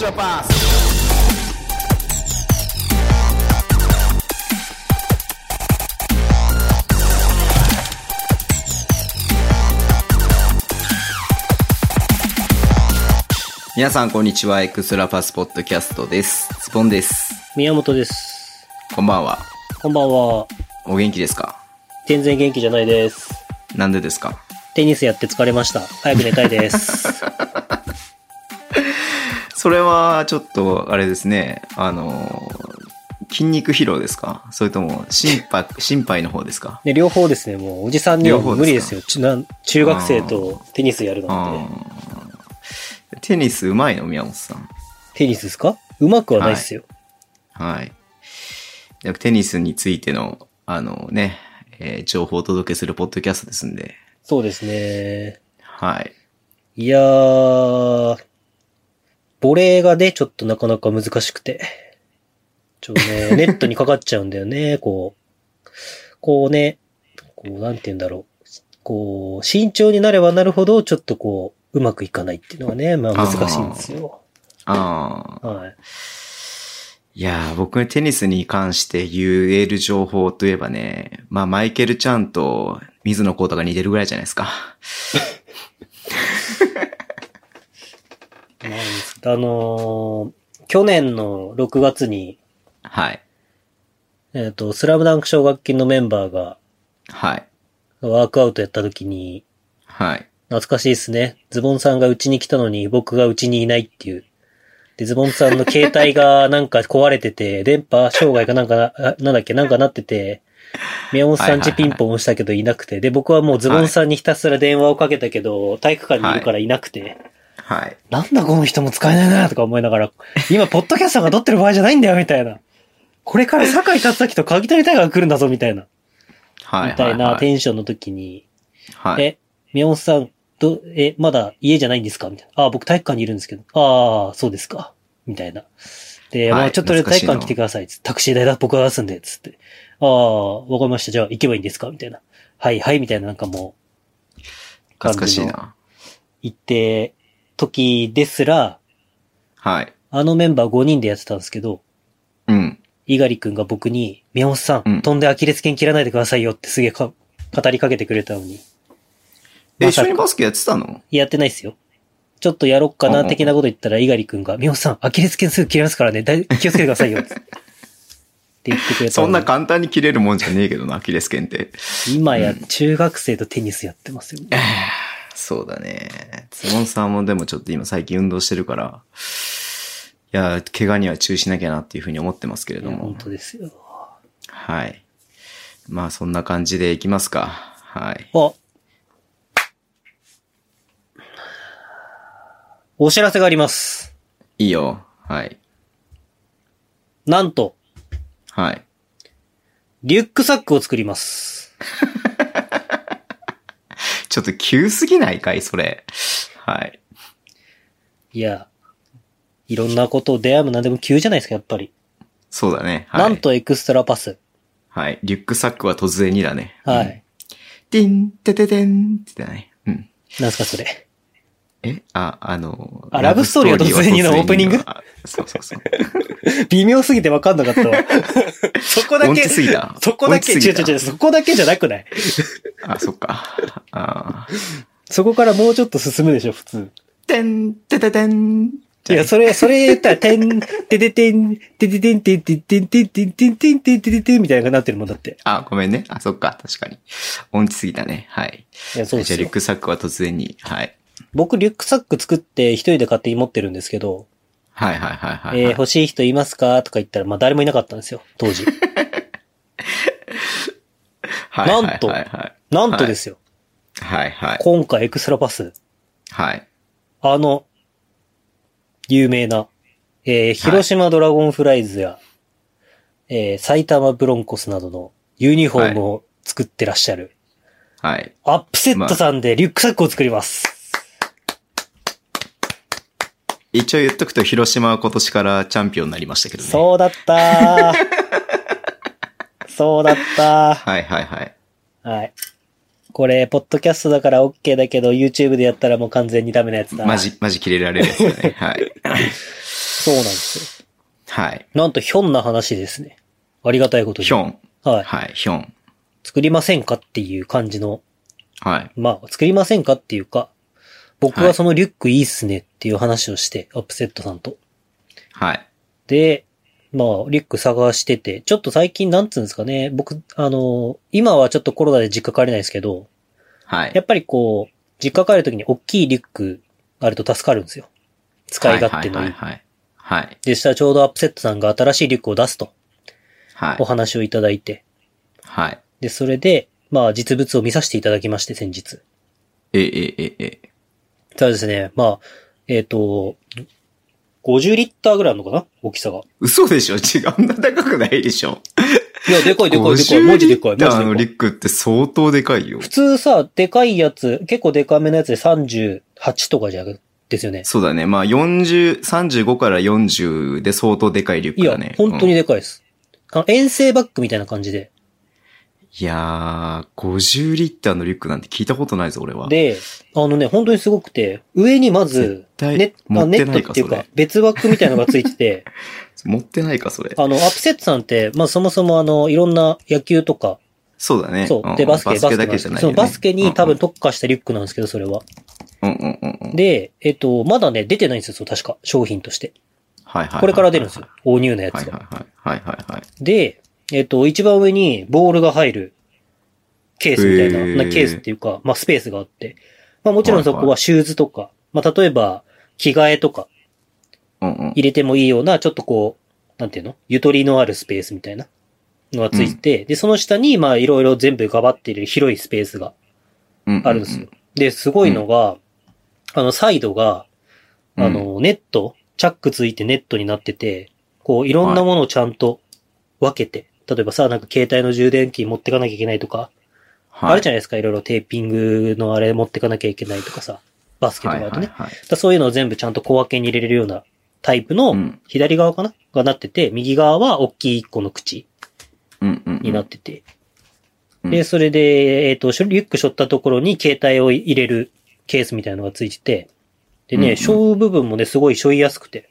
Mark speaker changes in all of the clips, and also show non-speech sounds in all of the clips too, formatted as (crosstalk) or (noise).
Speaker 1: your past.
Speaker 2: 「皆さんこんにちはエクストラパスポッドキャスト」ですスポンです
Speaker 3: 宮本です。
Speaker 2: こんばんは
Speaker 3: こんばんは。
Speaker 2: お元気ですか
Speaker 3: 全然元気じゃないです。
Speaker 2: なんでですか
Speaker 3: テニスやって疲れました。早く寝たい
Speaker 2: (laughs)
Speaker 3: です。
Speaker 2: それはちょっとあれですねあの筋肉疲労ですかそれとも心拍心肺の方ですか
Speaker 3: で、両方ですね、もう、おじさんには
Speaker 2: 両方ですか
Speaker 3: 無理ですよ。ちなん中学生とテニスやるなんて。
Speaker 2: うんテニスうまいの宮本さん
Speaker 3: テニスですかうまくはないっすよ。
Speaker 2: はいでテニスについてのあのね、えー情報をお届けするポッドキャストですんで
Speaker 3: そうですね。
Speaker 2: はい
Speaker 3: いやー、ボレーがね、ちょっとなかなか難しくて。ちょっとね、 (laughs) ネットにかかっちゃうんだよね、こう。こうね、こう、なんて言うんだろう。こう、慎重になればなるほど、ちょっとこう、うまくいかないっていうのがね、まあ難しいんですよ。
Speaker 2: ああ
Speaker 3: はい。
Speaker 2: いやー、僕がテニスに関して言える情報といえばね、まあ、マイケル・チャンと水野幸太が似てるぐらいじゃないですか。
Speaker 3: まああのー去年の6月に、
Speaker 2: はい。
Speaker 3: えっ、と、スラムダンク奨学金のメンバーが
Speaker 2: はい。
Speaker 3: ワークアウトやった時に、
Speaker 2: はい。
Speaker 3: 懐かしいですね。ズボンさんがうちに来たのに僕がうちにいないっていう。で、ズボンさんの携
Speaker 2: (laughs)
Speaker 3: 帯がなんか壊れてて、電波障害かなんかな、あなんだっけ、なんかなってて、宮本さんちピンポン押したけどいなくて、で、僕はもうズボンさんにひたすら電話をかけたけど、体育館にいるからいなくて、
Speaker 2: はい。
Speaker 3: なんだこの人も使えないなとか思いながら、今、ポッドキャストが撮ってる場合じゃないんだよ、みたいな。これから酒井達明と鍵谷大が来るんだぞ、みたいな。
Speaker 2: はい。
Speaker 3: みたいな
Speaker 2: は
Speaker 3: テ
Speaker 2: い。
Speaker 3: ンションの時に、
Speaker 2: はい。
Speaker 3: え、宮本さん、ど、え、まだ家じゃないんですかみたいな。あ、僕体育館にいるんですけど。ああ、そうですか。みたいな。で、
Speaker 2: はい
Speaker 3: まあちょっととりあえず体育館来てください。つってタクシー代だ、僕が出すんで、つって。ああ、わかりました。じゃあ行けばいいんですかみたいな。はい、はい、みたいな、なんかもう、
Speaker 2: 懐かしいな。
Speaker 3: 行って、時ですら、
Speaker 2: はい。
Speaker 3: あのメンバー5人でやってたんですけど、
Speaker 2: うん。
Speaker 3: 猪狩くんが僕に、宮本さん、
Speaker 2: うん
Speaker 3: 飛んでアキレス腱切らないでくださいよってすげえか語りかけてくれたのに、
Speaker 2: え、
Speaker 3: ま
Speaker 2: 一
Speaker 3: さ
Speaker 2: 緒
Speaker 3: か
Speaker 2: にバスケやってたの
Speaker 3: やってないっすよ。ちょっとやろっか
Speaker 2: うんうん
Speaker 3: な、
Speaker 2: うん
Speaker 3: 的なこと言ったら、猪狩くんが、宮本さん、アキレス腱すぐ切れますからね、だい気をつけてくださいよ。つってって言ってくれた
Speaker 2: そ
Speaker 3: の
Speaker 2: ん
Speaker 3: に
Speaker 2: な簡単に切れるもんじゃねえけどな、アキレス腱って。
Speaker 3: 今や中学生とテニスやってますよ、ね。
Speaker 2: そうだね。ズボンさんもでもちょっと今最近運動してるから、いやー、怪我には注意しなきゃなっていうふうに思ってますけれ
Speaker 3: い
Speaker 2: ど
Speaker 3: や、
Speaker 2: も
Speaker 3: 本。当ですよ。
Speaker 2: はい。まあそんな感じでいきますか。はい。
Speaker 3: あお知らせがあります。
Speaker 2: いいよ。はい。
Speaker 3: なんと、
Speaker 2: はい。
Speaker 3: リュックサックを作ります。
Speaker 2: ちょっと急すぎないかいそれ。はい。
Speaker 3: いや、いろんなこと、出会いも何でも急じゃないですか、やっぱり。
Speaker 2: そうだね。はい、
Speaker 3: なん。とエクストラパス。
Speaker 2: はい。リュックサックは突然にだね。
Speaker 3: はい。
Speaker 2: うん。ディン、テテテンってだね。うん。
Speaker 3: なんすか、それ。
Speaker 2: えあ、あの
Speaker 3: あラブストーリーは突然にの
Speaker 2: ラブスト
Speaker 3: オープニング
Speaker 2: あそうそうそう。
Speaker 3: 微妙すぎて分かんなかった
Speaker 2: (laughs)
Speaker 3: わ。そこだ
Speaker 2: 音
Speaker 3: け、
Speaker 2: 痴すぎた
Speaker 3: そこだけ、
Speaker 2: 音痴
Speaker 3: 違う
Speaker 2: す
Speaker 3: 違
Speaker 2: ぎた
Speaker 3: う違う、そこだけじゃなくない
Speaker 2: あ、そっか。あー
Speaker 3: そこからもうちょっと進むでしょ、普通。
Speaker 2: テン、テテテン。
Speaker 3: いや、それ、それ言ったら、てん、てててん、てててんてんてんてんてんてんてんてんてんてんてんみたいなのになってるもんだって。
Speaker 2: あ、ごめんね。あ、そっか。確かに。音痴すぎたね。はい。
Speaker 3: いや、そうで
Speaker 2: じゃあ
Speaker 3: す
Speaker 2: リュ
Speaker 3: よ
Speaker 2: ッ。クサックは突然に。はい。
Speaker 3: 僕、リュックサック作って一人で勝手に持ってるんですけど、
Speaker 2: はいはいはいはい、はい。
Speaker 3: えー、欲しい人いますかとか言ったら、まあ、誰もいなかったんですよ、
Speaker 2: (laughs)
Speaker 3: 当時。
Speaker 2: はい
Speaker 3: なんと
Speaker 2: はいはい
Speaker 3: なんとですよ、
Speaker 2: はい。はいはい。
Speaker 3: 今回エクストラパス、
Speaker 2: はい。
Speaker 3: あの、有名な、えー、広島ドラゴンフライズや、えー、埼玉ブロンコスなどのユニフォームを作ってらっしゃる、
Speaker 2: はい。
Speaker 3: アップセットさんでリュックサックを作ります。
Speaker 2: 一応言っとくと、広島は今年からチャンピオンになりましたけどね。う。
Speaker 3: そうだった
Speaker 2: (laughs)
Speaker 3: ー。そうだった
Speaker 2: はいはいはい。
Speaker 3: ー。はい。これ、ポッドキャストだから OK だけど、YouTube でやったらもう完全にダメなやつだ。
Speaker 2: マジ、マジ切れられるやつだね。はい。
Speaker 3: そうなんですよ。 (laughs)
Speaker 2: はい。
Speaker 3: なんと、ひょんな話ですね。ありがたいことに。
Speaker 2: ヒョン。
Speaker 3: はい。
Speaker 2: はい、ヒョン。
Speaker 3: 作りませんかっていう感じの、
Speaker 2: はい。
Speaker 3: まあ、作りませんかっていうか、僕
Speaker 2: は
Speaker 3: はいそのリュックいいっすねっていう話をして、アップセットさんと。
Speaker 2: はい。
Speaker 3: で、まあ、リュック探してて、ちょっと最近なんつうんですかね、僕、あの、今はちょっとコロナで実家帰れないですけど、
Speaker 2: は
Speaker 3: や
Speaker 2: い。
Speaker 3: っぱりこう、実家帰るときに大きいリュックあると助かるんですよ。使い勝手の
Speaker 2: はいい
Speaker 3: い。
Speaker 2: はいはいはい。
Speaker 3: でしたらちょうどアップセットさんが新しいリュックを出すと
Speaker 2: はい。は
Speaker 3: お
Speaker 2: い。
Speaker 3: 話をいただいて、
Speaker 2: はい。
Speaker 3: で、それで、まあ実物を見させていただきまして、先日。
Speaker 2: え、え、え、え。
Speaker 3: ただですね、まあ、えっ、と、50リッターぐらいあるのかな大きさが。
Speaker 2: 嘘でしょ違う。あんな高くないでしょ
Speaker 3: いや、でかいでかいでかい。
Speaker 2: 50
Speaker 3: マジでかい。
Speaker 2: リッター
Speaker 3: マ
Speaker 2: のリ
Speaker 3: ジでかい。
Speaker 2: ュックって相当でかいよ
Speaker 3: 普。通さ、でかいやつ、結構でかめのやつで38とかじゃなく、ですよね。
Speaker 2: そうだね。まあ、40、35から40で相当でかいリュッ
Speaker 3: い
Speaker 2: ク
Speaker 3: や
Speaker 2: だね。、
Speaker 3: 本当に
Speaker 2: うん
Speaker 3: でかいです。あの遠征バッグみたいな感じで。
Speaker 2: いやー、50リッターのリュックなんて聞いたことないぞ、俺は。
Speaker 3: で、あのね、本当にすごくて、上にまず
Speaker 2: 絶、対
Speaker 3: ネッ
Speaker 2: 持
Speaker 3: あ
Speaker 2: っ
Speaker 3: ネ
Speaker 2: て
Speaker 3: ッ
Speaker 2: な
Speaker 3: ト
Speaker 2: い
Speaker 3: っ
Speaker 2: か
Speaker 3: ていう
Speaker 2: そ
Speaker 3: か
Speaker 2: れ、。
Speaker 3: 別枠みたいなのがつい
Speaker 2: (laughs)
Speaker 3: てて、
Speaker 2: 持ってないか、それ。
Speaker 3: あの、アップセットさんって、まあそもそもあの、いろんな野球とか、
Speaker 2: そうだね。
Speaker 3: そう、
Speaker 2: う
Speaker 3: で、
Speaker 2: ん
Speaker 3: バスケ、
Speaker 2: バスケだ
Speaker 3: なんで
Speaker 2: けじゃ
Speaker 3: すけど
Speaker 2: ない
Speaker 3: そ
Speaker 2: よね。
Speaker 3: うバスケに多分
Speaker 2: と、
Speaker 3: 特化したリュックなんですけど、それは。
Speaker 2: うんうんうんうん。
Speaker 3: で、えっと、まだね、出てないんですよ、そう確か。商品として。
Speaker 2: はいはいはいはい
Speaker 3: これから出るんですよ。。大ニューのやつ
Speaker 2: はいはい
Speaker 3: が。
Speaker 2: はい。はいはいはい。
Speaker 3: で、えっと、一番上にボールが入るケースみたい
Speaker 2: へー
Speaker 3: な、なケースっていうか、まあ、スペースがあって。まあ、もちろんそ
Speaker 2: は
Speaker 3: こ
Speaker 2: いは
Speaker 3: はシューズとか、まあ、例えば、着替えとか
Speaker 2: うんうん。
Speaker 3: 入れてもいいような、ちょっとこう、なんていうのゆとりのあるスペースみたいなのがついて、で、その下に、まあ、いろいろ全部がばっている広いスペースが
Speaker 2: うんうん
Speaker 3: あるんですよ。。で、すごいのが、あの、サイドが、あの、ネット、チャックついてネットになってて、こう、いろんなものをちゃんと分けて、例えばさ、なんか携帯の充電器持ってかなきゃいけないとか、あるじ
Speaker 2: ゃ
Speaker 3: ゃないですか、いろいろテーピングのあれ持ってかなきゃいけないとかさ、バスケとかだと
Speaker 2: はい
Speaker 3: ね。
Speaker 2: はいはい
Speaker 3: だからそういうのを全部ちゃんと小分けに入れれるようなタイプ
Speaker 2: う
Speaker 3: の
Speaker 2: ん、
Speaker 3: 左側かながなってて、右側は大きい一個の口
Speaker 2: うんうんうん。
Speaker 3: になってて。
Speaker 2: うん
Speaker 3: で、それで、えっ、と、しょリュック背負ったところに携帯を入れるケースみたいなのがついてて、で
Speaker 2: うんう
Speaker 3: ね、
Speaker 2: ん
Speaker 3: 背負、う部分もね、すごい背負いやすくて。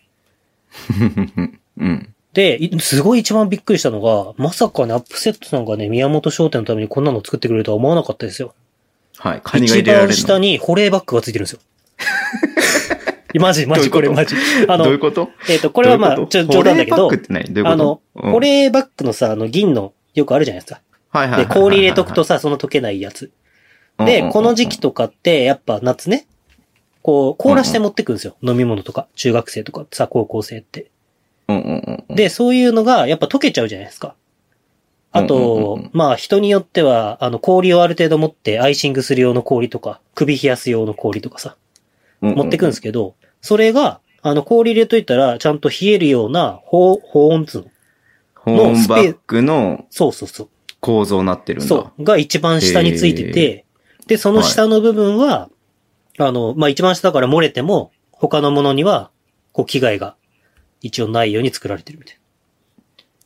Speaker 2: うん。
Speaker 3: で、いすごい一番びっくりしたのが、まさかね、アップセットさんがね、宮本商店のためにこんなの作ってくれるとは思わなかったですよ。
Speaker 2: はい。カニが
Speaker 3: 一
Speaker 2: 入れられ
Speaker 3: 番
Speaker 2: る
Speaker 3: 下
Speaker 2: の。
Speaker 3: に保冷バッグがつい
Speaker 2: (laughs)
Speaker 3: てるんですよ。マジ、マ
Speaker 2: どうい
Speaker 3: ジ、
Speaker 2: うこ
Speaker 3: ことれマジ。あ
Speaker 2: どういう
Speaker 3: の、
Speaker 2: こと
Speaker 3: えっ、と、これはまあ、
Speaker 2: どういう
Speaker 3: ち
Speaker 2: と
Speaker 3: ょ冗談だけど
Speaker 2: 保冷バッグっ、て何どういうこと
Speaker 3: あの、
Speaker 2: うん
Speaker 3: 保冷バッグのさ、あの、銀の、よくあるじゃないですか。
Speaker 2: はいはいはい
Speaker 3: で、
Speaker 2: はいはい
Speaker 3: 氷入れとくとさ、その溶けないやつ。
Speaker 2: うんうんうん
Speaker 3: で、
Speaker 2: うん
Speaker 3: この時期とかって、やっぱ夏ね、こう、凍らして持ってくんですよ。飲み物とか、中学生とかさ、高校生って。
Speaker 2: うんうんうんうん。
Speaker 3: で、そういうのが、やっぱ溶けちゃうじゃないですか。あ
Speaker 2: うんうん
Speaker 3: と
Speaker 2: うんうん、
Speaker 3: まあ、人によっては、あの、氷をある程度持って、アイシングする用の氷とか、首冷やす用の氷とかさ、持ってくんですすけど、それが、あの、氷入れといたら、ちゃんと冷えるような、保保温つうの。
Speaker 2: ホーンバッグの
Speaker 3: そうそうそう。
Speaker 2: 構造になってるんだ。
Speaker 3: そう。が一番下についてて、で、その下の部分は、あの、まあ、一番下だから漏れても、他のものには、こう、危害が一応ないように作られてるみたい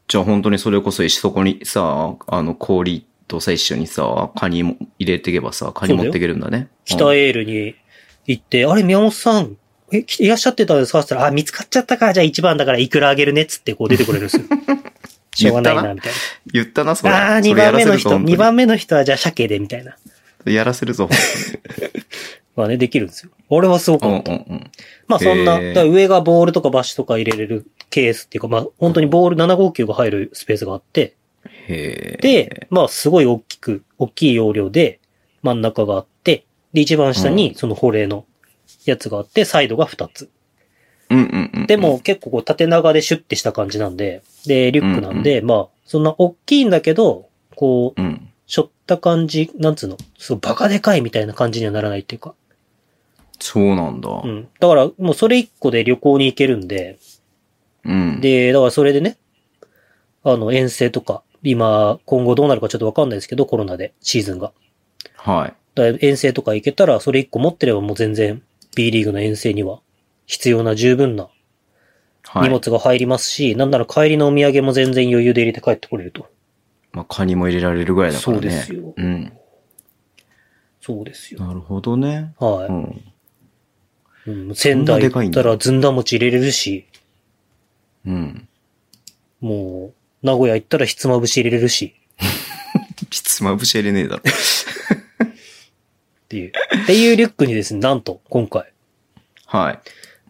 Speaker 2: じゃあ本当にそれこそそこにさ、あの氷とさ一緒にさ、カニも入れていけばさ、カニ持っていけるんだね。
Speaker 3: な。北エールに行って、あれ、宮本さん、え、きいらっしゃってたんですかって言ったら、あ、見つかっちゃったから、じゃあ一番だからいくらあげるねっつってこう出てこれるん
Speaker 2: (laughs)
Speaker 3: ですよ。しょうがないな、みたい
Speaker 2: うん言ったな、それ。
Speaker 3: な。ああー、
Speaker 2: そ
Speaker 3: 二
Speaker 2: れや
Speaker 3: 番
Speaker 2: ら
Speaker 3: 目
Speaker 2: せ
Speaker 3: の
Speaker 2: るぞ
Speaker 3: 人、二。番目の人はじゃあ鮭で、みたいな。
Speaker 2: 本当にやらせるぞ。
Speaker 3: まあね、できるんですよ。俺はすごく
Speaker 2: うんうん
Speaker 3: 思った
Speaker 2: うん。
Speaker 3: まあそんな、
Speaker 2: へー
Speaker 3: だから上がボールとかバッシュとか入れれるケースっていうか、まあ本当にボール759が入るスペースがあって、
Speaker 2: へえ。
Speaker 3: で、まあすごい大きく、大きい容量で真ん中があって、で一番下にその保冷のやつがあって、サイドが2つ。
Speaker 2: うんうんうん。
Speaker 3: でも、結構こう縦長でシュッてした感じなんで、で、リュックなんで、まあそんな大きいんだけど、こう、
Speaker 2: うん。
Speaker 3: しょった感じ、なんつうの、そう、バカでかいみたいな感じにはならないっていうか。
Speaker 2: そうなんだ。
Speaker 3: う。
Speaker 2: うん
Speaker 3: だからもうそれ1個で旅行に行けるんで、
Speaker 2: ん。
Speaker 3: で、だからそれでね、あの、遠征とか、今、今後どうなるかちょっとわかんないですけど、コロナで、シーズンが。
Speaker 2: はい。
Speaker 3: だから遠征とか行けたら、それ一個持ってればもう全然、B リーグの遠征には、必要な十分な
Speaker 2: は
Speaker 3: 荷
Speaker 2: い。
Speaker 3: 物が入りますし、なんなら帰りのお土産も全然余裕で入れて帰ってこれると。
Speaker 2: まあ、カニも入れられるぐらいだからね。
Speaker 3: そうですよ
Speaker 2: うん。
Speaker 3: そうですよ。
Speaker 2: なるほどね。
Speaker 3: は
Speaker 2: うん。
Speaker 3: い。うん、仙台行ったらずんだ餅入れれるし、
Speaker 2: うん。
Speaker 3: もう、名古屋行ったらひつまぶし入れれるし、
Speaker 2: ひつまぶし入れねえだろ。
Speaker 3: っていう。っていうリュックにですね、 (laughs) なんと、今回、
Speaker 2: はい。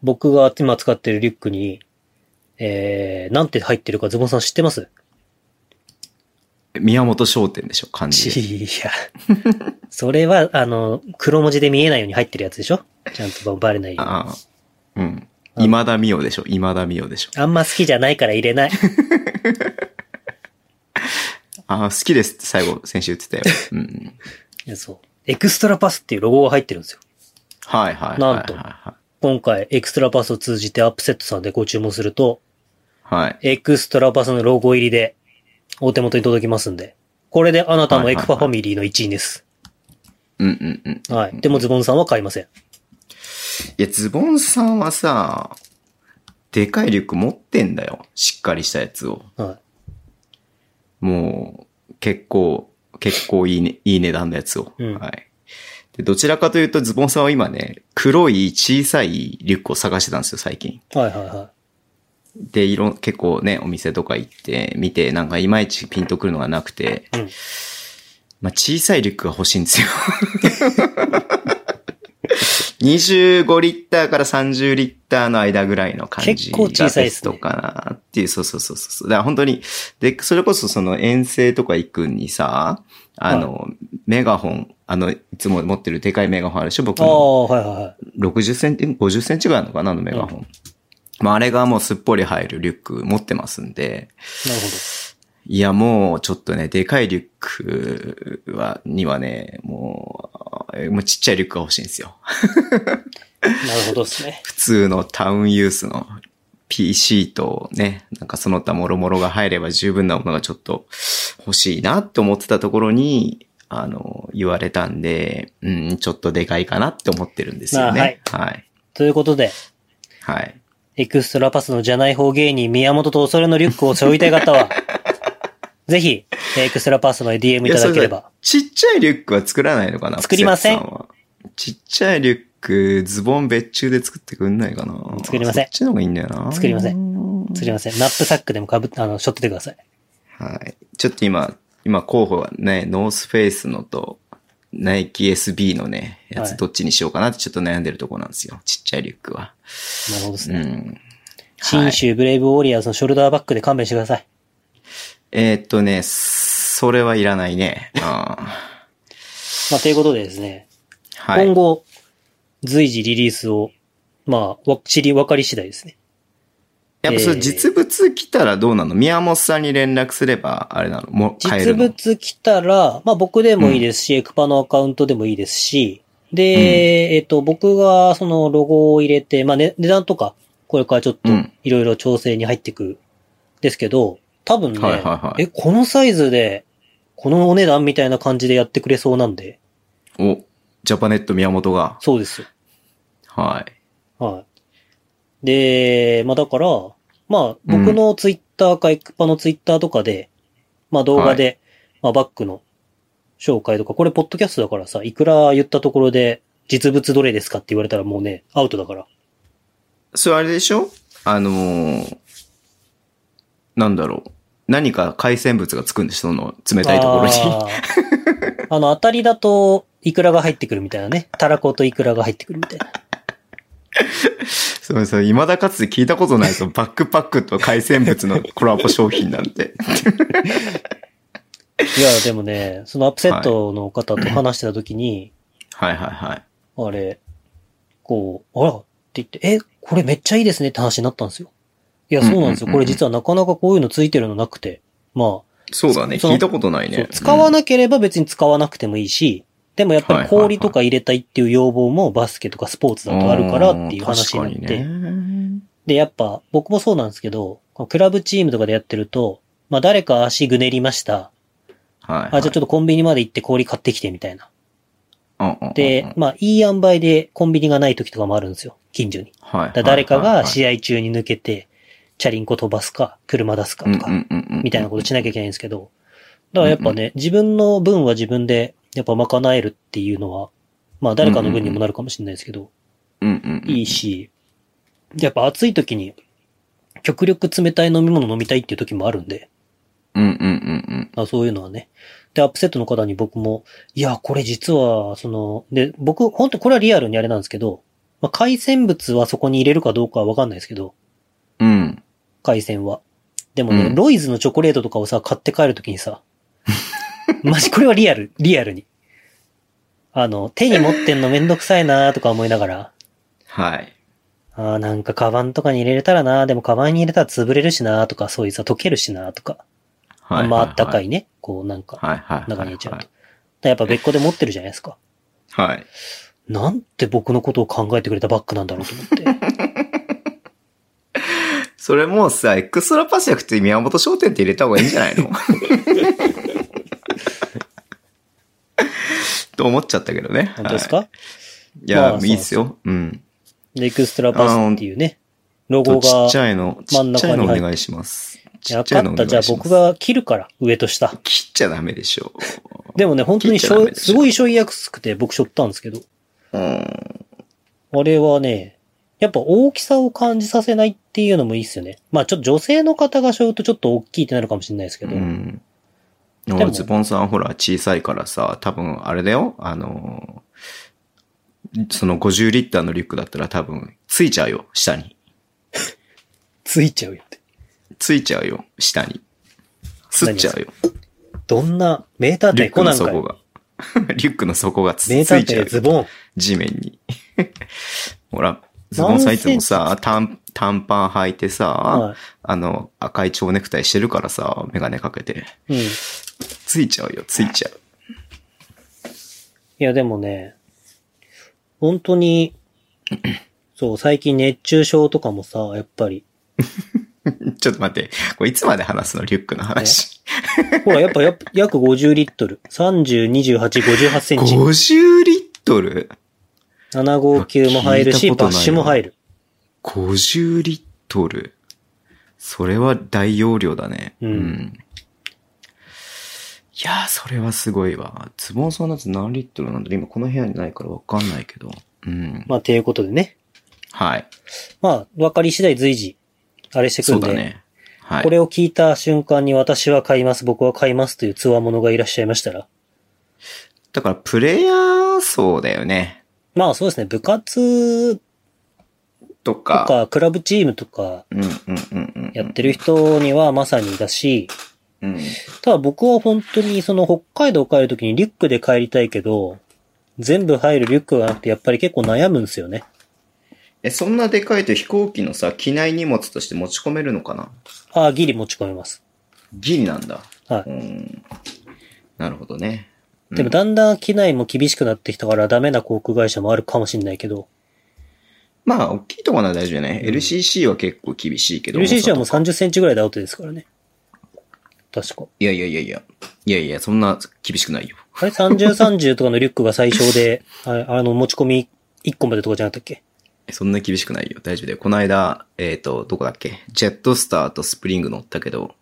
Speaker 3: 僕が今使ってるリュックに、えー、なんて入ってるかズボンさん知ってます
Speaker 2: 宮本商店でしょ、漢字で。
Speaker 3: いや。それは、あの、黒文字で見えないように入ってるやつでしょちゃんとバレないように。
Speaker 2: ああ。うん。今田美桜でしょ、今田美桜でしょ。
Speaker 3: あんま好きじゃないから入れない。 (laughs)
Speaker 2: ああ、好きですって最後、先週言って
Speaker 3: (laughs)
Speaker 2: たよ。うん。
Speaker 3: いやそう。エクストラパスっていうロゴが入ってるんですよ。
Speaker 2: はいはいはい。
Speaker 3: なんと
Speaker 2: は
Speaker 3: 今回、エクストラパスを通じてアップセットさんでご注文すると、
Speaker 2: い。はい。
Speaker 3: エクストラパスのロゴ入りで、お手元に届きますんで。これであなたもエクパファミリーの一員です。
Speaker 2: うんうんうん。
Speaker 3: はい。でもズボンさんは買いません。
Speaker 2: いや、ズボンさんはさ、でかいリュック持ってんだよ。しっかりしたやつを。
Speaker 3: は
Speaker 2: もう、結構、結構いいね、いい値段のやつを。
Speaker 3: うん
Speaker 2: はい。で、どちらかというと、ズボンさんは今ね、黒い小さいリュックを探してたんですよ、最近。
Speaker 3: い。はいはいは
Speaker 2: で、いろん、結構ね、お店とか行って、見て、なんかいまいちピンとくるのがなくて、
Speaker 3: い。うん。
Speaker 2: まあ、小さいリュックが欲しいんですよ。25リッターから30リッターの間ぐらいの感じ
Speaker 3: 結
Speaker 2: が
Speaker 3: 構小さい
Speaker 2: ベ
Speaker 3: っ
Speaker 2: ス
Speaker 3: すね
Speaker 2: トかなっていう、そうそうそうそう。だから本当に、で、それこそその遠征とか行くにさ、あの、メガホン、あの、いつも持ってるでかいメガホンあるでしょ僕
Speaker 3: あ
Speaker 2: の
Speaker 3: あ、はいはいはい。
Speaker 2: 60センチ、50センチぐらいなのかなあのメガホン。まあ、あれがもうすっぽり入るリュック持ってますんで、
Speaker 3: なる
Speaker 2: いや、もう、ちょっとね、でかいリュックは、にはね、もう、もうちっちゃいリュックが欲しいんですよ。
Speaker 3: ほど。なるほどで
Speaker 2: (laughs)
Speaker 3: すね。
Speaker 2: 普通のタウンユースの PC とね、なんかその他もろもろが入れば十分なものがちょっと欲しいなって思ってたところに、あの、言われたんで、うん、ちょっとでかいかなって思ってるんですよね。はい。
Speaker 3: ということで、
Speaker 2: はい。
Speaker 3: エクストラパスのじゃない方芸人宮本と恐れのリュックを背負いたい方
Speaker 2: (laughs)
Speaker 3: は、ぜひ、エクストラパスの DM いただければ。
Speaker 2: ちっちゃいリュックは作らないのかな
Speaker 3: 作りません
Speaker 2: 布施さはちっちゃいリュック、ズボン別注で作ってくんないかな
Speaker 3: 作りません
Speaker 2: そっちの方がいいんだよな
Speaker 3: 作りませ
Speaker 2: ん
Speaker 3: すりません。ナップサックでもかぶあの、しょっててください。
Speaker 2: はい。ちょっと今、今候補はね、ノースフェイスのと、ナイキ SB のね、や
Speaker 3: は
Speaker 2: つ
Speaker 3: い
Speaker 2: どっちにしようかなってちょっと悩んでるとこなんですよ。ちっちゃいリュックは。
Speaker 3: なるほどです
Speaker 2: う
Speaker 3: ね。
Speaker 2: ん。は
Speaker 3: 新
Speaker 2: い
Speaker 3: 州ブレイブウォリアーズのショルダーバッグで勘弁してください。
Speaker 2: えーっとね、それはいらないね。あ
Speaker 3: まあ、ということでですね、
Speaker 2: ーはい
Speaker 3: 今。後、随時リリースを、まあ、わ知り分かり次第ですね。
Speaker 2: やっぱそれ実物来たらどうなの、宮本さんに連絡すれば、あれなのもう買え
Speaker 3: 実
Speaker 2: るの
Speaker 3: 物来たら、まあ僕でもいいですし、エクパのアカウントでもいいですし、で、えっと、僕がそのロゴを入れて、まあ、ね、値段とか、これからちょっと
Speaker 2: うん
Speaker 3: いろいろ調整に入っていくんですけど、多分ね、
Speaker 2: はいはいはい
Speaker 3: え、このサイズで、このお値段みたいな感じでやってくれそうなんで、
Speaker 2: お、ジャパネット宮本が。
Speaker 3: そうですよ。
Speaker 2: はい。
Speaker 3: はい。で、まあだから、まあ僕のツイッターかエクパのツイッターとかで、まあ動画で、まあバックの紹介とか、これポッドキャストだからさ、いくら言ったところで実物どれですかって言われたらもうね、アウトだから。
Speaker 2: それあれでしょあのーなんだろう。何か海鮮物がつくんでしょその冷たいところに。
Speaker 3: あーあの、当たりだと、イクラが入ってくるみたいなね。タラコとイクラが入ってくるみたいな。
Speaker 2: (laughs) そうそう。未だかつて聞いたことない
Speaker 3: (laughs)
Speaker 2: ぞ。バックパックと海鮮物のコラボ商品なんて。
Speaker 3: いや、でもね、そのアップセットの方と話してた時に、
Speaker 2: はいはいはい。
Speaker 3: あれ、こう、あらって言って、え、これめっちゃいいですねって話になったんですよ。いや、そうなんですよ。
Speaker 2: うんうんうんうん
Speaker 3: これ実はなかなかこういうのついてるのなくて。ま
Speaker 2: そうだね。
Speaker 3: その
Speaker 2: 聞いたことな
Speaker 3: あ、
Speaker 2: い
Speaker 3: そう
Speaker 2: ね。
Speaker 3: 使わ
Speaker 2: い、
Speaker 3: なければ別に使わなくてもいいし、でもやっぱり氷とか入れたいっていう要望もバスケとかスポーツだとあるからっていう話になって、
Speaker 2: 確かにね。
Speaker 3: で、やっぱ僕もそうなんですけど、こうクラブチームとかでやってると、まあ誰か足ぐねりました。
Speaker 2: はい、はい。
Speaker 3: あ、じゃあちょっとコンビニまで行って氷買ってきてみたいな。
Speaker 2: うんうんうんうん、
Speaker 3: で、まあいい塩梅でコンビニがない時とかもあるんですよ。近所に。
Speaker 2: はい、
Speaker 3: だ誰か
Speaker 2: はいはい
Speaker 3: が
Speaker 2: はい
Speaker 3: 試合中に抜けて、チャリンコ飛ばすか、車出すかと
Speaker 2: うんう
Speaker 3: か、
Speaker 2: んうんうん
Speaker 3: みたいなことしなきゃいけないんですけど、だからやっぱね、自分の分は自分でやっぱ賄えるっていうのは、まあ誰かの分にもなるかもしれないですけど、
Speaker 2: うんうんうん。
Speaker 3: いい。し、やっぱ暑い時に、極力冷たい飲み物飲みたいっていう時もあるんで、
Speaker 2: うんうんうん
Speaker 3: まあそういうのはね。で、アップセットの方に僕も、いや、これ実は、その、で、僕、本当これはリアルにあれなんですけど、まあ、海鮮物はそこに入れるかどうかはわかんないですけど、
Speaker 2: うん。うん。
Speaker 3: 海鮮は。でもね、
Speaker 2: うん
Speaker 3: ロイズのチョコレートとかをさ、買って帰るとき
Speaker 2: (laughs)
Speaker 3: にさ、マジこれはリアル、リアルに。あの、手に持ってんのめんどくさいなとか思いながら、
Speaker 2: はい。
Speaker 3: あーなんかカバンとかに入れれたらなでもカバンに入れたら潰れるしなとか、そういうさ、溶けるしなとか、
Speaker 2: はい。
Speaker 3: あんまあったか
Speaker 2: い。
Speaker 3: いね、こうなんか、
Speaker 2: はいはいはい。
Speaker 3: 中に入れちゃうと。
Speaker 2: は
Speaker 3: だからやっぱ別個で持ってるじゃないですか。
Speaker 2: い。はい。
Speaker 3: なんて僕のことを考えてくれたバッグなんだろうと
Speaker 2: (laughs)
Speaker 3: 思って。
Speaker 2: それもうさ、エクストラパシャクって宮本商店って入れた方がいいんじゃない
Speaker 3: (laughs)
Speaker 2: のと思っちゃったけどね。
Speaker 3: 本当です
Speaker 2: は
Speaker 3: か、
Speaker 2: い、いや、
Speaker 3: まあ
Speaker 2: いいっすよ。うん。
Speaker 3: でエクストラパスっていうね、ロ
Speaker 2: ち
Speaker 3: ゴが
Speaker 2: っち。ゃいの、ち
Speaker 3: 真ん
Speaker 2: っち
Speaker 3: 中
Speaker 2: ゃいの
Speaker 3: に
Speaker 2: お
Speaker 3: 入っ
Speaker 2: 願いします。
Speaker 3: い
Speaker 2: ちっ
Speaker 3: やわ
Speaker 2: ちゃ
Speaker 3: か
Speaker 2: いの
Speaker 3: っ
Speaker 2: お願
Speaker 3: た。
Speaker 2: い
Speaker 3: じ
Speaker 2: し
Speaker 3: ゃ
Speaker 2: ま
Speaker 3: あ
Speaker 2: す。
Speaker 3: 僕が切るから、上と下。
Speaker 2: 切っちゃダメでしょ
Speaker 3: でもね、本当に
Speaker 2: 切
Speaker 3: し
Speaker 2: っちゃダ
Speaker 3: ょ
Speaker 2: メでしょ
Speaker 3: すごいしょいやすくて僕しょったんですけど、
Speaker 2: う。うん。
Speaker 3: あれはね、やっぱ大きさを感じさせないっていうのもいいっすよね。まあちょっと女性の方がしょうとちょっと大きいってなるかもしれないですけど、
Speaker 2: うん。
Speaker 3: も
Speaker 2: ズボンさんほら小さいからさ、多分あれだよ、あのー、その50リッターのリュックだったら多分ついちゃうよ、下に。
Speaker 3: ついちゃうよって。
Speaker 2: ついちゃうよ、下に。すっちゃうよ。
Speaker 3: どんな、メーター
Speaker 2: リュ
Speaker 3: 店
Speaker 2: ック
Speaker 3: コ
Speaker 2: の
Speaker 3: ナンか
Speaker 2: 底
Speaker 3: よ。
Speaker 2: が。 (laughs) リュックの底がつつい
Speaker 3: メー
Speaker 2: ち
Speaker 3: タ
Speaker 2: ゃ
Speaker 3: ー店
Speaker 2: う
Speaker 3: ズ
Speaker 2: よ。
Speaker 3: ボン。
Speaker 2: 地面に。 (laughs) ほら、ズボンさんいつもさ、短短パン履いてさ、
Speaker 3: は
Speaker 2: あの、赤い蝶ネクタイしてるからさ、メガネかけて。
Speaker 3: い。うん。い
Speaker 2: ついちゃうよ、ついちゃう。
Speaker 3: やでもね、本当
Speaker 2: (clears throat)
Speaker 3: に、そう、最近熱中症とかもさ、やっぱり。
Speaker 2: ちょっと待って、これいつまで話すのリュックの話。
Speaker 3: ほら、やっぱやっぱ約50リットル。30、28、58センチ。
Speaker 2: 50リットル
Speaker 3: 759も入る
Speaker 2: 聞い
Speaker 3: し、
Speaker 2: たことな
Speaker 3: バッ
Speaker 2: いな
Speaker 3: シュも入る。
Speaker 2: ?50 リットルそれは大容量だね。
Speaker 3: うん
Speaker 2: いやー、それはすごいわ。ズボンさんのやつ何リットルなんだろう今この部屋にないからわかんないけど。うん。
Speaker 3: まあ、ということでね。
Speaker 2: はい。
Speaker 3: まあ、分かり次第随時、あれしてく
Speaker 2: そ
Speaker 3: ん
Speaker 2: う
Speaker 3: で、
Speaker 2: だね。はい。
Speaker 3: これを聞いた瞬間に私は買います、僕は買いますという強者がいらっしゃいましたら。
Speaker 2: だから、プレイヤー層だよね。
Speaker 3: まあ、そうですね。部活と
Speaker 2: とか。
Speaker 3: か、クラブチームとか
Speaker 2: うんうんうんうん。
Speaker 3: やってる人にはまさにだし、
Speaker 2: うん。
Speaker 3: ただ僕は本当にその北海道帰るときにリュックで帰りたいけど、全部入るリュックがなくてやっぱり結構悩むんですよね。
Speaker 2: え、そんなでかいと飛行機のさ、機内荷物として持ち込めるのかな
Speaker 3: ああ、ギリ持ち込めます。
Speaker 2: ギリなんだ。
Speaker 3: は
Speaker 2: うーん。なるほどね。
Speaker 3: い。でも
Speaker 2: うん
Speaker 3: だんだん機内も厳しくなってきたからダメな航空会社もあるかもしれないけど、
Speaker 2: まあ、大きいとこなら大丈夫ね。
Speaker 3: うん
Speaker 2: LCC は結構厳しいけど。
Speaker 3: LCC はも
Speaker 2: 重
Speaker 3: う
Speaker 2: さとか
Speaker 3: 30センチぐらいでアウトですからね。確か。
Speaker 2: いやいやいやいや。いやいや、そんな厳しくないよ。
Speaker 3: あれ30、30とかのリュックが最小で、ああの、持ち込み1個までとかじゃなかったっけ
Speaker 2: えそんな厳しくないよ。大丈夫だよ。この間、えっ、と、どこだっけジェットスターとスプリング乗ったけど、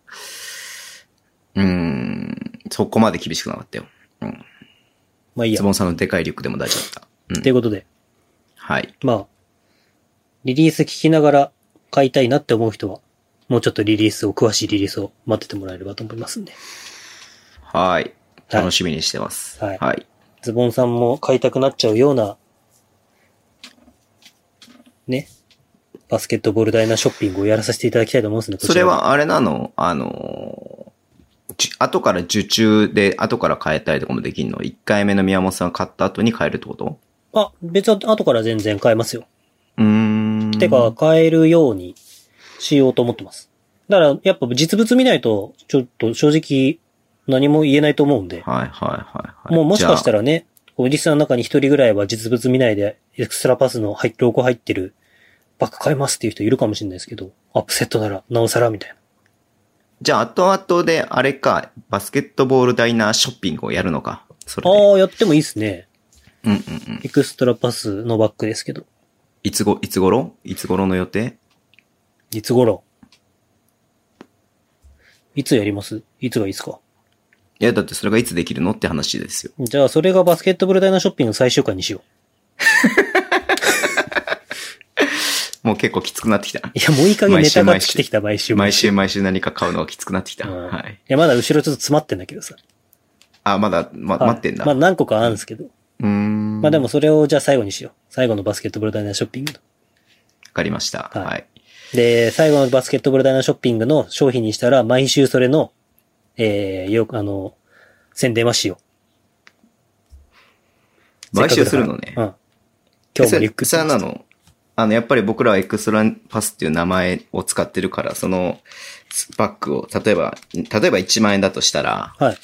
Speaker 2: うーん、そこまで厳しくなかったよ。うん。
Speaker 3: まあいいや
Speaker 2: ズ。ボンさんのでかいリュックでも大丈夫だった。。
Speaker 3: といううんことで、
Speaker 2: はい。
Speaker 3: まあ、リリース聞きながら買いたいなって思う人は、もうちょっとリリースを、詳しいリリースを待っててもらえればと思いますんで。
Speaker 2: はい。楽しみにしてます。
Speaker 3: はい
Speaker 2: はい。
Speaker 3: ズボンさんも買いたくなっちゃうような、ね、バスケットボールダイナショッピングをやらさせていただきたいと思うんですね、こ
Speaker 2: そ
Speaker 3: ち
Speaker 2: れ
Speaker 3: ら。
Speaker 2: はあれなのあのー、じ後から受注で、後から変えたりとかもできるの ?1 回目の宮本さんが買った後に変えるってこと
Speaker 3: あ、別は後から全然買えますよ。
Speaker 2: うーん。
Speaker 3: てか、、買えるようにしようと思ってます。だから、やっぱ実物見ないと、ちょっと正直何も言えないと思うんで、
Speaker 2: はいはいはい、はい。
Speaker 3: もうもしかした
Speaker 2: ら。
Speaker 3: らね、こうリスナーの中に一人ぐらいは実物見ないで、エクストラパスの入ロゴ入ってるバッグ買えますっていう人いるかもしれないですけど、アップセットなら、なおさらみたいな。
Speaker 2: じゃあ、じゃあ後々であれか、バスケットボールダイナーショッピングをやるのか。それで。
Speaker 3: ああ、やってもいいですね。
Speaker 2: うんうんうん。
Speaker 3: エクストラパスのバッグですけど。
Speaker 2: いつご、いつ頃いつ頃の予定
Speaker 3: いつ頃いつやりますいつがいいですか
Speaker 2: いや、だってそれがいつできるのって話ですよ。
Speaker 3: じゃあ、それがバスケットボールダイナショッピング最終回にしよ
Speaker 2: もう結構きつくなってきた。
Speaker 3: う。いや、もういい加減
Speaker 2: 毎
Speaker 3: ネ
Speaker 2: 週
Speaker 3: タが尽きてきた、毎週。
Speaker 2: 毎週毎週何か買うのがきつくなってきた。
Speaker 3: うん
Speaker 2: はい。
Speaker 3: いや、まだ後ろちょっと詰まってんだけどさ。
Speaker 2: あ、まだ、ま、
Speaker 3: はい
Speaker 2: 待ってんだ。
Speaker 3: まあ
Speaker 2: う
Speaker 3: 何個かあるんですけど。
Speaker 2: ーん。
Speaker 3: まあでもそれをじゃあ最後にしよう。最後のバスケットボールダイナショッピングの。
Speaker 2: わかりました。
Speaker 3: はい
Speaker 2: はい。
Speaker 3: で、最後のバスケットボールダイナショッピングの商品にしたら、毎週それの、えー、よく、あの、宣伝はしよう。
Speaker 2: 買収するのね
Speaker 3: せっかくだ。からうん。今日もリュック
Speaker 2: えそれそれなのあの、やっぱり僕らはエクストラパスっていう名前を使ってるから、そのバッグを、例えば、例えば1万円だとしたら、
Speaker 3: はい。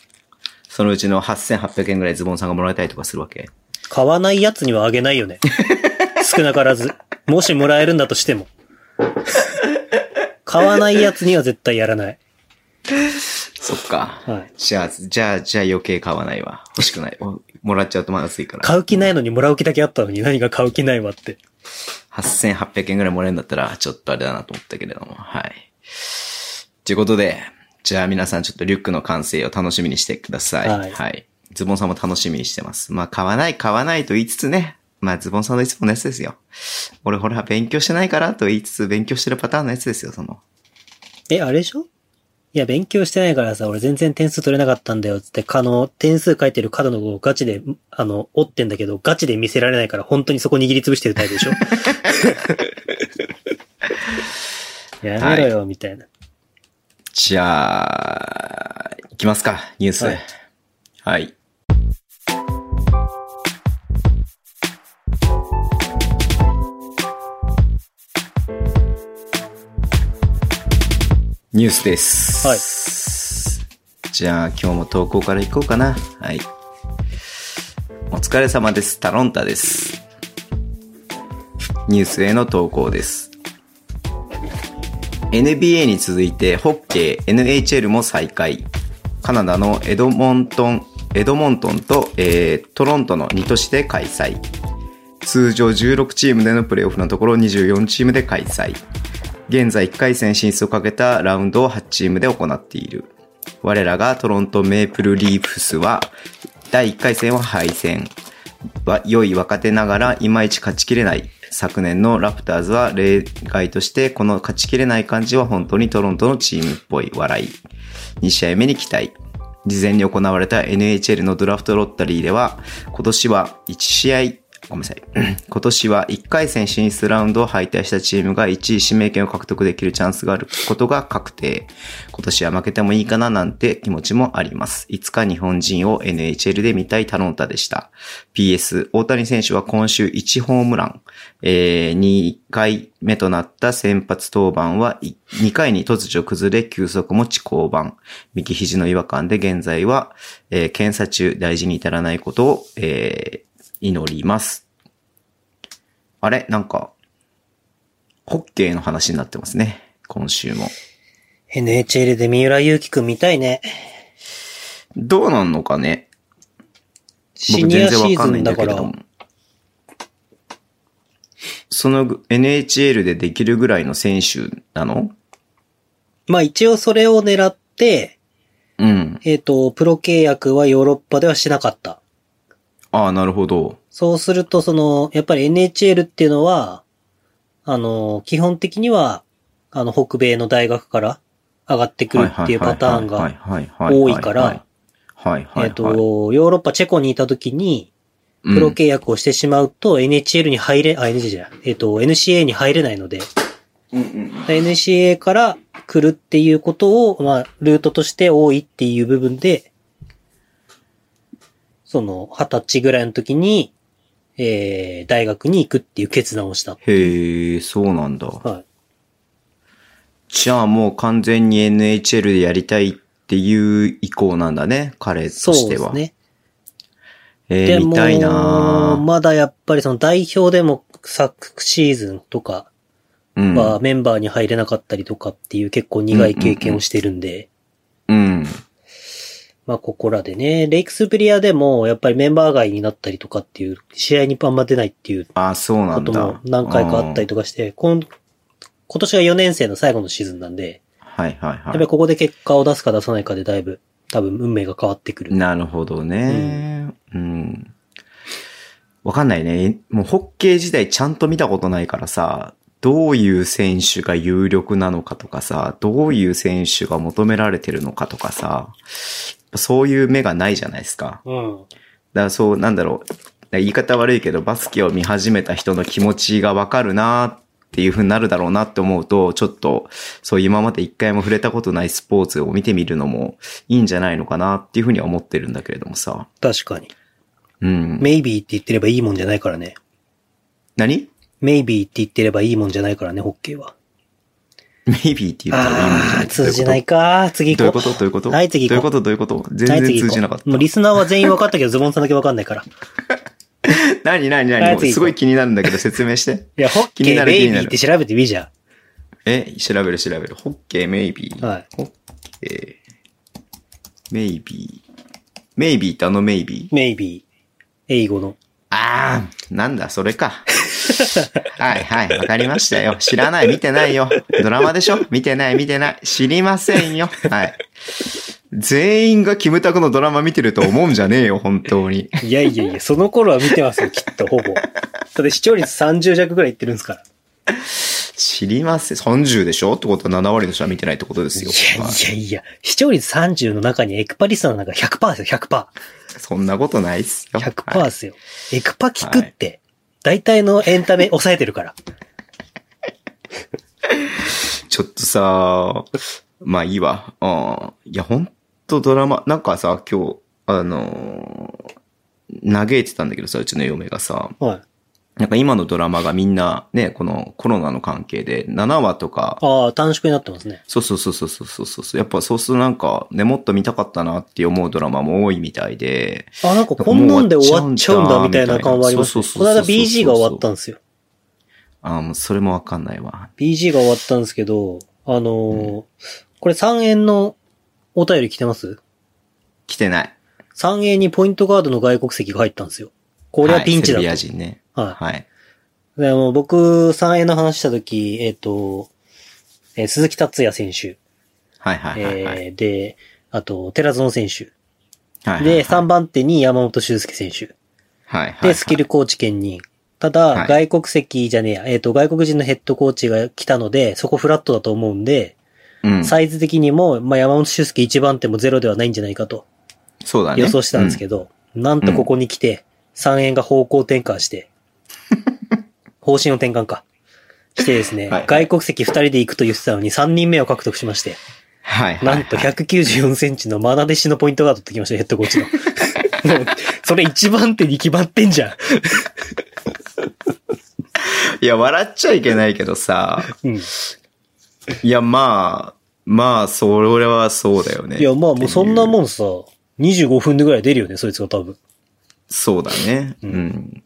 Speaker 2: そのうちの8800円ぐらいズボンさんがもらえたりとかするわけ。
Speaker 3: 買わないやつにはあげない
Speaker 2: (laughs)
Speaker 3: よね。少なからず。もしもらえるんだとしても。買わないやつには絶対やらない。
Speaker 2: そっか。
Speaker 3: はい
Speaker 2: じゃあ、じゃあ、じゃあ余計買わないわ。欲しくない。おもらっちゃうとまずいから。
Speaker 3: 買う気ないのにもらう気だけあったのに何が買う気ないわって。
Speaker 2: 8800円ぐらいもらえるんだったら、ちょっとあれだなと思ったけれども。はい。ということで、じゃあ皆さんちょっとリュックの完成を楽しみにしてください。
Speaker 3: はい
Speaker 2: ズボンさんも楽しみにしてます。まあ、買わない、買わないと言いつつね。まあ、ズボンさんのいつものやつですよ。俺ほら、勉強してないからと言いつつ、勉強してるパターンのやつですよ、その。
Speaker 3: え、あれでしょいや、勉強してないからさ、俺全然点数取れなかったんだよ、つって、かの、点数書いてる角の子をガチで、あの、折ってんだけど、ガチで見せられないから、本当にそこ握りつぶしてるタイプでし
Speaker 2: (laughs)
Speaker 3: ょやめろよ、みたいな。
Speaker 2: じゃあ、いきますか、ニュース。
Speaker 3: は
Speaker 2: はいい。ニュースです。
Speaker 3: はい
Speaker 2: じゃあ、今日も投稿からいこうかな。はい。お疲れ様です。タロンタです。ニュースへの投稿です。NBA に続いてホッケー NHL も再開カナダのエドモントンエドモントンと、えートロントの2都市で開催通常16チームでのプレーオフのところ24チームで開催現在1回戦進出をかけたラウンドを8チームで行っている我らがトロントメープルリーフスは第1回戦は敗戦は良い若手ながらいまいち勝ちきれない。昨年のラプターズは例外として、この勝ちきれない感じは本当にトロントのチームっぽい笑い。2試合目に期待。事前に行われた NHL のドラフトロッタリーでは、今年は1試合、ごめんなさい。 (clears throat) 今年は1回戦進出ラウンドを敗退したチームが1位指名権を獲得できるチャンスがあることが確定。今年は負けてもいいかななんて気持ちもあります。いつか日本人を NHL で見たいタロンタでした。PS、大谷選手は今週1ホームラン、えー、2回目となった先発登板は2回に突如崩れ休息も遅降板。右肘の違和感で現在は、えー検査中大事に至らないことを、えー祈ります。あれなんか、ホッケーの話になってますね。今週も。
Speaker 3: NHL で三浦祐樹くん見たいね。
Speaker 2: どうなんのかね
Speaker 3: シニアシーズンだか
Speaker 2: 僕全然わかんないんだけ
Speaker 3: ら、
Speaker 2: れどもそのぐ NHL でできるぐらいの選手なの
Speaker 3: まあ一応それを狙って、
Speaker 2: うん。
Speaker 3: えっ、と、プロ契約はヨーロッパではしなかった。
Speaker 2: ああ、なるほど。
Speaker 3: そうすると、その、やっぱり NHL っていうのは、あの、基本的には、あの、北米の大学から上がってくるっていうパターンが、多いから
Speaker 2: はいはいはいはい。
Speaker 3: えっ、と、ヨーロッパ、チェコにいた時に、
Speaker 2: うん、
Speaker 3: プロ契約をしてしまうと、NHL に入れ、あ、NG じゃない、えっ、と、NCA に入れないので、
Speaker 2: うんうん。
Speaker 3: NCA から来るっていうことを、まあ、ルートとして多いっていう部分で、その、二十歳ぐらいの時に、えー、大学に行くっていう決断をした。
Speaker 2: へえ、そうなんだ。
Speaker 3: はい。
Speaker 2: じゃあもう完全に NHL でやりたいっていう意向なんだね、彼と
Speaker 3: そう
Speaker 2: して
Speaker 3: で
Speaker 2: は。
Speaker 3: すね。
Speaker 2: えー、見たいなぁ
Speaker 3: まだやっぱりその代表でも昨シーズンとか
Speaker 2: うん。
Speaker 3: はメンバーに入れなかったりとかっていう結構苦い経験をしてるんで、
Speaker 2: うん。
Speaker 3: まあここらでね、レイクスペリアでもやっぱりメンバー外になったりとかっていう試合にあんま出ないっていう
Speaker 2: あ、そうな
Speaker 3: こ
Speaker 2: ん
Speaker 3: と
Speaker 2: だ。
Speaker 3: も何回かあったりとかして、こん今年が4年生の最後のシーズンなんで、
Speaker 2: はいはいはい。
Speaker 3: やっぱりここで結果を出すか出さないかでだいぶ多分運命が変わってくる。
Speaker 2: なるほどね。うん。わかんないね。もうホッケー自体ちゃんと見たことないからさ、どういう選手が有力なのかとかさ、どういう選手が求められてるのかとかさ、そういう目がないじゃないですか。
Speaker 3: うん。
Speaker 2: だからそう、なんだろう。だから言い方悪いけど、バスケを見始めた人の気持ちがわかるなっていう風になるだろうなって思うと、ちょっと、そう今まで一回も触れたことないスポーツを見てみるのもいいんじゃないのかなっていう風には思ってるんだけれどもさ。
Speaker 3: 確かに。
Speaker 2: うん。
Speaker 3: メイビーって言ってればいいもんじゃないからね。
Speaker 2: 何
Speaker 3: メイビーって言ってればいいもんじゃないからね、ホッケーは。
Speaker 2: メイビーって言ったらいいもんじゃ
Speaker 3: あ
Speaker 2: な
Speaker 3: ー
Speaker 2: い
Speaker 3: 通じないか。次
Speaker 2: どういう
Speaker 3: 行
Speaker 2: こ
Speaker 3: ことう。
Speaker 2: どういうことどう
Speaker 3: はいい次行
Speaker 2: う
Speaker 3: こ
Speaker 2: こ
Speaker 3: う
Speaker 2: とどういうこと全
Speaker 3: はい
Speaker 2: 然
Speaker 3: 次行こ
Speaker 2: 通
Speaker 3: う
Speaker 2: じなかった。
Speaker 3: もうリスナーは全員分かったけど、ズボンさんだけ分かんないから。
Speaker 2: 何何
Speaker 3: はい
Speaker 2: 何
Speaker 3: 次行こう
Speaker 2: すごい気になるんだけど説明して。
Speaker 3: いや、ホッ
Speaker 2: 気に
Speaker 3: ケ
Speaker 2: な
Speaker 3: ー、
Speaker 2: る
Speaker 3: ベ
Speaker 2: 気
Speaker 3: イ
Speaker 2: に
Speaker 3: ビ
Speaker 2: な
Speaker 3: ーっ
Speaker 2: る
Speaker 3: て調べてみじゃ
Speaker 2: え、調べる調べる。ホッケー、メイビー。 (laughs)
Speaker 3: ん。はい。
Speaker 2: ホッケー、メイビー。メイビーってあのメイビー
Speaker 3: メイビー。英語の。
Speaker 2: ああ、なんだ、それ
Speaker 3: (laughs)
Speaker 2: か。はいはい、わかりましたよ。知らない、見てないよ。ドラマでしょ見てない、見てない。知りませんよ。はい。全員がキムタクのドラマ見てると思うんじゃねえよ、本当に。
Speaker 3: いやいやいや、その頃は見てますよ、きっと、ほぼ。だって視聴率30弱ぐらいいってるんですから。
Speaker 2: 知りません。30でしょってことは7割の人は見てないってことです
Speaker 3: い
Speaker 2: よ。
Speaker 3: や
Speaker 2: はい
Speaker 3: いやいや、視聴率30の中にエクパリスナーなんか100%ですよ、100%。
Speaker 2: そんなことないっすよ。
Speaker 3: 100%
Speaker 2: は
Speaker 3: で
Speaker 2: い
Speaker 3: すよ。エクパ聞くって、大体のエンタメ抑えてるから。
Speaker 2: ちょっとさ、まあいいわ。うん。いや、ほんとドラマ、なんかさ、今日、あのー嘆いてたんだけどさ、うちの嫁がさ、
Speaker 3: はい。
Speaker 2: なんか今のドラマがみんなね、このコロナの関係で7話とか、
Speaker 3: ああ、短縮になってますね。
Speaker 2: そうそうそうそうそうそうそう、やっぱそうするとなんかね、もっと見たかったなって思うドラマも多いみたいで、
Speaker 3: あ、なんかこんなんで終わっちゃうんだみたいな感はあります
Speaker 2: そ
Speaker 3: ね。
Speaker 2: うそうそうそう
Speaker 3: この間 BG が終わったんですよ。
Speaker 2: あーもうそれもわかんないわ。
Speaker 3: BG が終わったんですけど、あのーこれ3円のお便り来てます
Speaker 2: 来てない。
Speaker 3: ?3 円にポイントガードの外国籍が入ったんですよ。これはピンチだ
Speaker 2: はい、セル
Speaker 3: と。
Speaker 2: ビア
Speaker 3: はい。
Speaker 2: 人ね。はい。
Speaker 3: でも僕、3円の話したとき、えっ、と、えー鈴木達也選手、
Speaker 2: はいはいはいはい。
Speaker 3: えーで、あと、寺園選手、
Speaker 2: はいはいはい
Speaker 3: で、3番手に山本修介選手。
Speaker 2: はいはいはい
Speaker 3: で、スキルコーチ兼任。ただ、
Speaker 2: はい
Speaker 3: 外国籍じゃねえや、えっ、と、外国人のヘッドコーチが来たので、そこフラットだと思うんで、
Speaker 2: うん、
Speaker 3: サイズ的にも、まあ、山本修介1番手もゼロではないんじゃないかと
Speaker 2: そうだね。
Speaker 3: 予想してたんですけど、なんとここに来て、3円が方向転換
Speaker 2: (laughs)
Speaker 3: して、方針の転換か。してですね、
Speaker 2: はい
Speaker 3: 外国籍2人で行くと言ってたのに3人目を獲得しまして、
Speaker 2: はいはいはい。
Speaker 3: なんと194センチのマナ弟子のポイントガードってきましたよ、ヘッドコー
Speaker 2: (laughs)
Speaker 3: チの。もう、それ一番手に決まってんじゃん。
Speaker 2: いや、笑っちゃいけないけど
Speaker 3: (laughs)
Speaker 2: さ。
Speaker 3: うん。い
Speaker 2: いや、まあ、まあ、それはそうだよね。
Speaker 3: や、まあもうそんなも
Speaker 2: ん。
Speaker 3: んさ、25分でぐらい出るよね、そいつが多分。
Speaker 2: そうだね。う。
Speaker 3: うんん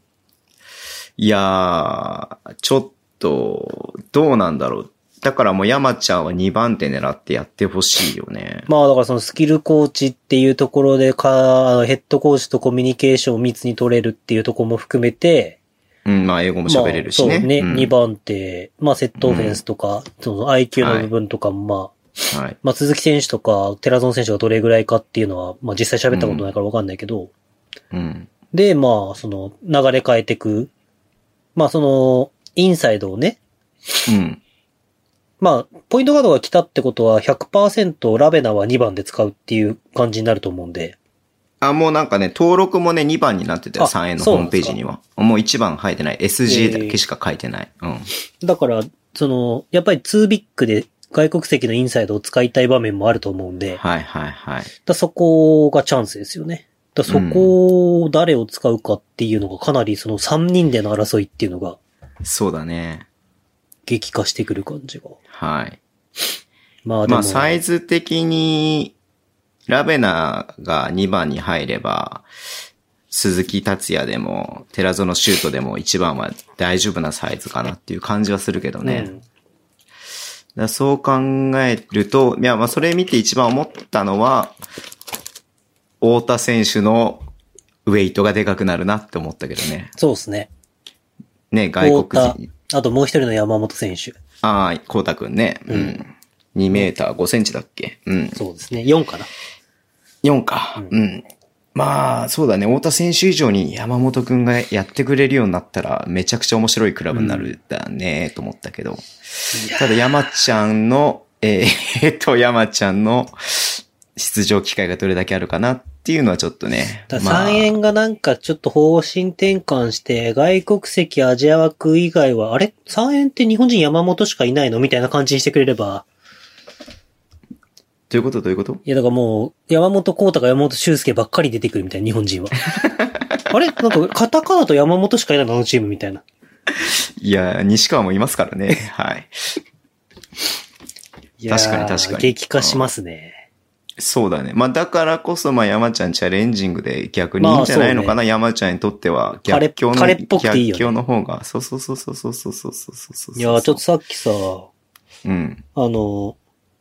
Speaker 2: いやー、ちょっと、どうなんだろう。だからもう山ちゃんは2番手狙ってやってほしいよね。
Speaker 3: まあだからそのスキルコーチっていうところでか、ヘッドコーチとコミュニケーションを密に取れるっていうところも含めて、
Speaker 2: うん、まあ、英語も喋れるし
Speaker 3: ま
Speaker 2: ね。
Speaker 3: あ、そうね、
Speaker 2: ん
Speaker 3: 2。番手、まあセットオフェンスとか、その IQ の部分とかもまあ、
Speaker 2: はい。
Speaker 3: まあ鈴木選手とか寺園選手がどれぐらいかっていうのは、まあ実際喋ったことないからわかんないけど、
Speaker 2: うん。
Speaker 3: で、まあ、その、流れ変えてく。まあ、その、インサイドをね。
Speaker 2: うん。
Speaker 3: まあ、ポイントガードが来たってことは100%ラベナは2番で使うっていう感じになると思うんで。
Speaker 2: あ、もうなんかね、登録もね、2番になってたよ、
Speaker 3: あ
Speaker 2: 3円の
Speaker 3: そう
Speaker 2: ホー
Speaker 3: なん
Speaker 2: ム
Speaker 3: です
Speaker 2: ペー
Speaker 3: か
Speaker 2: ジには。もう1番書いてない。SG だ
Speaker 3: え
Speaker 2: け
Speaker 3: ー
Speaker 2: しか書いてない。うん。
Speaker 3: だから、その、やっぱり2ビッグで外国籍のインサイドを使いたい場面もあると思うんで、
Speaker 2: はいはいはい。
Speaker 3: だそこがチャンスですよね。だそこを誰を使うかっていうのがかなりその3人での争いっていうのが
Speaker 2: そうだね。
Speaker 3: 激化してくる感じが。
Speaker 2: はい。
Speaker 3: まあで
Speaker 2: ま
Speaker 3: も、
Speaker 2: あ、サイズ的に、ラベナが2番に入れば、鈴木達也でも、寺園シュートでも1番は大丈夫なサイズかなっていう感じはするけどね。
Speaker 3: うん
Speaker 2: だからそう考えると、いや、まあ、それ見て一番思ったのは、太田選手のウェイトがでかくなるなって思ったけどね。
Speaker 3: そうですね。
Speaker 2: ね、外国人。
Speaker 3: 太田あともう一人の山本選手。
Speaker 2: ああ、こうたくんね。う。
Speaker 3: うん
Speaker 2: 2メーター5センチだっけうん。
Speaker 3: そうですね。4かな。
Speaker 2: 4か。
Speaker 3: う
Speaker 2: うんん。まあ、そうだね。太田選手以上に山本くんがやってくれるようになったら、めちゃくちゃ面白いクラブになるだね、と思ったけど。ただ、山ちゃんの、えーえっと、山ちゃんの出場機会がどれだけあるかなっていうのはちょっとね。
Speaker 3: だ
Speaker 2: まあ
Speaker 3: 3円がなんかちょっと方針転換して、外国籍アジア枠以外は、あれ ?3 円って日本人山本しかいないのみたいな感じにしてくれれば。
Speaker 2: どういうことどういうこと
Speaker 3: いや、だからもう、山本幸太か山本修介ばっかり出てくるみたいな、日
Speaker 2: (laughs)
Speaker 3: 本人は。あれなんか、カタカナと山本しかいないのあのチームみたいな。
Speaker 2: いや、西川もいますからね。はい。
Speaker 3: いやー
Speaker 2: 確かに確かに
Speaker 3: 激化しますね。
Speaker 2: そうだね。まあ、だからこそ、まあ、山ちゃんチャレンジングで逆にいいんじゃないのかな、
Speaker 3: ま
Speaker 2: 山ちゃんにとっては
Speaker 3: 彼
Speaker 2: 逆境の、
Speaker 3: 彼っぽくていいよ
Speaker 2: 逆
Speaker 3: ね
Speaker 2: 境の方が。そうそうそうそうそうそうそうそうそうそう。
Speaker 3: いやーちょっとさっきさ、あ
Speaker 2: うん。
Speaker 3: の、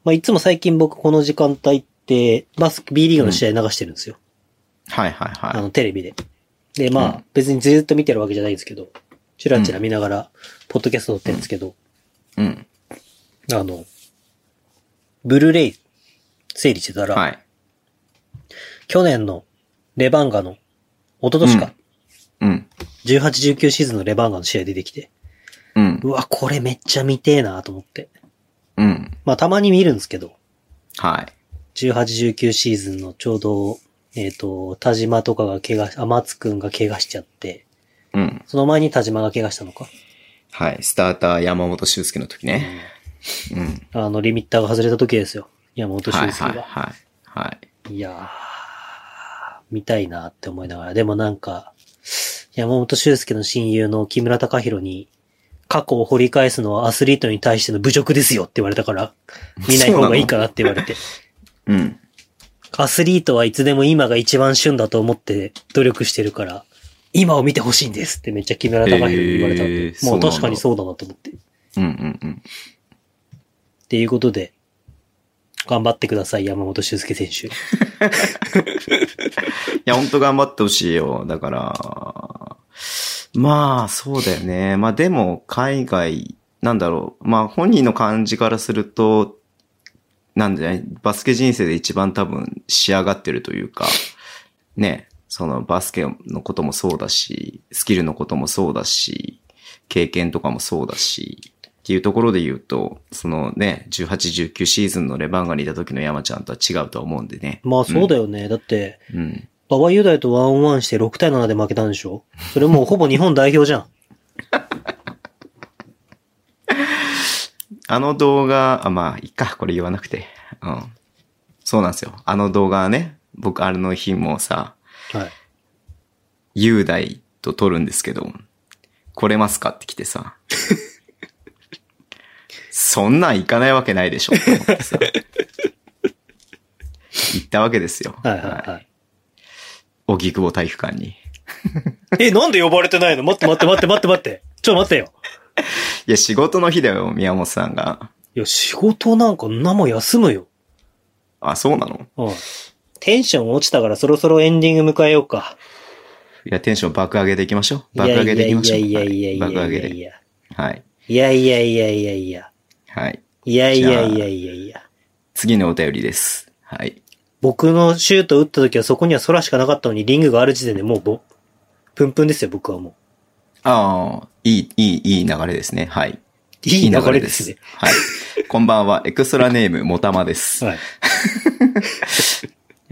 Speaker 3: まあ、いつも最近僕この時間帯って、バスケ B リーグの試合流してるんですよ。
Speaker 2: はいはい
Speaker 3: あ
Speaker 2: は
Speaker 3: の、テレビで。で、まあ、
Speaker 2: うん
Speaker 3: 別にずっと見てるわけじゃないんですけど、チラチラ見ながら、ポッドキャスト撮ってるんですけど、
Speaker 2: い。うん。
Speaker 3: あの、ブルーレイ、整理してたら、
Speaker 2: はい。
Speaker 3: 去年のレバンガの、一昨年か、
Speaker 2: うん。
Speaker 3: 18、19シーズンのレバンガの試合出てきて、
Speaker 2: うん
Speaker 3: う。わ、これめっちゃ見てえなと思って。
Speaker 2: うん。
Speaker 3: まあ、たまに見るんですけど、
Speaker 2: はい。
Speaker 3: 18、19シーズンのちょうど、えっ、と、田島とかが怪我し、天津くんが怪我しちゃって、
Speaker 2: うん。
Speaker 3: その前に田島が怪我したのか。
Speaker 2: はい。スターター山本修介の時ね。うん。
Speaker 3: あの、リミッターが外れた時ですよ。山本
Speaker 2: は
Speaker 3: 修
Speaker 2: い
Speaker 3: 介が。
Speaker 2: はいはい。はい。
Speaker 3: いやー、見たいなって思いながら。でもなんか、山本修介の親友の木村隆弘に、過去を掘り返すのはアスリートに対しての侮辱ですよって言われたから、見ない方がいいかなって言われて。
Speaker 2: うん。 (laughs)
Speaker 3: アスリートはいつでも今が一番旬だと思って努力してるから、今を見てほしいんですってめっちゃ木村隆弘に言われたんで、
Speaker 2: へー
Speaker 3: も
Speaker 2: そううなんだ
Speaker 3: 確かにそうだなと思って。っ
Speaker 2: うんうんうん。
Speaker 3: ていうことで、頑張ってください、山本修介選手。
Speaker 2: いや、ほんと頑張ってほしいよ。だから、まあ、そうだよね。まあでも、海外、なんだろう。まあ本人の感じからすると、なんじゃないバスケ人生で一番多分仕上がってるというか、ね、そのバスケのこともそうだし、スキルのこともそうだし、経験とかもそうだし、っていうところで言うと、そのね、18、19シーズンのレバンガにいた時の山ちゃんとは違うとは思うんでね。
Speaker 3: まあそうだよね。だって、
Speaker 2: うん。
Speaker 3: 馬場雄大とワンオンワンして6対7で負けたんでしょそれもうほぼ日本代表じゃん。
Speaker 2: あの動画、あ、まあ、いいか、これ言わなくて。うん。そうなんですよ。あの動画はね、僕、あの日もさ、
Speaker 3: はい。
Speaker 2: 雄大と撮るんですけど、来れますかって来てさ、そんなん行かないわけないでしょ、と思ってさ、行ったわけですよ。
Speaker 3: はいはいはい。
Speaker 2: 荻窪体育館に。
Speaker 3: え、なんで呼ばれてないの待って待って待って待って待って。ちょ、待ってよ。
Speaker 2: いや、仕事の日だよ、宮本さんが。
Speaker 3: いや、仕事なんか何も休むよ。
Speaker 2: あ、そうなの
Speaker 3: うん。テンション落ちたからそろそろエンディング迎えようか。
Speaker 2: いや、テンション爆上げでいきましょう。爆上げでいきましょう。
Speaker 3: いやいやいや
Speaker 2: はいい爆
Speaker 3: や
Speaker 2: 上
Speaker 3: い
Speaker 2: げ
Speaker 3: やい
Speaker 2: で。
Speaker 3: や
Speaker 2: はい。
Speaker 3: いやいやいやいやいや。
Speaker 2: はい。
Speaker 3: いやいやいやいやいや。
Speaker 2: 次のお便りです。はい。
Speaker 3: 僕のシュート打った時はそこには空しかなかったのにリングがある時点でもうぼ、プンプンですよ、僕はも
Speaker 2: ああ、いい、いい、いい流れですね。はい。
Speaker 3: う。いい流れですね。
Speaker 2: はい。こんばんは、エクストラネーム、もたまです。
Speaker 3: はい。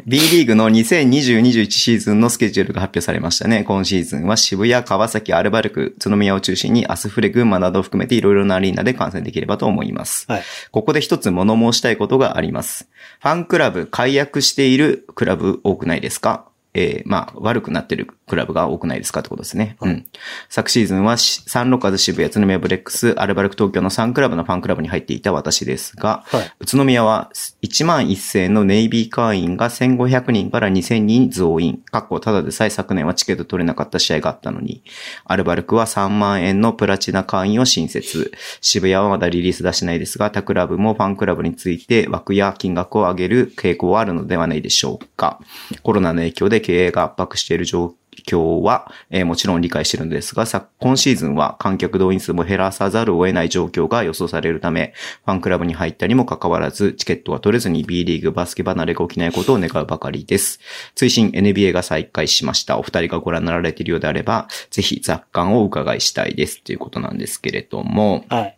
Speaker 2: B リーグの2020-21シーズンのスケジュールが発表されましたね。今シーズンは渋谷、川崎、アルバルク、宇都宮を中心にアスフレ、群馬などを含めていろいろなアリーナで観戦できればと思います。
Speaker 3: はい。
Speaker 2: ここで一つ物申したいことがあります。ファンクラブ、解約しているクラブ多くないですかえー、まあ、悪くなってるクラブが多くないですかってことですね。
Speaker 3: はい
Speaker 2: うん。昨シーズンはし、サンロカズ渋谷、津宮ブレックス、アルバルク東京の3クラブのファンクラブに入っていた私ですが、
Speaker 3: はい。
Speaker 2: 宇都宮は1万1000円のネイビー会員が1500人から2000人増員。かっこただでさえ昨年はチケット取れなかった試合があったのに。アルバルクは3万円のプラチナ会員を新設。渋谷はまだリリース出してないですが、他クラブもファンクラブについて枠や金額を上げる傾向はあるのではないでしょうか。コロナの影響で経営が圧迫している状況は、えーもちろん理解してるのですが、昨今シーズンは観客動員数も減らさざるを得ない状況が予想されるため、ファンクラブに入ったにもかかわらず、チケットは取れずに B リーグバスケ離れが起きないことを願うばかりです。追伸 NBA が再開しました。お二人がご覧になられているようであれば、ぜひ雑感をお伺いしたいです。ということなんですけれども、
Speaker 3: はい。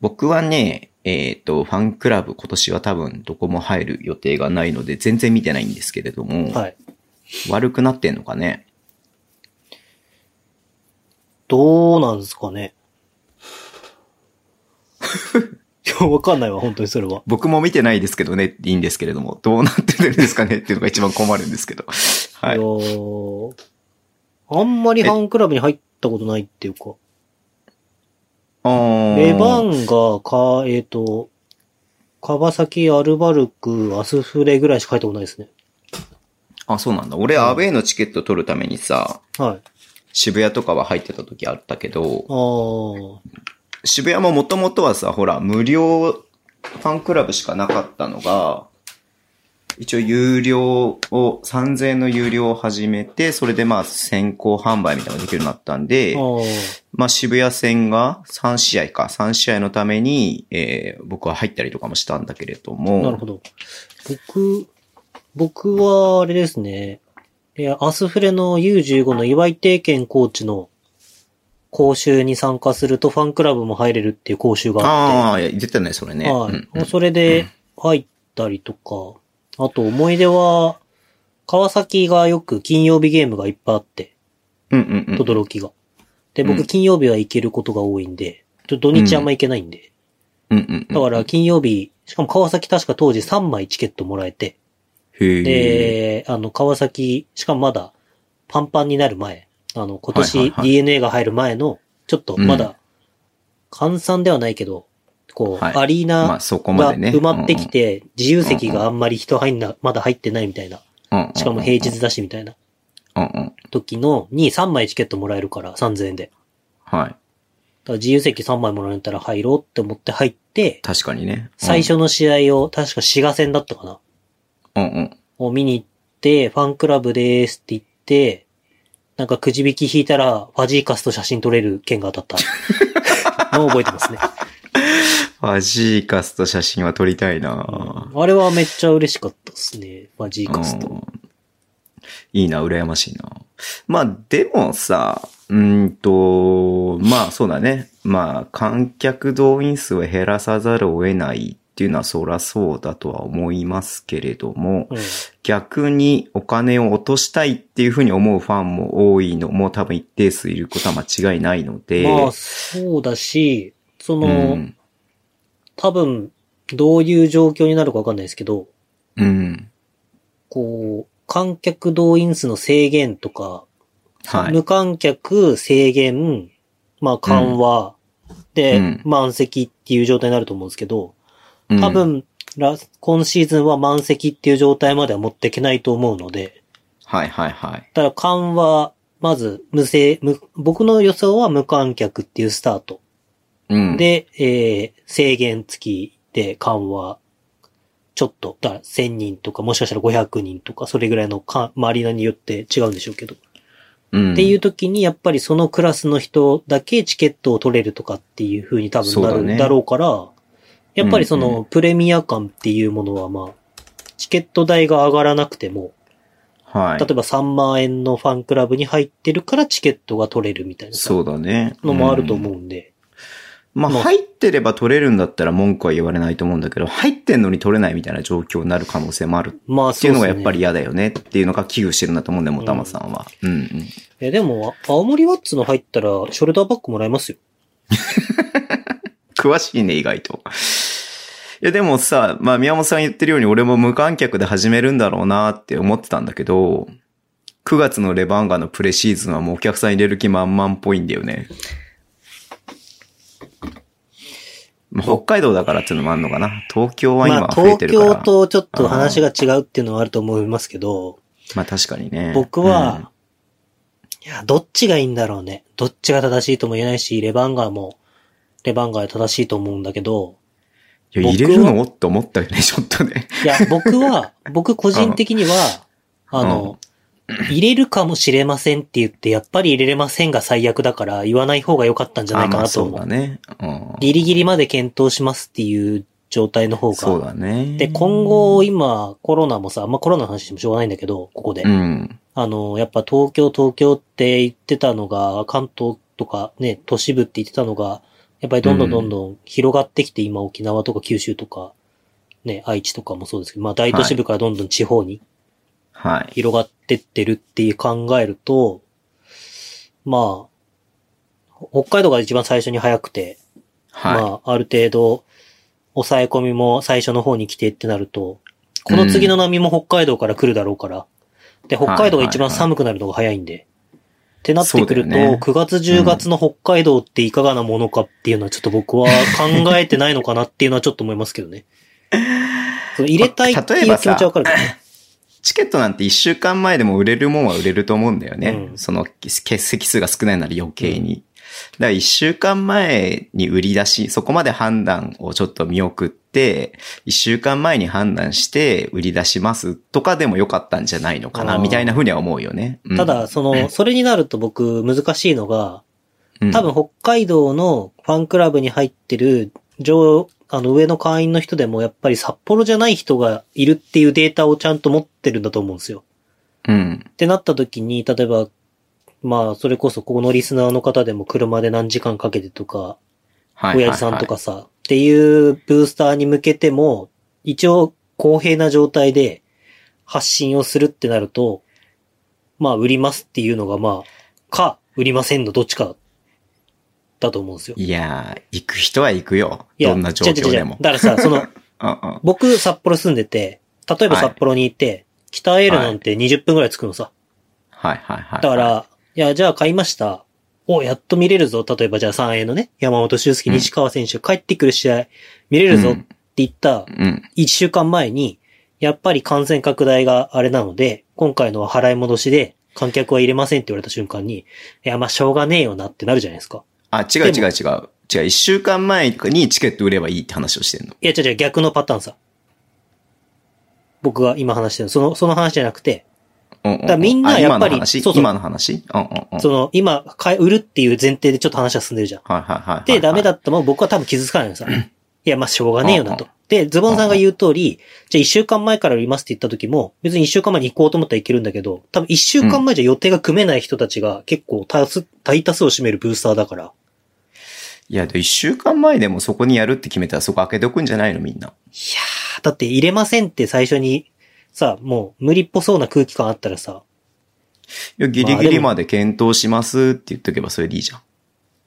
Speaker 2: 僕はね、えっ、と、ファンクラブ今年は多分どこも入る予定がないので、全然見てないんですけれども、
Speaker 3: はい。
Speaker 2: 悪くなってんのかね。
Speaker 3: どうなんですかね。 (laughs) いや、わかんないわ、本当にそれは。
Speaker 2: 僕も見てないですけどね、いいんですけれども、どうなってるんですかねっていうのが一番困るんですけど。はいい。
Speaker 3: やーあんまりファンクラブに入ったことないっていうか。レ
Speaker 2: レ
Speaker 3: バンが、か、えっ、と、川崎、アルバルク、アスフレぐらいしか入ったことないですね。
Speaker 2: あ、そうなんだ。俺、アウェイのチケット取るためにさ、
Speaker 3: はい。
Speaker 2: 渋谷とかは入ってた時あったけど
Speaker 3: あ、ー
Speaker 2: 渋谷ももともとはさ、ほら、無料ファンクラブしかなかったのが、一応有料を、3000円の有料を始めて、それでまあ先行販売みたいなのができるようになったんで、
Speaker 3: あー。
Speaker 2: まあ渋谷戦が3試合か、3試合のために、えー僕は入ったりとかもしたんだけれども、
Speaker 3: なるほど。僕、僕は、あれですね。いや、アスフレの U15 の岩井定健コーチの講習に参加するとファンクラブも入れるっていう講習があっ
Speaker 2: ああ、いや出てたね、それ
Speaker 3: て。
Speaker 2: ね。
Speaker 3: はい。
Speaker 2: うん
Speaker 3: もうそれで入ったりとか、あと思い出は、川崎がよく金曜日ゲームがいっぱいあって、
Speaker 2: うんうんうん。
Speaker 3: とどろきが。で、
Speaker 2: う
Speaker 3: 僕
Speaker 2: ん
Speaker 3: 金曜日は行けることが多いんで、ちょっと土日あんま行けないんで。
Speaker 2: うんうんうん。
Speaker 3: だから金曜日、しかも川崎確か当時3枚チケットもらえて、
Speaker 2: へえ。
Speaker 3: で、あの、川崎、しかもまだ、パンパンになる前、あの、今
Speaker 2: はい
Speaker 3: 年
Speaker 2: はいはい
Speaker 3: DNA が入る前の、ちょっとまだ、換算ではないけど、こう、
Speaker 2: はい
Speaker 3: アリー
Speaker 2: まあ
Speaker 3: ナ
Speaker 2: そこま
Speaker 3: が
Speaker 2: でね。
Speaker 3: 埋まってきて、自由席があんまり人入んな、まだ入ってないみたいな、
Speaker 2: うんうん、うんうんうん
Speaker 3: しかも平日だしみたいな
Speaker 2: うんうん。
Speaker 3: 時の、に3枚チケットもらえるから、3000円で。だ
Speaker 2: はい。
Speaker 3: から自由席3枚もらえたら入ろうって思って入って、
Speaker 2: 確かにね。
Speaker 3: 最初の試合を、確か滋賀戦だったかな。
Speaker 2: うんうん。
Speaker 3: を見に行って、ファンクラブでーすって言って、なんかくじ引き引いたら、ファジーカスと写真撮れる券が当たっ
Speaker 2: (laughs)
Speaker 3: た。のを覚えてますね。
Speaker 2: ファジーカスと写真は撮りたいなぁ
Speaker 3: あれはめっちゃ嬉しかったですね。ファジーカス
Speaker 2: う
Speaker 3: と。
Speaker 2: んいいな、羨ましいな。まあ、でもさ、うーんと、まあそうだね。まあ、観客動員数を減らさざるを得ないっていうのはそらそうだとは思いますけれども、
Speaker 3: うん。
Speaker 2: 逆にお金を落としたいっていうふうに思うファンも多いのも多分一定数いることは間違いないので、
Speaker 3: まあ、そうだし、その、
Speaker 2: うん、
Speaker 3: 多分、どういう状況になるかわかんないですけど、
Speaker 2: うん。
Speaker 3: こう、観客動員数の制限とか、
Speaker 2: はい。
Speaker 3: 無観客制限、まあ緩和で
Speaker 2: うん
Speaker 3: 満席っていう状態になると思うんですけど、
Speaker 2: うん
Speaker 3: 多、分、ラス今シーズンは満席っていう状態までは持っていけないと思うので、
Speaker 2: はいはいはい。
Speaker 3: ただ緩和、まず無制、無、僕の予想は無観客っていうスタート。
Speaker 2: うん。、
Speaker 3: で、えー、制限付きで緩和、ちょっと、だから1000人とかもしかしたら500人とか、それぐらいのか、マリーナによって違うんでしょうけど。
Speaker 2: うん、
Speaker 3: っていう時に、やっぱりそのクラスの人だけチケットを取れるとかっていう風に多分な
Speaker 2: そうだ
Speaker 3: る
Speaker 2: ね
Speaker 3: だろうから、やっぱりそ
Speaker 2: うんう
Speaker 3: のプレミア感っていうものはまあ、チケット代が上がらなくても、
Speaker 2: はい。
Speaker 3: 例えば3万円のファンクラブに入ってるからチケットが取れるみたいなさ
Speaker 2: そうだね。
Speaker 3: のもあると思
Speaker 2: う。
Speaker 3: うんんで、
Speaker 2: まあ、
Speaker 3: まあ
Speaker 2: 入ってれば取れるんだったら文句は言われないと思うんだけど、入ってんのに取れないみたいな状況になる可能性もある
Speaker 3: まあ
Speaker 2: って
Speaker 3: そ
Speaker 2: いううの
Speaker 3: す
Speaker 2: が
Speaker 3: ね
Speaker 2: やっぱり。嫌だよねっていうのが危惧してるんだと思うんだよ、もたまさんは。うんうん。
Speaker 3: え、でも、あ青森ワッツの入ったらショルダーバッグもらえますよ。
Speaker 2: 詳しいね、意外と。いや、でもさ、まあ、宮本さん言ってるように、俺も無観客で始めるんだろうなって思ってたんだけど、9月のレバンガのプレシーズンはもうお客さん入れる気満々っぽいんだよね。まあ北海道だからっていうのもあるのかな。東京は今
Speaker 3: まあ
Speaker 2: は増え
Speaker 3: 東
Speaker 2: てるから。
Speaker 3: 京とちょっと話が違うっていうのはあると思いますけど、
Speaker 2: まあ確かにね。
Speaker 3: 僕は、いや、どっちがいいんだろうね。どっちが正しいとも言えないし、レバンガーも、レバンガーで正しいと思うんだけど、
Speaker 2: うん、いや、入れるのって (laughs) 思ったよね、ちょっとね。
Speaker 3: いや、僕は、僕個人的には、あの、入れるかもしれませんって言って、やっぱり入れれませんが最悪だから、言わない方が良かったんじゃない
Speaker 2: あ
Speaker 3: か
Speaker 2: まあ
Speaker 3: なと
Speaker 2: そう
Speaker 3: 思う。
Speaker 2: だね。う
Speaker 3: ギリギリまで検討しますっていう状態の方
Speaker 2: ん。そう
Speaker 3: が。
Speaker 2: だね。
Speaker 3: で、今後、今、コロナもさ、あんまコロナの話してもしょうがないんだけど、ここで。
Speaker 2: うん。
Speaker 3: あの、やっぱ東京、東京って言ってたのが、関東とかね、都市部って言ってたのが、やっぱりどんどんどんどん広がってきて、今沖縄とか九州とか、ね、愛知とかもそうですけど、まあ大都市部からどんどん地方に
Speaker 2: はい。
Speaker 3: 広がってってるって考えると、まあ、北海道が一番最初に早くて、
Speaker 2: は
Speaker 3: まあ、ある程度、抑え込みも最初の方に来てってなると、この次の波も北海道から来るだろうから、で、北海道が一番寒くなるのが早いんで、ってなってくる
Speaker 2: そう
Speaker 3: と、
Speaker 2: だよね
Speaker 3: 9月10月の北海道っていかがなものかっていうのはちょっと僕は考えてないのかなっていうのはちょっと思いますけど
Speaker 2: (laughs)
Speaker 3: ね。その入れたいっていう気持ちはわかるけどね。
Speaker 2: い。チケットなんて一週間前でも売れるもんは売れると思うんだよね。
Speaker 3: うん
Speaker 2: その欠席数が少ないなら余計に。だから一週間前に売り出し、そこまで判断をちょっと見送って、一週間前に判断して売り出しますとかでもよかったんじゃないのか
Speaker 3: あ
Speaker 2: な、
Speaker 3: ー
Speaker 2: みたいなふうには思うよね。うん
Speaker 3: ただ、、その、それになると僕難しいのが、
Speaker 2: うん
Speaker 3: 多分北海道のファンクラブに入ってる上、あの上の会員の人でもやっぱり札幌じゃない人がいるっていうデータをちゃんと持ってるんだと思うんですよ。
Speaker 2: うん。
Speaker 3: ってなった時に、例えば、まあ、それこそここのリスナーの方でも車で何時間かけてとか、
Speaker 2: はいはいはい
Speaker 3: 親父さんとかさ、っていうブースターに向けても、一応公平な状態で発信をするってなると、まあ、売りますっていうのがまあ、か、売りませんのどっちかだと思うんですよ。
Speaker 2: いやー、行く人は行くよ。
Speaker 3: いや
Speaker 2: どんな状況
Speaker 3: 違う
Speaker 2: で
Speaker 3: 違う違う
Speaker 2: も。
Speaker 3: だからさ、
Speaker 2: (laughs)
Speaker 3: そ
Speaker 2: う
Speaker 3: の、
Speaker 2: んうん
Speaker 3: 僕、札幌住んでて、例えば
Speaker 2: はい
Speaker 3: 札幌にいて、北エルなんて20分くらい着くのさ。
Speaker 2: はいはいはい。
Speaker 3: だから、いや、じゃあ買いました。お、やっと見れるぞ。例えばじゃあ3 a のね、山本修介、
Speaker 2: うん
Speaker 3: 西川選手、帰ってくる試合、見れるぞ
Speaker 2: う
Speaker 3: って
Speaker 2: ん
Speaker 3: 言った
Speaker 2: うん。
Speaker 3: 1週間前に、やっぱり感染拡大があれなので、今回のは払い戻しで、観客は入れませんって言われた瞬間に、いや、まあ、しょうがねえよなってなるじゃないですか。
Speaker 2: あ、違う違う違う。違う、一週間前にチケット売ればいいって話をしてんの。
Speaker 3: いや、違う違う、逆のパターンさ。僕が今話してるのその、その話じゃなくて、
Speaker 2: うんうんう
Speaker 3: だからみんな
Speaker 2: あ
Speaker 3: やっぱり
Speaker 2: 今の話
Speaker 3: そうそう
Speaker 2: 今の話うんうんうん。はい
Speaker 3: その、今、買い売るっていう前提でちょっと話は進んでるじゃん。
Speaker 2: はいはいはい。
Speaker 3: で、ダメだ
Speaker 2: っ
Speaker 3: ったもん僕は多分傷つかないのさ。いや、まあ、しょうがねえよな
Speaker 2: う
Speaker 3: と
Speaker 2: ん。
Speaker 3: で、ズボンさんが言う通り、じゃあ一週間前から売りますって言った時も、別に一週間前に行こうと思ったらいけるんだけど、多分一週間前じゃ予定が組めない人たちが結構多数、大多数を占めるブースターだから。
Speaker 2: いや、で一週間前でもそこにやるって決めたらそこ開けとくんじゃないのみんな。
Speaker 3: だって入れませんって最初に、さ、もう無理っぽそうな空気感あったらさ、
Speaker 2: いや、ギリギリまで検討しますって言っとけばそれでいいじゃん。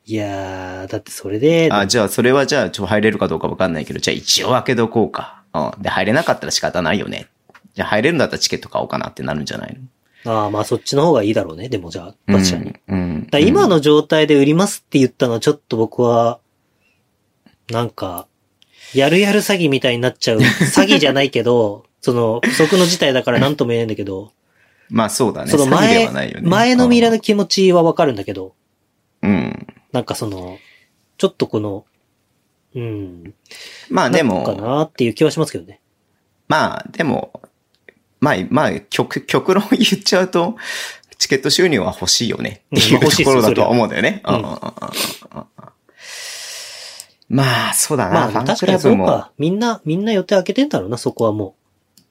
Speaker 3: いやー、だってそれで、
Speaker 2: あ、じゃあそれはじゃあちょ入れるかどうかわかんないけど、じゃあ一応開けとこうか。うん。で、入れなかったら仕方ないよね。じゃあ入れるんだったらチケット買おうかなってなるんじゃないの
Speaker 3: ああ、まあそっちの方がいいだろうね。でもじゃあ、確かに。だか
Speaker 2: うん。うん
Speaker 3: ら今の状態で売りますって言ったのはちょっと僕は、なんか、やるやる詐欺みたいになっ
Speaker 2: (laughs)
Speaker 3: ちゃう。詐欺じゃないけど、その、不測の事態だから何とも言えないんだけど、
Speaker 2: まあそうだね。
Speaker 3: その
Speaker 2: 詐欺で
Speaker 3: 前、
Speaker 2: はないよね
Speaker 3: 前のミイラの気持ちはわかるんだけど、
Speaker 2: うん。
Speaker 3: なんかその、ちょっとこの、うん、
Speaker 2: まあで
Speaker 3: なんか
Speaker 2: も、
Speaker 3: なっていう気はしますけどね。
Speaker 2: まあでも、まあ、まあ、極、極論言っちゃうと、チケット収入は欲しいよねってい
Speaker 3: うんまあ
Speaker 2: う
Speaker 3: 欲しい
Speaker 2: と
Speaker 3: っ
Speaker 2: こ
Speaker 3: す
Speaker 2: ろだと
Speaker 3: そりゃ
Speaker 2: は思うんだよね。
Speaker 3: うん
Speaker 2: うんうんうんうんうんまあ、そうだな。
Speaker 3: ま
Speaker 2: フ
Speaker 3: あ
Speaker 2: ァン
Speaker 3: 確
Speaker 2: ク
Speaker 3: か
Speaker 2: ラ
Speaker 3: にそ
Speaker 2: ブ
Speaker 3: う
Speaker 2: も。
Speaker 3: か。みんな、みんな予定開けてんだろうな、そこはも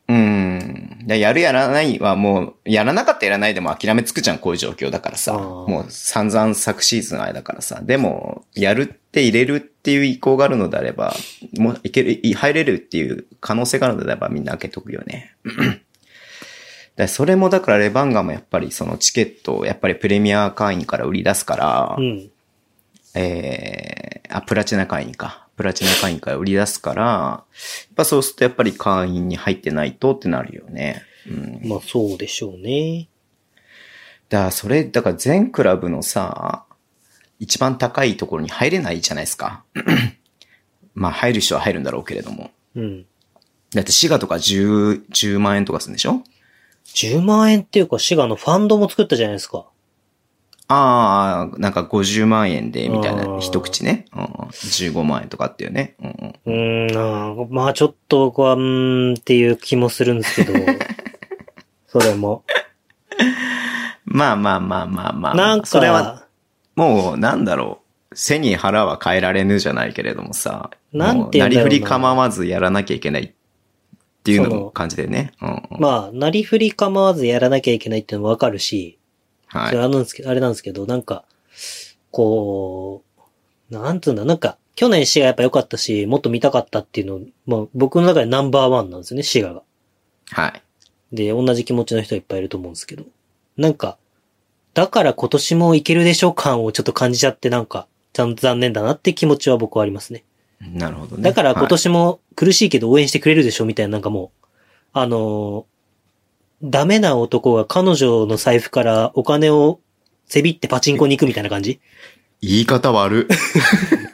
Speaker 2: うん。でやるやらないはもう、やらなかったやらないでも諦めつくじゃん、こういう状況だからさ。
Speaker 3: あー
Speaker 2: もう散々昨シーズンあれだからさ。でも、やるって入れるっていう意向があるのであれば、もういける、い入れるっていう可能性があるのであればみんな開けとくよね。でそれもだからレバンガもやっぱりそのチケットをやっぱりプレミア会員から売り出すから、
Speaker 3: う。うん。
Speaker 2: えー、あ、プラチナ会員か。プラチナ会員から売り出すから、やっぱそうするとやっぱり会員に入ってないとってなるよね。うん。
Speaker 3: まあそうでしょうね。
Speaker 2: だからそれ、だから全クラブのさ、一番高いところに入れないじゃないですか。 (clears throat) まあ入る人は入るんだろうけれども。
Speaker 3: うん。
Speaker 2: だって滋賀とか10、10万円とかするんでしょ
Speaker 3: 10万円っていうか、シガのファンドも作ったじゃないですか。
Speaker 2: ああ、なんか50万円で、みたい
Speaker 3: あー
Speaker 2: な一口ね。うん、15万円とかっていうね。うんうん、
Speaker 3: うーん、あーまあちょっ
Speaker 2: (laughs)
Speaker 3: と僕は、うーんっていう気もするんですけど、それも。
Speaker 2: まあまあまあまあまあ。
Speaker 3: なんか、
Speaker 2: それは、もう、なんだろう。背に腹は変えられぬじゃないけれどもさ。
Speaker 3: なんて言
Speaker 2: もうんな
Speaker 3: うだ
Speaker 2: り
Speaker 3: ろうな
Speaker 2: ふり構わずやらなきゃいけないっていうの
Speaker 3: そ
Speaker 2: も
Speaker 3: の
Speaker 2: 感じでね。うんうん。
Speaker 3: まあ、なりふり構わずやらなきゃいけないっていうのもわかるし、
Speaker 2: は
Speaker 3: それ
Speaker 2: い。
Speaker 3: あれなんですけど、あれなんですけど、なんか、こう、なんつうんだ、なんか、去年シガやっぱ良かったし、もっと見たかったっていうの、まあ僕の中でナンバーワンなんですよね、シガが。
Speaker 2: はい。
Speaker 3: で、同じ気持ちの人いっぱいいると思うんですけど。なんか、だから今年もいけるでしょう感をちょっと感じちゃって、なんか、ちゃんと残念だなって気持ちは僕はありますね。
Speaker 2: なるほどね。
Speaker 3: だから今
Speaker 2: はい
Speaker 3: 年も苦しいけど応援してくれるでしょみたいななんかもう、あのーダメな男が彼女の財布からお金をせびってパチンコに行くみたいな感
Speaker 2: (laughs)
Speaker 3: じ
Speaker 2: 言い方悪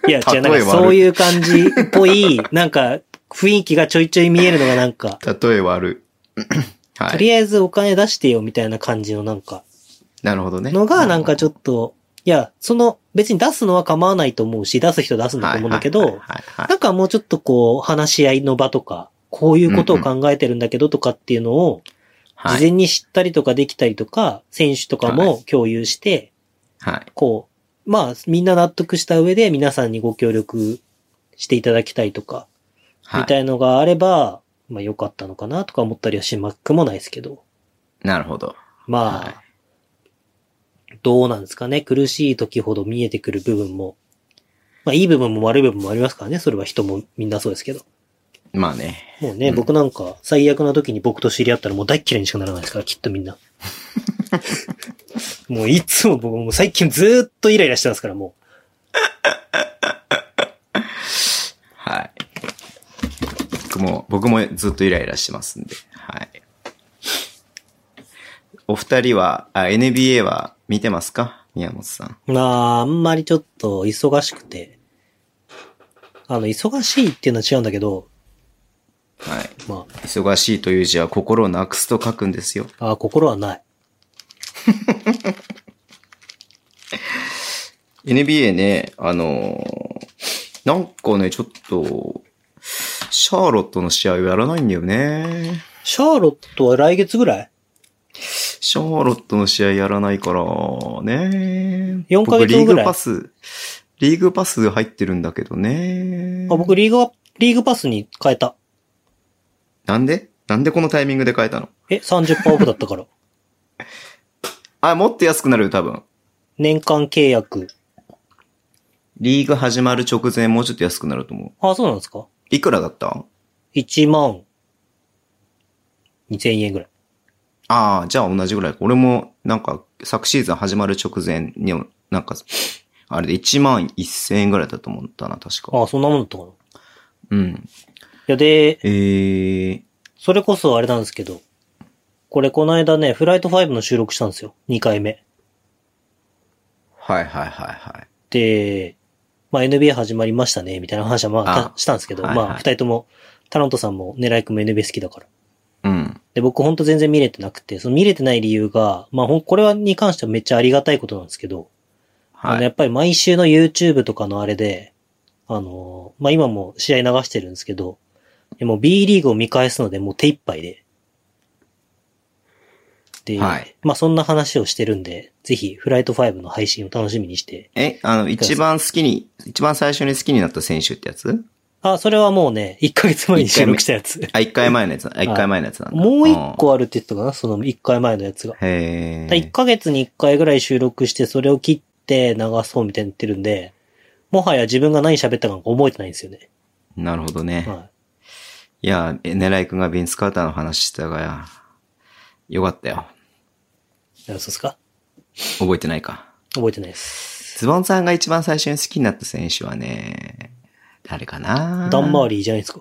Speaker 2: い。
Speaker 3: いや、違う、なん
Speaker 2: 例え
Speaker 3: か
Speaker 2: 悪い
Speaker 3: そういう感じっ
Speaker 2: (laughs)
Speaker 3: ぽい、なんか雰囲気がちょいちょい見えるのがなんか、
Speaker 2: 例え悪
Speaker 3: (laughs)
Speaker 2: い。は
Speaker 3: と
Speaker 2: い。
Speaker 3: りあえずお金出してよみたいな感じのなんか、
Speaker 2: なるほどね。
Speaker 3: のがなんかちょ
Speaker 2: っ
Speaker 3: っと、いや、その別に出すのは構わないと思うし、出す人出すんだと思うんだけ
Speaker 2: はいはいは
Speaker 3: ど、
Speaker 2: いはい
Speaker 3: なんかもうちょっとこう、話し合いの場とか、こういうことを考えてるんだけどとかっていうのを、
Speaker 2: はい。
Speaker 3: 事前に知ったりとかできたりとか、選手とかも共有して、
Speaker 2: はい。
Speaker 3: こう、まあ、みんな納得した上で皆さんにご協力していただきたいとか、
Speaker 2: は
Speaker 3: み
Speaker 2: い。
Speaker 3: たいのがあれば、まあ良かったのかなとか思ったりはしまくもないですけど。
Speaker 2: なるほど。は
Speaker 3: まあ、どうなんですかね。苦しい時ほど見えてくる部分も、まあいい部分も悪い部分もありますからね。それは人もみんなそうですけど。
Speaker 2: まあね。
Speaker 3: もうね、
Speaker 2: うん
Speaker 3: 僕なんか最悪な時に僕と知り合ったらもう大っ嫌いにしかならないですから、きっとみんな。もういつも僕もう最近ずーっとイライラしてますから、も
Speaker 2: はい。僕も、僕もずっとイライラしてますんで。はい。お二人は、あ NBA は見てますか宮本さん。
Speaker 3: う。まあ、あんまりちょっと忙しくて。あの、忙しいっていうのは違うんだけど、
Speaker 2: はい。
Speaker 3: ま
Speaker 2: 忙しいという字は心をなくすと書くんですよ。
Speaker 3: あ、あ心はない。
Speaker 2: NBA ね、あのーなんかね、ちょっと、シャーロットの試合をやらないんだよね。
Speaker 3: シャーロットは来月ぐらい
Speaker 2: シャーロットの試合やらないから、ね。
Speaker 3: 4ヶ月後
Speaker 2: 僕リー
Speaker 3: ぐら
Speaker 2: グ
Speaker 3: い
Speaker 2: パス、リーグパス入ってるんだけどね。
Speaker 3: あ、僕、リーグは、リーグパスに変えた。
Speaker 2: なんでなんでこのタイミングで変えたの
Speaker 3: え、30%オフだったから。
Speaker 2: あ、もっと安くなるよ、多分。
Speaker 3: 年間契約。
Speaker 2: リーグ始まる直前もうちょっと安くなると思う。
Speaker 3: あ、そうなんですか
Speaker 2: いくらだった
Speaker 3: ?1 万2000円ぐらい。
Speaker 2: ああ、じゃあ同じぐらいか。俺も、なんか、昨シーズン始まる直前に、なんか、あれで1万1000円ぐらいだと思ったな、確か。
Speaker 3: あ、そんなもんだったかな。い
Speaker 2: うん。
Speaker 3: や、で、
Speaker 2: えー、
Speaker 3: それこそあれなんですけど、これこの間ね、フライト5の収録したんですよ。2回目。
Speaker 2: はいはいはいはい。
Speaker 3: で、まあ NBA 始まりましたね、みたいな話はまあ
Speaker 2: あ
Speaker 3: たしたんですけど、
Speaker 2: はいはい
Speaker 3: まあ2人とも、タロントさんも狙い君も NBA 好きだから。
Speaker 2: うん。
Speaker 3: で、僕ほんと全然見れてなくて、その見れてない理由が、まあほん、これはに関してはめっちゃありがたいことなんですけど、あ
Speaker 2: は
Speaker 3: の、や
Speaker 2: い。
Speaker 3: っぱり毎週の YouTube とかのあれで、あのーまあ、今も試合流してるんですけど、もう B リーグを見返すのでもう手一杯で。で、
Speaker 2: はい
Speaker 3: まあ、そんな話をしてるんで、ぜひ、フライト5の配信を楽しみにして。
Speaker 2: え、あの、一番好きに、一番最初に好きになった選手ってやつ
Speaker 3: あ、それはもうね、1ヶ月前に収録したやつ。
Speaker 2: あ、一回前のやつ、あ、一回前のやつなんだ。
Speaker 3: もう1個あるって言ってたかなその1回前のやつが。
Speaker 2: うん。へ
Speaker 3: 1
Speaker 2: え。
Speaker 3: ヶ月に1回ぐらい収録して、それを切って流そうみたいに言ってるんで、もはや自分が何喋ったかなんか覚えてないんですよね。
Speaker 2: なるほどね。
Speaker 3: はい。
Speaker 2: いや、え狙い君がビンス・カーターの話したが、よかったよ。
Speaker 3: あそうですか
Speaker 2: 覚えてないか。
Speaker 3: 覚えてないです。
Speaker 2: ズボンさんが一番最初に好きになった選手はね、誰かな
Speaker 3: ダンマー
Speaker 2: リ。
Speaker 3: リーじゃないですか。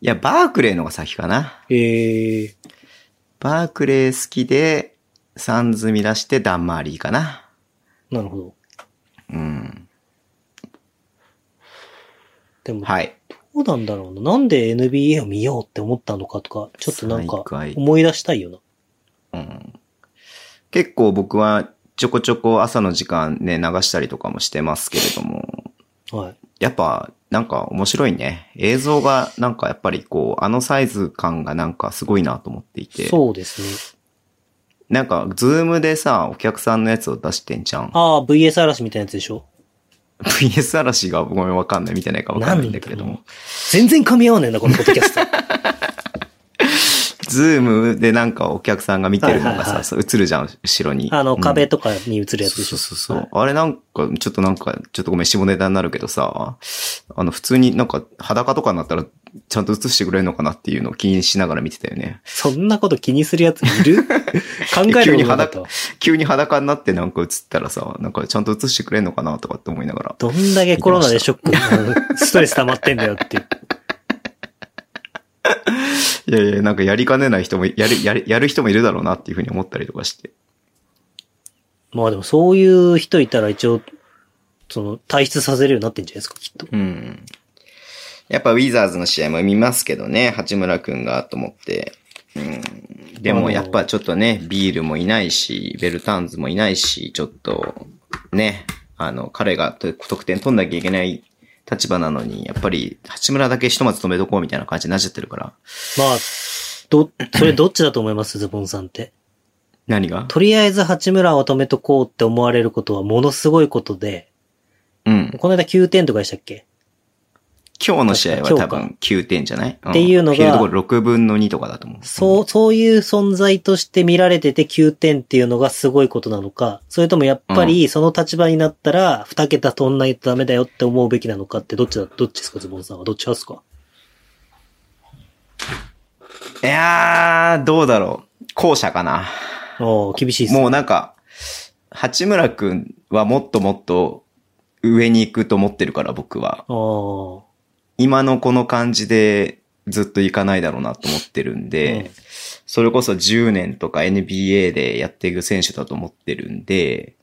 Speaker 2: いや、バークレーのが先かな。
Speaker 3: ええ
Speaker 2: バークレー好きで、サンズ見出してダンマーリーかな。
Speaker 3: なるほど。
Speaker 2: うん。
Speaker 3: でも、
Speaker 2: はい。
Speaker 3: どうなんだろうな。なんで NBA を見ようって思ったのかとか、ちょっとなん
Speaker 2: 最
Speaker 3: か
Speaker 2: 下位
Speaker 3: 思い出したいよな。
Speaker 2: うん結構僕はちょこちょこ朝の時間ね、流したりとかもしてますけれども、
Speaker 3: はい。
Speaker 2: やっぱなんか面白いね。映像がなんかやっぱりこう、あのサイズ感がなんかすごいなと思っていて、
Speaker 3: そうですね。
Speaker 2: なんか、ズームでさ、お客さんのやつを出してんじゃ (laughs) ん。
Speaker 3: ああ、VS 嵐みたいなやつでしょ
Speaker 2: VS 嵐がごめんわかんない見てないからわかんないんだけれど
Speaker 3: なん
Speaker 2: も。
Speaker 3: 全然噛み合わねえな、このポッドキャ
Speaker 2: (laughs)
Speaker 3: スト。
Speaker 2: ズームでなんかお客さんが見てるのが
Speaker 3: はいはいはい
Speaker 2: さ、そう映るじゃん、後ろに。
Speaker 3: あの、
Speaker 2: うん
Speaker 3: 壁とかに映るやつ
Speaker 2: そ
Speaker 3: で
Speaker 2: う
Speaker 3: し
Speaker 2: そ
Speaker 3: ょ
Speaker 2: う。そうそう、あれなんか、ちょっとなんか、ちょっとごめん、下ネタになるけどさ、あの、普通になんか裸とかになったら、ちゃんと映してくれるのかなっていうのを気にしながら見てたよね。
Speaker 3: そんなこと気にするやつい
Speaker 2: (laughs)
Speaker 3: る考えるもなかったわ
Speaker 2: 急に裸になってなんか映ったらさ、なんかちゃんと映してくれるのかなとかって思いながら。
Speaker 3: どんだけコロナでショック、あのストレス溜まってんだよっていう。
Speaker 2: いやいや、なんかやりかねない人も、やる、やる、やる人もいるだろうなっていうふうに思ったりとかして。
Speaker 3: まあでもそういう人いたら一応、その、退出させるようになってんじゃないですか、きっと。
Speaker 2: うん。やっぱウィザーズの試合も見ますけどね、八村くんがと思って。うん、で
Speaker 3: あの
Speaker 2: もやっぱちょっとね、ビールもいないし、ベルタンズもいないし、ちょっとね、あの、彼がと得点取んなきゃいけない立場なのに、やっぱり八村だけひとまず止めとこうみたいな感じになっちゃってるから。
Speaker 3: まあ、ど、それどっちだと思います、ズボンさんって。
Speaker 2: 何が
Speaker 3: とりあえず八村を止めとこうって思われることはものすごいことで、
Speaker 2: うん。
Speaker 3: この間9点とかでしたっけ
Speaker 2: 今日の試合は多
Speaker 3: 確か今
Speaker 2: 分9点じゃない、
Speaker 3: っていうのが
Speaker 2: フィールドゴール6分の2とかだと思う。
Speaker 3: そう、そういう存在として見られてて9点っていうのがすごいことなのか、それともやっぱりその立場になったら2桁取んないとダメだよって思うべきなのかってどっちだ、どっちですか、ズボンさんは。どっちですか
Speaker 2: いやー、どうだろう。後者かな。
Speaker 3: ああ、厳しいですね。
Speaker 2: もうなんか、八村くんはもっともっと上に行くと思ってるから僕は。
Speaker 3: ああ。
Speaker 2: 今のこの感じでずっと行かないだろうなと思ってるんで、
Speaker 3: うん
Speaker 2: それこそ10年とか NBA でやっていく選手だと思ってるんで、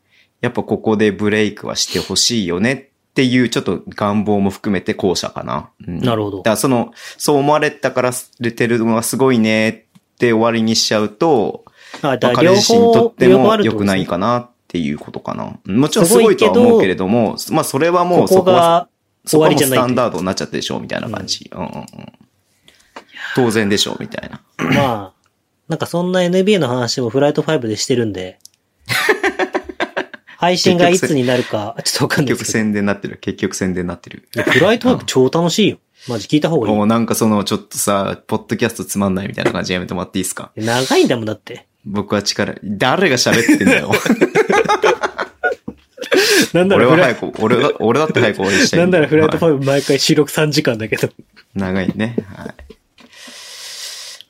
Speaker 2: やっぱここでブレイクはしてほしいよねっていうちょっと願望も含めて後者かな。うん
Speaker 3: なるほど
Speaker 2: だからその、そう思われたかられてるのはすごいねって終わりにしちゃうと、
Speaker 3: あ、
Speaker 2: まあ
Speaker 3: だか
Speaker 2: 彼
Speaker 3: ら両
Speaker 2: 自身にと
Speaker 3: 方
Speaker 2: っ、て
Speaker 3: 両方
Speaker 2: も
Speaker 3: あるって
Speaker 2: 良
Speaker 3: こと
Speaker 2: く
Speaker 3: です
Speaker 2: な
Speaker 3: ね
Speaker 2: いかなっていうことかな。もちろんすごいとは思うけれども、まあそれはも
Speaker 3: こ
Speaker 2: うそ
Speaker 3: こ
Speaker 2: こは、
Speaker 3: が終
Speaker 2: そこは
Speaker 3: わり
Speaker 2: もう
Speaker 3: じゃ
Speaker 2: ス
Speaker 3: ない
Speaker 2: タ
Speaker 3: とい
Speaker 2: ン
Speaker 3: うか
Speaker 2: ダードになっちゃってるでしょみたいな感じ。うんうんうん、当然でしょみたいな。
Speaker 3: まあ、なんかそんな NBA の話もフライト5でしてる
Speaker 2: (laughs)
Speaker 3: んで、配信がいつになるか、ちょっとわか
Speaker 2: 結
Speaker 3: んないで
Speaker 2: 局
Speaker 3: すけ
Speaker 2: 宣伝になってる。結局宣伝になってる。
Speaker 3: ど。フライト5超楽しいよ。マジ聞いた方がい
Speaker 2: もうなんかそのちょっとさ、ポッドキャストつまんないみたいな感じやめてもらっていいですか
Speaker 3: い。長いんだもんだって。
Speaker 2: 僕は力、誰が喋ってんだよ。
Speaker 3: なんな
Speaker 2: 俺
Speaker 3: ら
Speaker 2: は
Speaker 3: フラ
Speaker 2: 早く、俺が、俺だって早く終わりにしたい
Speaker 3: なんならフライト
Speaker 2: はい
Speaker 3: 5毎回収録3時間だけど。
Speaker 2: 長いね。はい。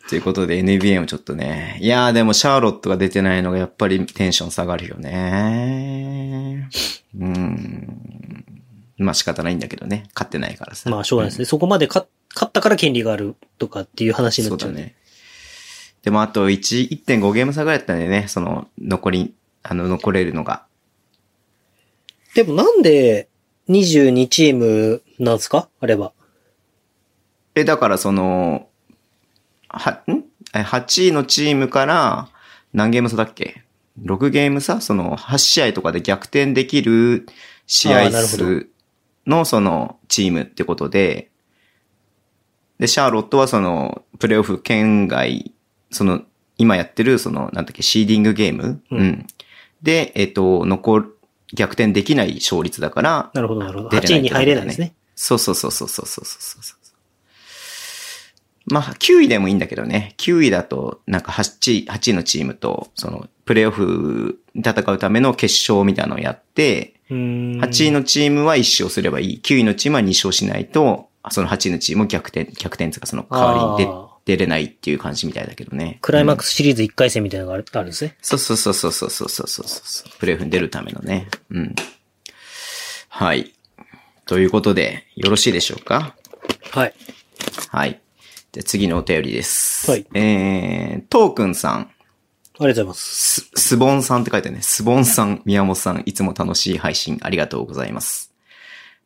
Speaker 2: ということで NBA もちょっとね。いやーでもシャーロットが出てないのがやっぱりテンション下がるよね。うん。まあ仕方ないんだけどね。勝ってないからさ。
Speaker 3: まあ、しょうがないですね。そこまで勝勝ったから権利があるとかっていう話に
Speaker 2: そ
Speaker 3: な
Speaker 2: う
Speaker 3: っちゃ
Speaker 2: だ
Speaker 3: うね。
Speaker 2: ね。でもあと1、1.5ゲーム差ぐらいだったんでね、その残り、あの残れるのが。
Speaker 3: でもなんで22チームなんですかあれば。
Speaker 2: え、だからその、は、んえ ?8 位のチームから何ゲーム差だっけ ?6 ゲーム差その8試合とかで逆転できる試合
Speaker 3: あーなるほど
Speaker 2: 数のそのチームってことで、で、シャーロットはそのプレイオフ圏外、その今やってるそのなんだっけシーディングゲーム、
Speaker 3: うん
Speaker 2: うん。で、えっと、残る、逆転できない勝率だから、
Speaker 3: なるほど、なるほど。
Speaker 2: 出れない
Speaker 3: 8位に入れないですね。
Speaker 2: そうそうそうそうそうそうそうそうそう。まあ、9位でもいいんだけどね。9位だと、なんか8位、8位のチームと、その、プレイオフ戦うための決勝みたいなのをやって、8
Speaker 3: 8
Speaker 2: 位のチームは1勝すればいい。9位のチームは2勝しないと、その8位のチームを逆転、逆転とかその代わりに
Speaker 3: あー
Speaker 2: 出出れないっていう感じみたいだけどね。
Speaker 3: クライマッ
Speaker 2: ス。
Speaker 3: クスシリーズ1回戦みたいなのがあるあるんですね。
Speaker 2: そうそうそうそうそうそうそうそうそう。プレイオフに出るためのね。うん。はい。ということで、よろしいでしょうか
Speaker 3: はい。
Speaker 2: はい。じゃあ次のお便りです。
Speaker 3: はい
Speaker 2: えー、トークンさん、
Speaker 3: ありがとうございます。
Speaker 2: す、すぼんさんって書いてあるね。すぼんさん、宮本さん、いつも楽しい配信ありがとうございます。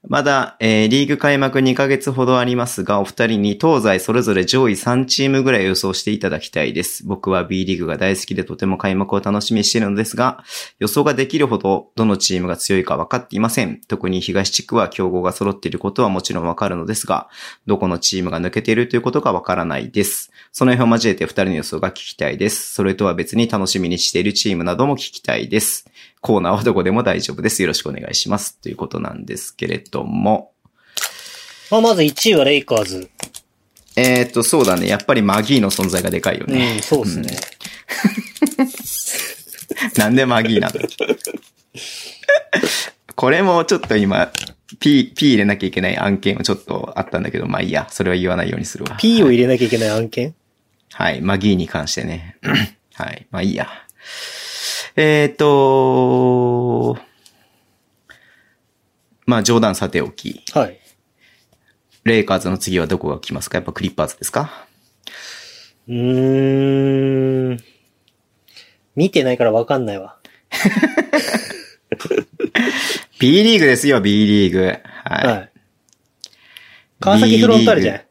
Speaker 2: まだ、えーリーグ開幕2ヶ月ほどありますが、お二人に東西それぞれ上位3チームぐらい予想していただきたいです。僕は B リーグが大好きでとても開幕を楽しみにしているのですが、予想ができるほどどのチームが強いか分かっていません。特に東地区は競合が揃っていることはもちろん分かるのですが、どこのチームが抜けているということが分からないです。その辺を交えて二人の予想が聞きたいです。それとは別に楽しみにしているチームなども聞きたいです。コーナーはどこでも大丈夫です。よろしくお願いします。ということなんですけれども。
Speaker 3: まあ、まず1位はレイカーズ。
Speaker 2: えーっと、そうだね。やっぱりマギーの存在がでかいよ
Speaker 3: う
Speaker 2: ね。
Speaker 3: ん、そうですね。
Speaker 2: なんでマギーなのこれもちょっと今、P、P 入れなきゃいけない案件もちょっとあったんだけど、まあいいや。それは言わないようにするわ。
Speaker 3: P を入れなきゃいけない案件
Speaker 2: はい。マギーに関してね。 (clears throat) はい。まあいいや。えーっと、まあ冗談さておき。
Speaker 3: はい。
Speaker 2: レイカーズの次はどこが来ますかやっぱクリッパーズですか
Speaker 3: うーん。見てないからわかんないわ。
Speaker 2: ?B リーグですよ、B リーグ。はい。
Speaker 3: はい。川崎フロンターレじゃない
Speaker 2: B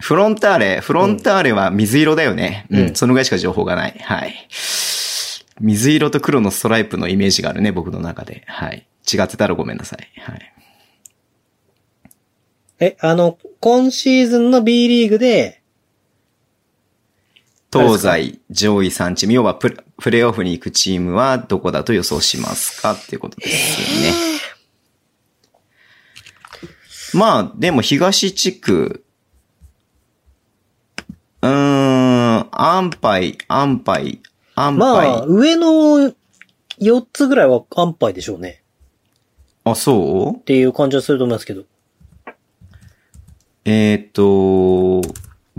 Speaker 2: フロンターレ、フロンターレは水色だよね。うん。
Speaker 3: うん
Speaker 2: そのぐらいしか情報がない。はい。水色と黒のストライプのイメージがあるね、僕の中で。はい。違ってたらごめんなさい。はい。
Speaker 3: え、あの、今シーズンの B リーグで、
Speaker 2: 東西上位3チーム、要はプレプレイオフに行くチームはどこだと予想しますかっていうことですよね。まあ、でも東地区、うーん、安牌、安牌、安牌。
Speaker 3: まあ、上の4つぐらいは安牌でしょうね。
Speaker 2: あ、そう
Speaker 3: っていう感じはすると思いますけど。
Speaker 2: えーっ、と、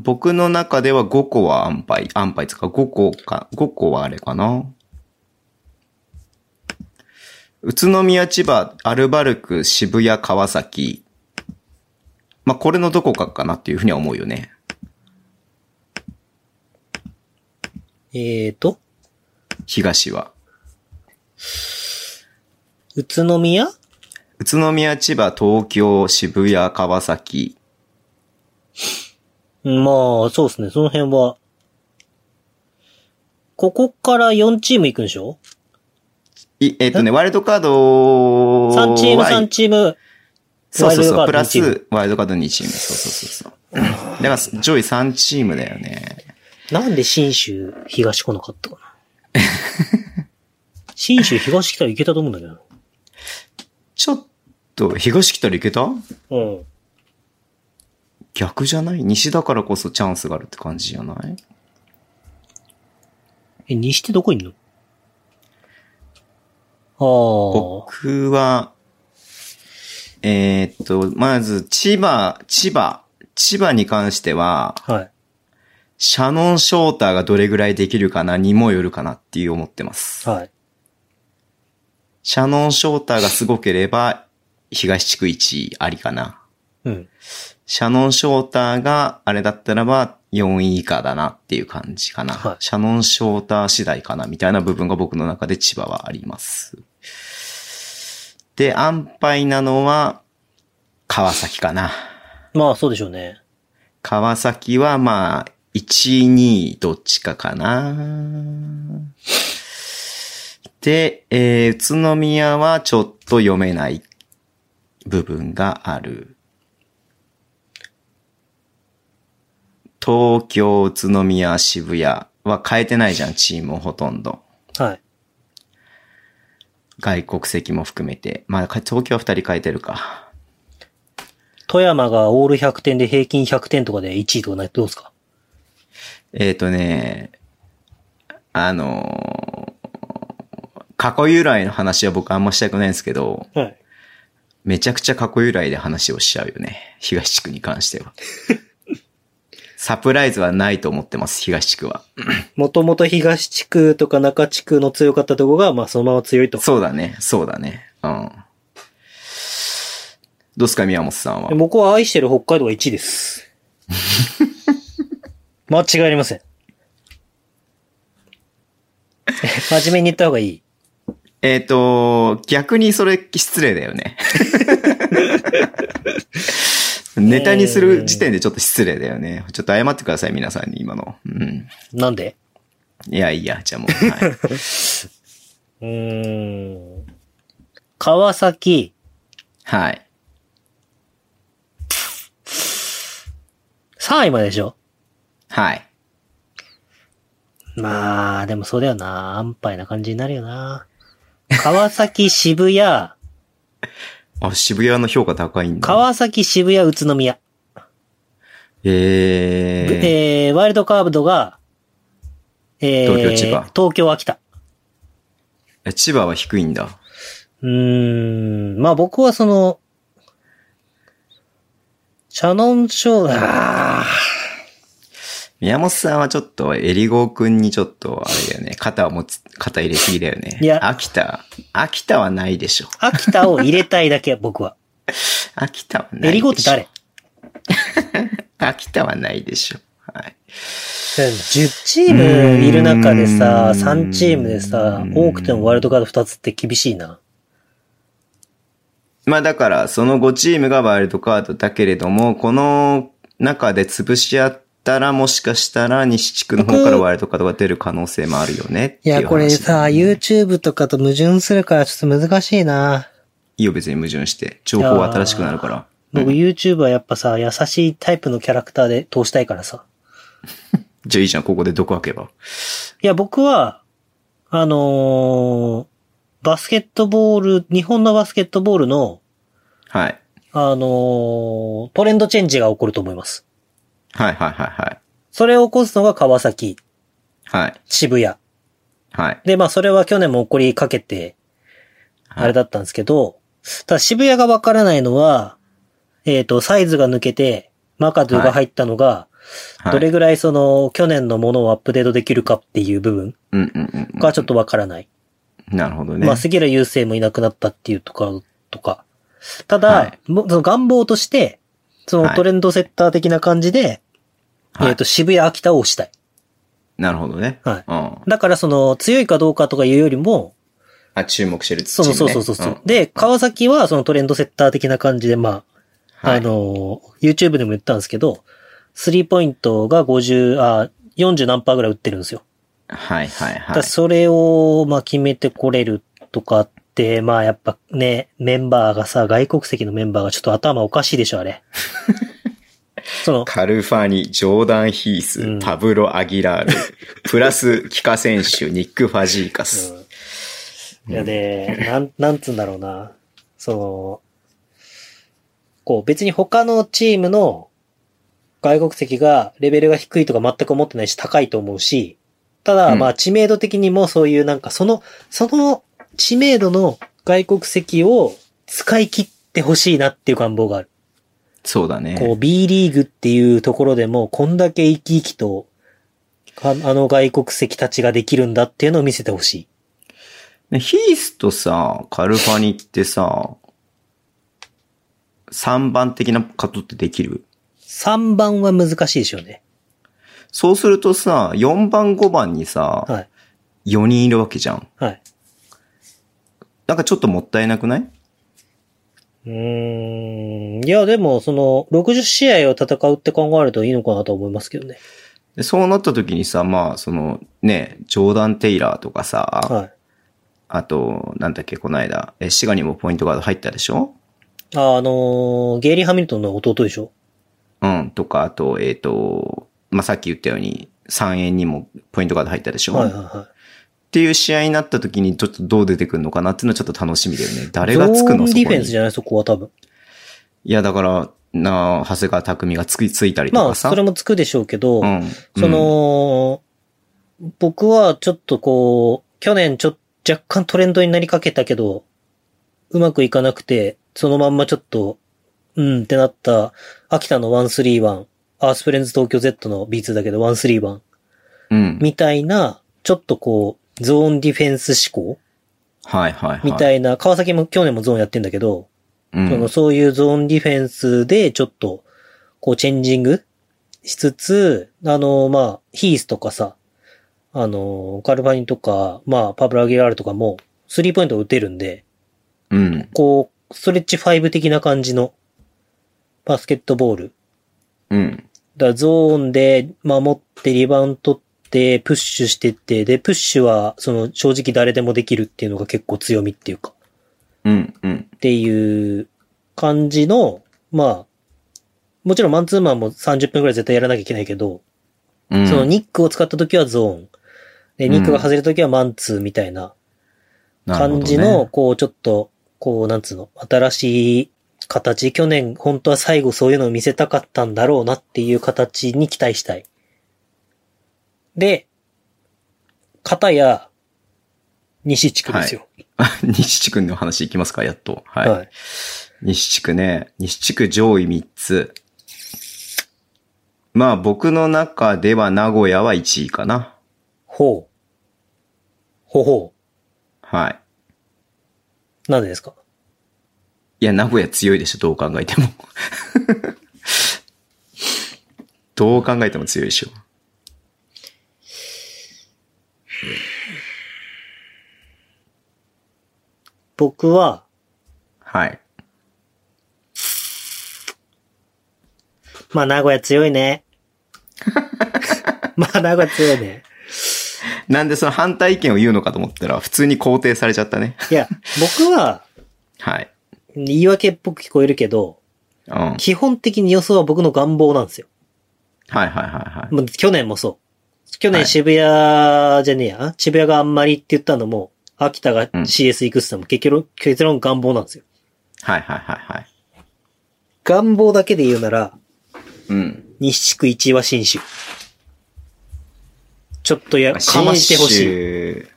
Speaker 2: 僕の中では5個は安牌、安牌つか5個か、5個はあれかな。宇都宮、千葉、アルバルク、渋谷、川崎。まあ、これのどこかかなっていうふうには思うよね。
Speaker 3: えーと、
Speaker 2: 東は。
Speaker 3: 宇都宮
Speaker 2: 宇都宮、千葉、東京、渋谷、川崎。
Speaker 3: まあ、そうですね。その辺は。ここから4チーム行くんでしょ
Speaker 2: いえーっ、とね、ワイルドカード
Speaker 3: ?3 チーム、
Speaker 2: は
Speaker 3: 3チーム。
Speaker 2: そうそうそう。
Speaker 3: ワイ
Speaker 2: プ
Speaker 3: ルドカード
Speaker 2: ラ
Speaker 3: 2チーム
Speaker 2: ス、ワイルドカード2チーム。そうそうそうそう。だから、上位3チームだよね。
Speaker 3: なんで新州東来なかったかな。 (laughs) 新州東来たらいけたと思うんだけどな。
Speaker 2: ちょっと、東来たらいけた
Speaker 3: うん。
Speaker 2: 逆じゃない西だからこそチャンスがあるって感じじゃない
Speaker 3: え、西ってどこいんのあ
Speaker 2: 僕は、えーっと、まず、千葉、千葉、千葉に関しては、
Speaker 3: あ。はい。
Speaker 2: シャノン・ショーターがどれぐらいできるかなにもよるかなっていう思ってます。
Speaker 3: はい。
Speaker 2: シャノン・ショーターがすごければ、東地区1位ありかな。
Speaker 3: うん。
Speaker 2: シャノン・ショーターがあれだったらば4位以下だなっていう感じかな。
Speaker 3: はい
Speaker 2: シャノン・ショーター次第かなみたいな部分が僕の中で千葉はあります。で、安牌なのは川崎かな。
Speaker 3: まあ、そうでしょうね。
Speaker 2: 川崎はまあ、1位、2位、どっちかかな。で、えー、宇都宮はちょっと読めない部分がある。東京、宇都宮、渋谷は変えてないじゃん、チームをほとんど。
Speaker 3: はい。
Speaker 2: 外国籍も含めて。まあ、か東京は2人変えてるか。
Speaker 3: 富山がオール100点で平均100点とかで1位とかないどうですか
Speaker 2: えっ、とね、あのー過去由来の話は僕あんましたくないんですけど、
Speaker 3: はい。
Speaker 2: めちゃくちゃ過去由来で話をしちゃうよね。東地区に関しては。サプライズはないと思ってます、東地区は。
Speaker 3: もともと東地区とか中地区の強かったとこが、まあ、そのまま強いと。
Speaker 2: そうだね、そうだね。うん。どうすか、宮本さんは。
Speaker 3: 僕は愛してる北海道が1位です。
Speaker 2: (laughs)
Speaker 3: 間違いありません。真面目に言った方がいい。
Speaker 2: えっ、と、逆にそれ失礼だよね。ネタにする時点でちょっと失礼だよね。ちょっと謝ってください、皆さんに今の。うん。
Speaker 3: なんで
Speaker 2: いやいや、じゃあも
Speaker 3: (laughs)
Speaker 2: う。はい、
Speaker 3: うーん。川崎、
Speaker 2: はい。
Speaker 3: 3位まででしょ
Speaker 2: はい。
Speaker 3: まあ、でもそうだよな。安牌な感じになるよな。川崎、渋谷、
Speaker 2: あ、渋谷の評価高いんだ。
Speaker 3: 川崎、渋谷、宇都宮。
Speaker 2: えー、
Speaker 3: えー、ワイルドカードが、えー、
Speaker 2: 東京千葉
Speaker 3: 東京秋田。
Speaker 2: 千葉は低いんだ。
Speaker 3: うーん、まあ僕はその、シャノン賞だ。
Speaker 2: 宮本さんはちょっと、えりごうくんにちょっと、あれだよね、肩を持つ、肩入れすぎだよね。
Speaker 3: いや
Speaker 2: 秋田、秋田はないでしょ。
Speaker 3: 秋田を入れたいだけ、 (laughs) 僕は。
Speaker 2: 秋田はないでしょ。
Speaker 3: エリゴって誰
Speaker 2: 秋田はないでしょ。はい。
Speaker 3: 10チームいる中でさ、
Speaker 2: うーん
Speaker 3: 3チームでさ、多くてもワイルドカード2つって厳しいな。
Speaker 2: まあだから、その5チームがワイルドカードだけれども、この中で潰し合ったら、もしかしたら西地区の方からワイルドカードが出る可能性もあるよねってい
Speaker 3: い
Speaker 2: う話。
Speaker 3: や、これさ、
Speaker 2: い
Speaker 3: YouTube とかと矛盾するからちょっと難しいな。
Speaker 2: いよ、別に矛盾して。情報は新しくなるから。
Speaker 3: 僕 YouTube はやっぱさ、優しいタイプのキャラクターで通したいからさ。
Speaker 2: じゃあいいじゃん、ここで毒開けば。
Speaker 3: いや、僕は、あのーバスケットボール、日本のバスケットボールの、
Speaker 2: はい。
Speaker 3: あのートレンドチェンジが起こると思います。
Speaker 2: はいはいはいはい。
Speaker 3: それを起こすのが川崎、
Speaker 2: はい。
Speaker 3: 渋谷。
Speaker 2: はい。
Speaker 3: で、まあ、それは去年も起こりかけて、
Speaker 2: はい
Speaker 3: あれだったんですけど、ただ渋谷がわからないのは、えっ、と、サイズが抜けて、マカドゥが入ったのが、
Speaker 2: はい、
Speaker 3: どれぐらいその、去年のものをアップデートできるかっていう部分
Speaker 2: うんうんうん
Speaker 3: がちょっとわからない。
Speaker 2: うん。なるほどね。
Speaker 3: まあ、杉浦優生もいなくなったっていうとか、とか。ただ、
Speaker 2: はい
Speaker 3: もその願望として、その
Speaker 2: はい
Speaker 3: トレンドセッター的な感じで、
Speaker 2: はい
Speaker 3: えっ、と、渋谷、秋田を推したい。
Speaker 2: なるほどね。
Speaker 3: はい
Speaker 2: うん。
Speaker 3: だから、その、強いかどうかとかいうよりも、
Speaker 2: あ、注目してるチー
Speaker 3: そ
Speaker 2: ム、
Speaker 3: の、
Speaker 2: ね。
Speaker 3: そうそうそうそう、
Speaker 2: ん
Speaker 3: で、川崎はそのトレンドセッター的な感じで、まあ、
Speaker 2: はい
Speaker 3: あのー、YouTube でも言ったんですけど、スリーポイントが50、あ、40何パーぐらい打ってるんですよ。
Speaker 2: はいはい
Speaker 3: だ
Speaker 2: は
Speaker 3: から
Speaker 2: い。
Speaker 3: それを、まあ、決めてこれるとかって、まあ、やっぱね、メンバーがさ、外国籍のメンバーがちょっと頭おかしいでしょ、
Speaker 2: (laughs)
Speaker 3: あれ。その、
Speaker 2: カルファニ、ジョーダン・ヒース、
Speaker 3: うん
Speaker 2: パブロ・アギ
Speaker 3: (laughs)
Speaker 2: ラール、プラス、キカ選手、ニック・ファジーカス。
Speaker 3: うんいやで、なん、なんつうんだろうな。その、こう別に他のチームの外国籍がレベルが低いとか全く思ってないし高いと思うし、ただ
Speaker 2: うん
Speaker 3: まあ知名度的にもそういうなんかその、その知名度の外国籍を使い切ってほしいなっていう願望がある。
Speaker 2: そうだ
Speaker 3: こう
Speaker 2: ね。
Speaker 3: B リーグっていうところでもこんだけ生き生きとああの外国籍たちができるんだっていうのを見せてほしい。
Speaker 2: ねヒースとさ、カルファニってさ、3番的なカットってできる
Speaker 3: 3番は難しいでしょうね。
Speaker 2: そうするとさ、4番5番にさ、
Speaker 3: はい。
Speaker 2: 4人いるわけじゃん。
Speaker 3: はい。
Speaker 2: なんかちょっともったいなくないう
Speaker 3: ーん。いや、でも、その、60試合を戦うって考えるといいのかなと思いますけどね。
Speaker 2: でそうなった時にさ、まあ、そのね、ジョーダン・テイラーとかさ、
Speaker 3: は
Speaker 2: あと、なんだっけ、この間、え、シガにもポイントガード入ったでしょ
Speaker 3: い。あ、あのーゲイリー・ハミルトンの弟でしょ
Speaker 2: うん、とか、あと、えっ、と、まあ、さっき言ったように、3円にもポイントガード入ったでしょ、
Speaker 3: はいは
Speaker 2: っ
Speaker 3: いは
Speaker 2: ていう試合になった時に、ちょっとどう出てくるのかなっていうのはちょっと楽しみだよね。
Speaker 3: い。
Speaker 2: 誰がつくの
Speaker 3: ゾーン
Speaker 2: そこ
Speaker 3: デ
Speaker 2: に
Speaker 3: ィフェンスじゃない、そこは多分。
Speaker 2: いや、だから、なあ、長谷川匠がつきついたりと
Speaker 3: まあ、
Speaker 2: かさ。
Speaker 3: それもつくでしょうけど、
Speaker 2: うん。
Speaker 3: その、僕はちょっとこう、去年ちょっと若干トレンドになりかけたけど、うまくいかなくて、そのまんまちょっと、うんってなった、秋田の131、アースプレンズ東京 Z の B2 だけど131
Speaker 2: うん、うん。
Speaker 3: みたいな、ちょっとこう、ゾーンディフェンス志向
Speaker 2: はいはいはい。
Speaker 3: みたいな、川崎も去年もゾーンやってんだけど、
Speaker 2: う
Speaker 3: その
Speaker 2: ん。
Speaker 3: そういうゾーンディフェンスでちょっと、こうチェンジングしつつ、あの、まあ、ヒースとかさ、あの、カルバニとか、まあ、パブラ・アギラールとかも、スリーポイントを打てるんで、
Speaker 2: うん。
Speaker 3: こう、ストレッチ5的な感じのバスケットボール。
Speaker 2: うん。
Speaker 3: だからゾーンで守ってリバウンド取って、プッシュしてって、で、プッシュは、その、正直誰でもできるっていうのが結構強みっていうか、
Speaker 2: うん。うん
Speaker 3: っ。ていう感じの、まあ、もちろんマンツーマンも30分くらい絶対やらなきゃいけないけど、
Speaker 2: うん。
Speaker 3: そのニックを使った時はゾーン。で、ニックが外れた時はマンツーみたいな感じ
Speaker 2: なるほ
Speaker 3: の、
Speaker 2: どね
Speaker 3: こう、ちょっと、こう、なんつうの、新しい形、去年、本当は最後そういうのを見せたかったんだろうなっていう形に期待したい。で、片や、西地区ですよ。
Speaker 2: あ (laughs) 西地区の話いきますか、やっと。
Speaker 3: は
Speaker 2: はい。西地区ね。西地区上位3つ。まあ僕の中では名古屋は1位かな。
Speaker 3: ほう。ほうほ
Speaker 2: はい。
Speaker 3: う。なんでですか
Speaker 2: いや、名古屋強いでしょ、どう考えても。 (laughs) どう考えても強いでしょ。
Speaker 3: 僕は、
Speaker 2: はい。
Speaker 3: まあ、名古屋強
Speaker 2: (laughs)
Speaker 3: いね。まあ、名古屋強いね。
Speaker 2: なんでその反対意見を言うのかと思ったら、普通に肯定されちゃったね。
Speaker 3: いや、僕は、
Speaker 2: はい。
Speaker 3: 言い訳っぽく聞こえるけど、
Speaker 2: うん。はい
Speaker 3: 基本的に予想は僕の願望なんですよ。
Speaker 2: はいはいはい。
Speaker 3: もう去年もそう。去
Speaker 2: は
Speaker 3: 年
Speaker 2: い
Speaker 3: 渋谷じゃねえや、渋谷があんまりって言ったのも、秋田が
Speaker 2: うん
Speaker 3: CS 行くっつったのも結局、結論願望なんですよ。
Speaker 2: はいはいはいはい。
Speaker 3: 願望だけで言うなら、
Speaker 2: うん。
Speaker 3: 西地区1位は新州。ちょっとや、
Speaker 2: まあ
Speaker 3: かましてほし
Speaker 2: 信州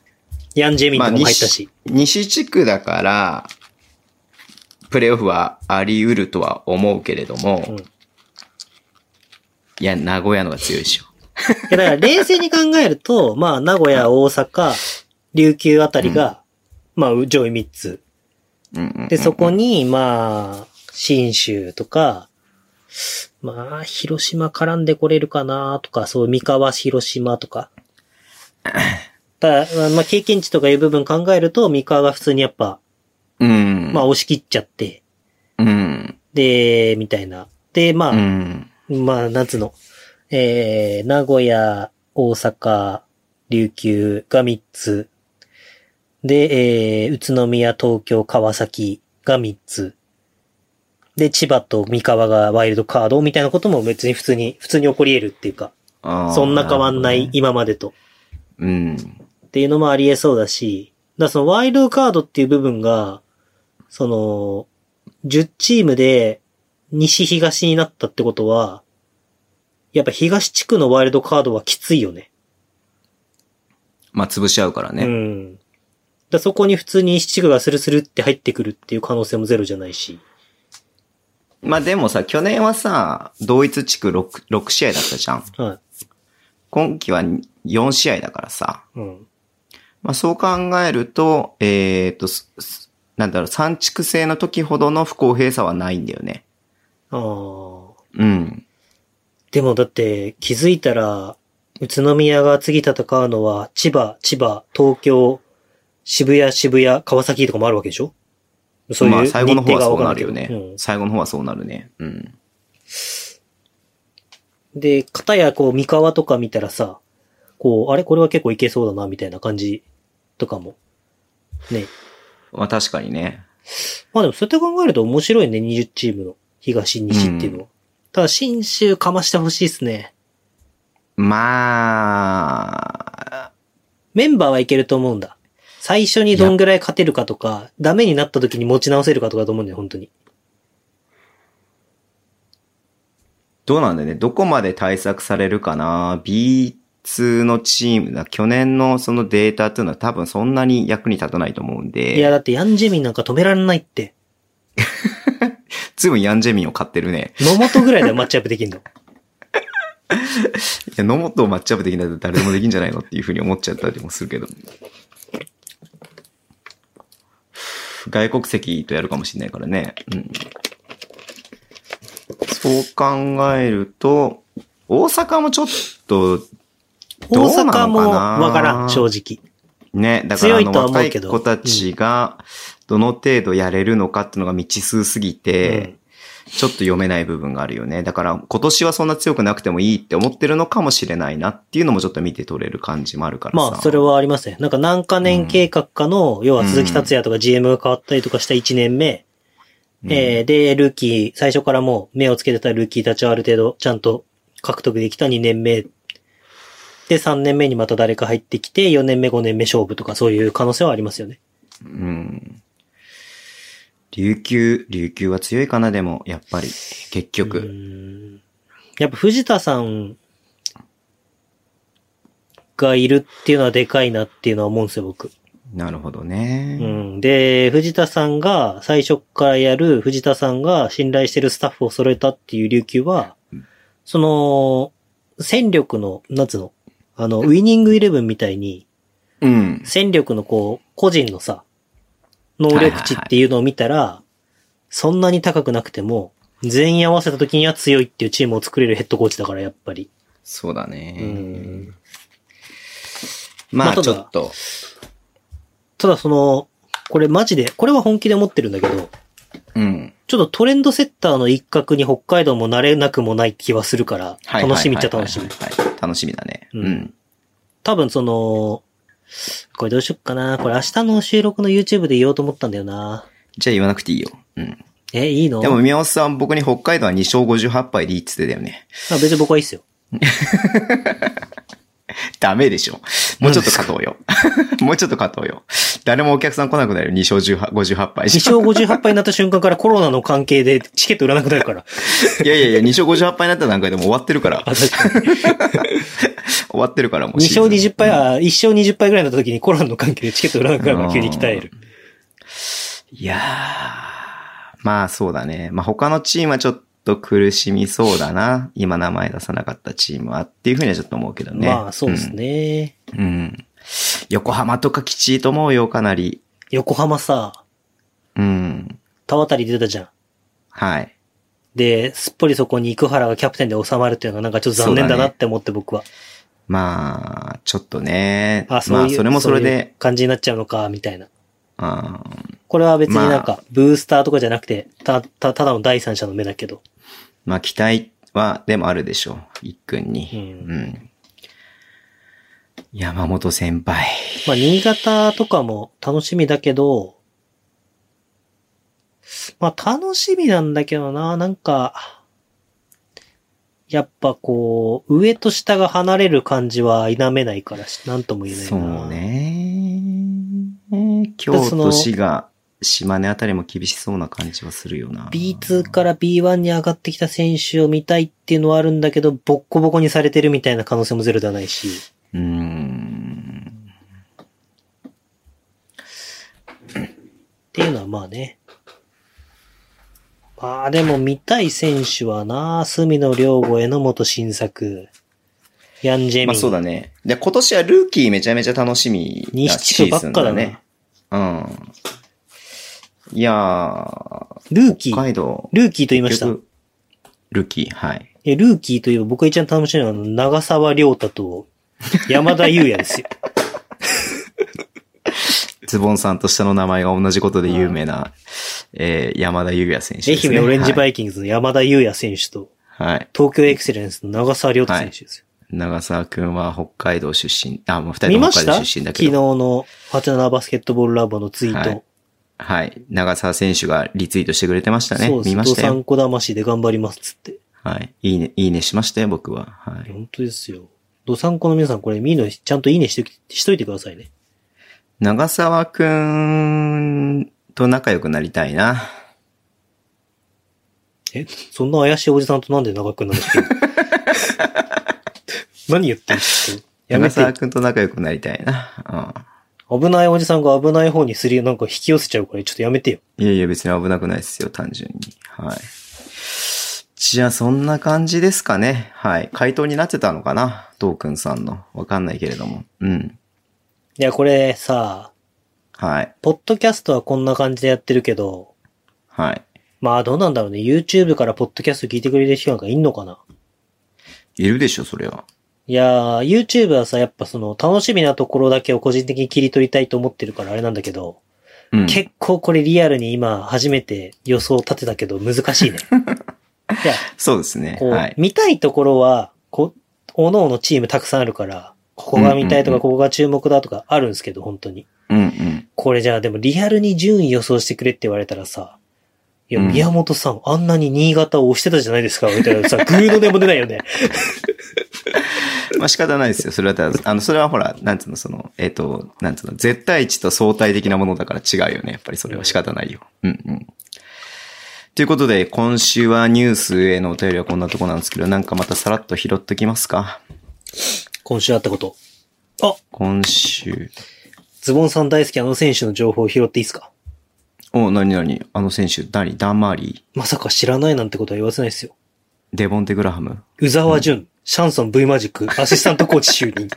Speaker 3: い。ヤンジェミン
Speaker 2: まあ
Speaker 3: とかも入ったし。
Speaker 2: 西。西地区だから、プレイオフはあり得るとは思うけれども、
Speaker 3: うん
Speaker 2: いや、名古屋のが強いでしょ。
Speaker 3: いやだから冷静に考えると、まあ、名古屋、大阪、琉球あたりが、まあ、上位3つ。
Speaker 2: うんうんうん
Speaker 3: で、そこに、まあ、新州とか、まあ、広島絡んでこれるかなとか、そう、三河、広島
Speaker 2: (laughs)
Speaker 3: とか。ただ、まあ、経験値とかいう部分考えると、三河が普通にやっぱ、
Speaker 2: うん。
Speaker 3: まあ、押し切っちゃって、
Speaker 2: うん。
Speaker 3: で、みたいな。で、まあ
Speaker 2: う、ん。
Speaker 3: まあ、なんつうの。えー、名古屋、大阪、琉球が3つ。で、えー、宇都宮、東京、川崎が3つ。で、千葉と三河がワイルドカードみたいなことも別に普通に、普通に起こり得るっていうか、
Speaker 2: あー
Speaker 3: そんな変わんない。
Speaker 2: る
Speaker 3: 今までと。
Speaker 2: ほどね
Speaker 3: っていうのもあり得そうだし、だからそのワイルドカードっていう部分が、その、10チームで西東になったってことは、やっぱ東地区のワイルドカードはきついよね。
Speaker 2: うん。まあ、潰し合うから
Speaker 3: う
Speaker 2: ね。
Speaker 3: ん。だからそこに普通に西地区がスルスルって入ってくるっていう可能性もゼロじゃないし。
Speaker 2: まあ、でもさ、去年はさ、同一地区 6, 6試合だったじゃん。
Speaker 3: は
Speaker 2: 今季は4試合だからさ。
Speaker 3: い。うん。
Speaker 2: まあ、そう考えると、えっ、と、すすなんだろう、三地区制の時ほどの不公平さはないんだよね。
Speaker 3: ああ。
Speaker 2: うん。
Speaker 3: でもだって気づいたら、宇都宮が次戦うのは千葉、千葉、東京、渋谷、渋谷、川崎とかもあるわけでしょそういう
Speaker 2: まあ、
Speaker 3: 日
Speaker 2: 最後
Speaker 3: 程
Speaker 2: の方は
Speaker 3: が
Speaker 2: そ
Speaker 3: わ
Speaker 2: う
Speaker 3: かん
Speaker 2: な
Speaker 3: ない
Speaker 2: る
Speaker 3: け
Speaker 2: よ
Speaker 3: ど
Speaker 2: ね。
Speaker 3: うん
Speaker 2: 最後の方はそうなるね。うん。
Speaker 3: で、片やこう三河とか見たらさ、こう、あれこれは結構いけそうだな、みたいな感じとかも。ね。
Speaker 2: まあ、確かにね。
Speaker 3: まあでもそうやって考えると面白いね、20チームの東、西っていうのは。ただ、新州かましてほしいですね。
Speaker 2: まあ、
Speaker 3: メンバーはいけると思うんだ。最初にどんぐらい勝てるかとか、ダメになった時に持ち直せるかとかだと思うんだよ、本当に。
Speaker 2: どうなんだよね。どこまで対策されるかな。B2 のチームだ。去年のそのデータっていうのは多分そんなに役に立たないと思うん
Speaker 3: いや、
Speaker 2: で、
Speaker 3: だってヤンジェミンなんか止められないって。
Speaker 2: ずいぶんヤンジェミンを買ってるね。
Speaker 3: 野本ぐらいでマッチアップできんの。
Speaker 2: いや、野本をマッチアップできないと誰でもできんじゃないのっていうふうに思っちゃったりもするけど。外国籍とやるかもしれないからね。うん。そう考えると、 (laughs) 大阪もちょっと、ど
Speaker 3: 大
Speaker 2: うなのかな
Speaker 3: 阪もわからん、正直。
Speaker 2: ね、だからあ
Speaker 3: 強
Speaker 2: の
Speaker 3: いとは思
Speaker 2: 若
Speaker 3: う
Speaker 2: い
Speaker 3: けど
Speaker 2: 子たちがどの程度やれるのかっていうのが未知数すぎて、ちょっと読めない部分があるよね。だから今年はそんな強くなくてもいいって思ってるのかもしれないなっていうのもちょっと見て取れる感じもあるからさ。
Speaker 3: まあ、それはありますね。なんか何か年計画かの、要は鈴木達也とか GM が変わったりとかした1年目、
Speaker 2: うん、
Speaker 3: えーで、ルーキー、最初からもう目をつけてたルーキーたちはある程度ちゃんと獲得できた2年目。で、3年目にまた誰か入ってきて、4年目、5年目勝負とかそういう可能性はありますよね。
Speaker 2: うん。琉球、琉球は強いかな、でも、やっぱり、結局。
Speaker 3: うーんやっぱ藤田さんがいるっていうのはでかいなっていうのは思うんですよ、僕。
Speaker 2: なるほどね。
Speaker 3: うん。で、藤田さんが最初からやる、藤田さんが信頼してるスタッフを揃えたっていう琉球は、その、戦力の、なんつうの、あの、ウィニングイレブンみたいに、
Speaker 2: うん。
Speaker 3: 戦力のこう、個人のさ、能力値っていうのを見たら、そんなに高くなくても、全員合わせた時には強いっていうチームを作れるヘッドコーチだから、やっぱり。
Speaker 2: そうだね。
Speaker 3: うんま
Speaker 2: ま
Speaker 3: あ
Speaker 2: あ、
Speaker 3: ただ
Speaker 2: ちょっと。
Speaker 3: ただその、これマジで、これは本気で思ってるんだけど、
Speaker 2: うん。
Speaker 3: ちょっとトレンドセッターの一角に北海道もなれなくもない気はするから、
Speaker 2: はい
Speaker 3: 楽しみっちゃ楽しみ。
Speaker 2: はいはいはいはい楽しみだね。
Speaker 3: う
Speaker 2: うんん。
Speaker 3: 多分その、これどうしよっかな。これ明日の収録の YouTube で言おうと思ったんだよな。
Speaker 2: じゃあ言わなくていいよ。うん。
Speaker 3: え、いいの
Speaker 2: でも、宮本さん、僕に北海道は2勝58敗でいいっつってたよね。 (laughs)
Speaker 3: あ別に僕はいいっすよ。
Speaker 2: ダメでしょ。もうちょっと勝とうよ。 (laughs) もうちょっと勝とうよ。誰もお客さん来なくなるよ。2勝58敗。
Speaker 3: 2勝58敗になった瞬間からコロナの関係でチケット売らなくなるから。
Speaker 2: いやいやいや、2勝58敗になった段階でもう終わってるから。
Speaker 3: あ確かに。
Speaker 2: 終わってるからもう
Speaker 3: 2
Speaker 2: シーズン。
Speaker 3: 勝20敗、あ、1勝20敗ぐらいになった時にコロナの関係でチケット売らなくなるから急に鍛える。
Speaker 2: いやー、まあそうだね。まあ他のチームはちょっと苦しみそうだな。今名前出さなかったチームはっていうふうにはちょっと思うけどね。
Speaker 3: まあ、そうですね。
Speaker 2: うん。うん。横浜とかきちいと思うよ、かなり。
Speaker 3: 横浜さ、
Speaker 2: うん。
Speaker 3: 田渡り出たじゃん。
Speaker 2: はい。
Speaker 3: で、すっぽりそこに生原がキャプテンで収まるっていうのはなんかちょっと残念だなって思って僕は。
Speaker 2: まあ、ちょっとね。
Speaker 3: あ、そういう。
Speaker 2: まあそれもそれ
Speaker 3: ういう
Speaker 2: で、
Speaker 3: 感じになっちゃうのか、みたいな。
Speaker 2: あー
Speaker 3: これは別になん
Speaker 2: ま
Speaker 3: か、ブースターとかじゃなくて、た、た、ただの第三者の目だけど。
Speaker 2: まあ期待はでもあるでしょう。一君に。
Speaker 3: うん
Speaker 2: うん、山本先輩。
Speaker 3: まあ、新潟とかも楽しみだけど、まあ、楽しみなんだけどな、なんか、やっぱこう、上と下が離れる感じは否めないからし、なんとも言えないな。
Speaker 2: そう。ね。京都市が、島根あたりも厳しそうな感じはするよな。
Speaker 3: B2 から B1 に上がってきた選手を見たいっていうのはあるんだけど、ボッコボコにされてるみたいな可能性もゼロではないし。
Speaker 2: うーん。
Speaker 3: っていうのはまあね。まあでも見たい選手はな、隅野良吾、榎本新作、ヤンジェミン。
Speaker 2: まあそうだね。で、今年はルーキーめちゃめちゃ楽しみな
Speaker 3: 西地区ばっかだね。
Speaker 2: うん。いやー、
Speaker 3: ルーキ
Speaker 2: 北
Speaker 3: ー。
Speaker 2: 海道。
Speaker 3: ルーキーと言いました。
Speaker 2: 結局ルーキー、はい。
Speaker 3: えルーキーといえば僕が一番楽しいのは、あの長沢良太と山田優也で
Speaker 2: (laughs)
Speaker 3: すよ。
Speaker 2: ズボンさんと下の名前が同じことで有名な、えー、山田優也選手です、
Speaker 3: 愛
Speaker 2: ね。
Speaker 3: 媛オレンジバ
Speaker 2: イ。
Speaker 3: イキングズの山田優也選手と、
Speaker 2: はい。
Speaker 3: 東京エクセレンスの長沢良太選手ですよ。
Speaker 2: 長澤くんは北海道出身、あ、もう二
Speaker 3: 見
Speaker 2: 人と
Speaker 3: ま
Speaker 2: も
Speaker 3: し
Speaker 2: 北海道
Speaker 3: た昨
Speaker 2: 出身だけ
Speaker 3: 日
Speaker 2: ど。
Speaker 3: のナーバスケットボールラボのツイート。
Speaker 2: はいはい。長澤選手がリツイートしてくれてましたね。
Speaker 3: そうです。
Speaker 2: 見ました
Speaker 3: ドサン
Speaker 2: よ。
Speaker 3: コ魂で頑張りますっつって。
Speaker 2: はい。いいね、いいねしましたよ、僕は。はい。
Speaker 3: 本当ですよ。ドサンコの皆さん、これ見るのちゃんといいねしときしといてくださいね。
Speaker 2: 長澤くんと仲良くなりたいな。
Speaker 3: えそんな怪しいおじさんとなんで長くなるんですか
Speaker 2: (laughs)
Speaker 3: 何言ってんのや
Speaker 2: 長
Speaker 3: めて
Speaker 2: 澤。くんと仲良くなりたいな。
Speaker 3: 危ないおじさんが危ない方にすり、なんか引き寄せちゃうから、ちょっとやめてよ。
Speaker 2: うん。いやいや、別に危なくないですよ、単純に。はい。じゃあ、そんな感じですかね。はい。回答になってたのかなトーくんさんの。わかんないけれども。うん。
Speaker 3: いや、これさ、
Speaker 2: はい。
Speaker 3: ポッドキャストはこんな感じでやってるけど、
Speaker 2: はい。
Speaker 3: まあどうなんだろうね。YouTube からポッドキャスト聞いてくれる人なんかいんのかない
Speaker 2: るでしょ、それは。
Speaker 3: いいやー、YouTube はさ、やっぱその、楽しみなところだけを個人的に切り取りたいと思ってるからあれなんだけど、
Speaker 2: うん。
Speaker 3: 結構これリアルに今、初めて予想立てたけど、難
Speaker 2: (laughs)
Speaker 3: しいね。いや、
Speaker 2: そうですね。
Speaker 3: こう、
Speaker 2: はい。
Speaker 3: 見たいところは、こう、おののチームたくさんあるから、ここが見たいと
Speaker 2: うんうんう
Speaker 3: か、
Speaker 2: ん
Speaker 3: ここが注目だとかあるんですけど、本当に。
Speaker 2: うんうん。
Speaker 3: これじゃあ、でもリアルに順位予想してくれって言われたらさ、いや、
Speaker 2: うん
Speaker 3: 宮本さん、あんなに新潟を押してたじゃないですか、みたいなさ、 (laughs) グーのでも出ないよね。
Speaker 2: まあ仕方ないですよ。それだったら、あの、それはほら、なんつうの、その、えっ、と、なんつうの、絶対値と相対的なものだから違うよね。やっぱりそれは仕方ないよ。うんうん。ということで、今週はニュースへのお便りはこんなとこなんですけど、なんかまたさらっと拾っときますか。
Speaker 3: 今週あったこと。あ、
Speaker 2: 今週。
Speaker 3: ズボンさん大好きあの選手の情報を拾っていいですか
Speaker 2: お、なになにあの選手、何ダンマーリ
Speaker 3: まさか知らないなんてことは言わせないですよ。
Speaker 2: ー、デボンテ・グラハム。
Speaker 3: 宇沢淳、シャンソン V マジ
Speaker 2: (laughs)
Speaker 3: ック、アシスタントコーチ就任。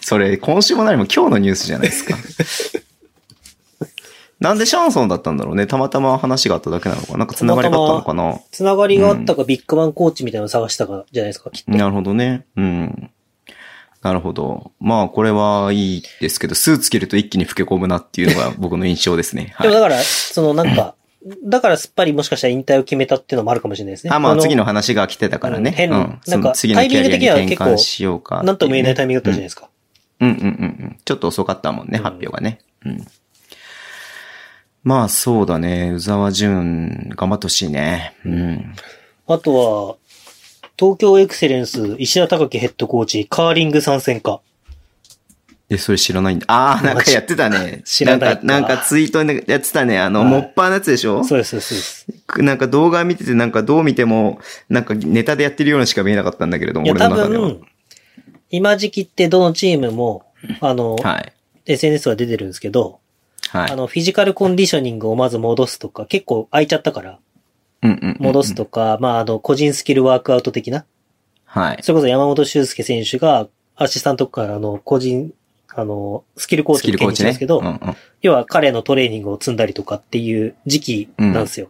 Speaker 2: それ、今週も何も今日のニュースじゃないです
Speaker 3: (laughs)
Speaker 2: か。なんでシャンソンだったんだろうね。たまたま話があっただけなのかな。なんか繋がりがあったのかな。
Speaker 3: つながりがあったか、ビッグマンコーチみたいなの探したか、じゃないですか、きっと。
Speaker 2: なるほどね。うん。なるほど。まあ、これはいいですけど、スーツ着ると一気に老け込むなっていうの
Speaker 3: (laughs)
Speaker 2: が僕の印象ですね。は
Speaker 3: でも
Speaker 2: い。
Speaker 3: だから、そのなんか、だからすっぱりもしかしたら引退を決めたっていうのもあるかもしれないですね。
Speaker 2: あ、まあ、次
Speaker 3: の。
Speaker 2: の話が来てたから
Speaker 3: うん
Speaker 2: ね。
Speaker 3: 変
Speaker 2: う。
Speaker 3: なん
Speaker 2: そ
Speaker 3: なん
Speaker 2: の
Speaker 3: か
Speaker 2: 次のキャ
Speaker 3: タイミング
Speaker 2: リ
Speaker 3: 的に
Speaker 2: ア
Speaker 3: は
Speaker 2: に
Speaker 3: 結構
Speaker 2: 転換しようかっていうね。
Speaker 3: なんとも言えないタイミングだったじゃないですか。
Speaker 2: うんうんうんうん。ちょっと遅かったもんね、
Speaker 3: うん
Speaker 2: 発表がね。うん。まあそうだね。宇沢淳、頑張ってほしいね。うん。
Speaker 3: あとは、東京エクセレンス、石田隆ヘッドコーチ、カーリング参戦か。
Speaker 2: え、それ知らないんだ。ああ、なんかやってたね。
Speaker 3: 知らない
Speaker 2: ん
Speaker 3: か
Speaker 2: か、なんかツイートでやってたね。あの、
Speaker 3: はい
Speaker 2: もっぱーのやつでしょ
Speaker 3: そうです、そうですそうです。
Speaker 2: なんか動画見てて、なんかどう見ても、なんかネタでやってるようなしか見えなかったんだけれど
Speaker 3: い
Speaker 2: も、
Speaker 3: や、
Speaker 2: 俺の
Speaker 3: 多
Speaker 2: 中では。
Speaker 3: 分、今時期ってどのチームも、あの、
Speaker 2: はい。
Speaker 3: SNS は出てるんですけど、
Speaker 2: はい。
Speaker 3: あの、フィジカルコンディショニングをまず戻すとか、結構空いちゃったから、
Speaker 2: うんうんうんうん
Speaker 3: 戻す。とか、まあ、あの、個人スキルワークアウト的な、
Speaker 2: はい。
Speaker 3: それこそ山本修介選手が、アシスタントから、あの、個人、あの、スキルコー
Speaker 2: スキ
Speaker 3: チ
Speaker 2: ル
Speaker 3: に
Speaker 2: コー
Speaker 3: 兼任し
Speaker 2: チ
Speaker 3: たん
Speaker 2: ね
Speaker 3: です。けど、
Speaker 2: うんうん
Speaker 3: 要は彼のトレーニングを積んだりとかっていう時期なんですよ。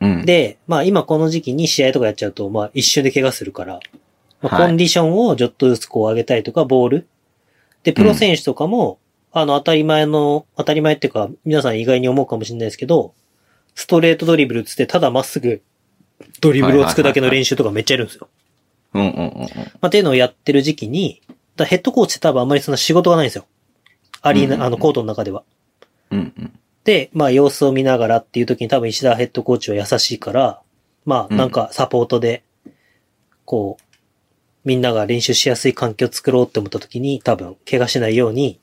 Speaker 2: うん。
Speaker 3: で、まあ今この時期に試合とかやっちゃうと、まあ一瞬で怪我するから、まあ
Speaker 2: はい
Speaker 3: コンディションをちょっとずつこう上げたりとか、ボール。で、プロ選手とかも、あの当たり前の、当たり前っていうか、皆さん意外に思うかもしれないですけど、ストレートドリブルっつって、ただまっすぐドリブルをつくだけの練習とかめっちゃやるんですよ。
Speaker 2: うんうんうんうん。
Speaker 3: まあっていうのをやってる時期に、だからヘッドコーチって多分あんまりそんな仕事がないんですよ。アリーナ、
Speaker 2: うんうんうん
Speaker 3: あのコートの中では。
Speaker 2: うんうん。
Speaker 3: で、まあ様子を見ながらっていう時に多分石田ヘッドコーチは優しいから、まあなんかサポートで、こう、みんなが練習しやすい環境を作ろうって思った時に多分怪我しないように、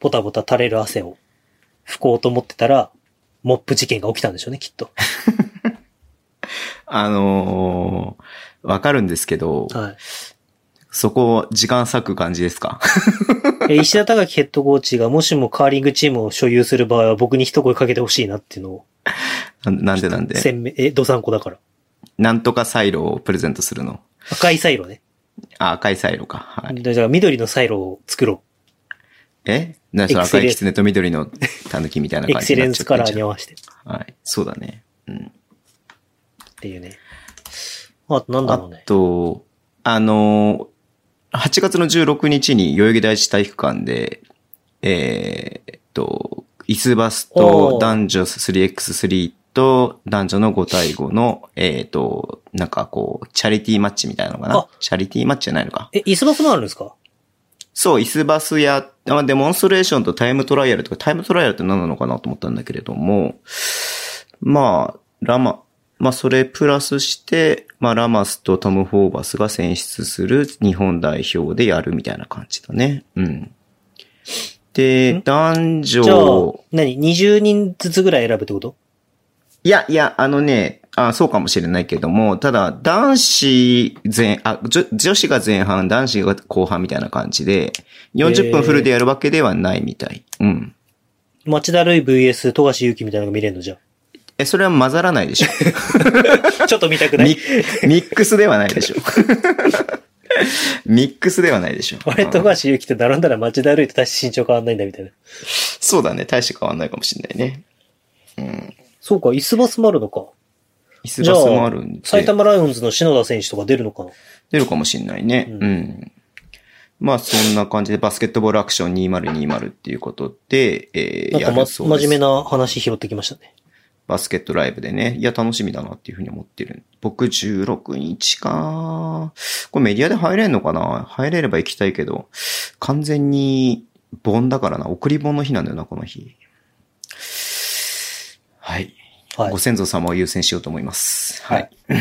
Speaker 3: ボタボタ垂れる汗を拭こうと思ってたら、モップ事件が起きたんでしょうね、きっと。
Speaker 2: あのー、わかるんですけど、
Speaker 3: はい
Speaker 2: そこ、時間割く感じですか (laughs)
Speaker 3: え。石田隆ヘッドコーチがもしもカーリングチームを所有する場合は僕に一声かけてほしいなっていうのを、
Speaker 2: ななんでなんで
Speaker 3: 鮮明、え、ドサンコだから。
Speaker 2: なんとかサイロをプレゼントするの。
Speaker 3: 赤いサイロね。
Speaker 2: あ、赤いサイロか。はい。
Speaker 3: じゃあ緑のサイロを作ろ
Speaker 2: えなその
Speaker 3: エクセ
Speaker 2: 赤
Speaker 3: レ
Speaker 2: いキツネと緑のタヌキみたいな
Speaker 3: う。エ
Speaker 2: 感じ
Speaker 3: クセ
Speaker 2: にな
Speaker 3: レ
Speaker 2: っ
Speaker 3: ン
Speaker 2: ちゃ
Speaker 3: ス
Speaker 2: って
Speaker 3: カ
Speaker 2: ん
Speaker 3: ラ
Speaker 2: じゃん
Speaker 3: ーに合わせて。
Speaker 2: はい。そうだね。うん。
Speaker 3: っていうね。あとなんだ
Speaker 2: あ
Speaker 3: ろうね。
Speaker 2: と、あのー、8月の16日に代々木第一体育館で、えーっと、イスバスと
Speaker 3: おー
Speaker 2: 男女 3x3 と男女の5対5の、えーっと、なんかこう、チャリティーマッチみたいなのかな
Speaker 3: あ
Speaker 2: チャリティーマッチじゃないのか。
Speaker 3: え、イスバスもあるんですか
Speaker 2: そう、イスバスや、あデモンストレーションとタイムトライアルとか、タイムトライアルって何なのかなと思ったんだけれども、まあ、ラマ、まあそれプラスして、まあラマスとトム・ホーバスが選出する日本代表でやるみたいな感じだね。うん。で、
Speaker 3: ん
Speaker 2: 男
Speaker 3: じゃあ
Speaker 2: 女、、
Speaker 3: 何 ?20 人ずつぐらい選ぶってこと
Speaker 2: いや、いや、あのね、あそうかもしれないけども、ただ、男子前、あ、女女子が前半、男子が後半みたいな感じで、40分フルでやるわけではないみたい。うん。
Speaker 3: 町田るい VS 富樫勇樹みたいなのが見れるのじゃ
Speaker 2: え、それは混ざらない
Speaker 3: (laughs)
Speaker 2: でしょ (laughs)
Speaker 3: あ。ちょっと見たくな (laughs)
Speaker 2: ミ
Speaker 3: い。
Speaker 2: ッミックスではないでし
Speaker 3: (laughs)
Speaker 2: ょミックスではないでしょ
Speaker 3: あれ、
Speaker 2: うん
Speaker 3: 富樫勇樹って並んだら町田るいと大して身長変わんないんだみたいな。
Speaker 2: そうだね、大して変わんないかもしれないね。
Speaker 3: そうか、イスバスもあるのか。
Speaker 2: 椅子バスもあるんで。
Speaker 3: 埼玉ライオンズの篠田選手とか出るのかな
Speaker 2: 出るかもしんないね。
Speaker 3: う
Speaker 2: うんん。まあ、そんな感じで、バスケットボールアクション2020っていうことで、え
Speaker 3: な
Speaker 2: ー、
Speaker 3: ん
Speaker 2: や
Speaker 3: か、ま、
Speaker 2: るそうです。
Speaker 3: 真面目な話拾ってきましたね。
Speaker 2: バスケットライブでね。いや、楽しみだなっていうふうに思ってる。僕16日か。これメディアで入れんのかな入れれば行きたいけど、完全に盆だからな。送り盆の日なんだよな、この日。はい。
Speaker 3: はい
Speaker 2: ご。先祖様を優先しようと思います。
Speaker 3: は
Speaker 2: はいい。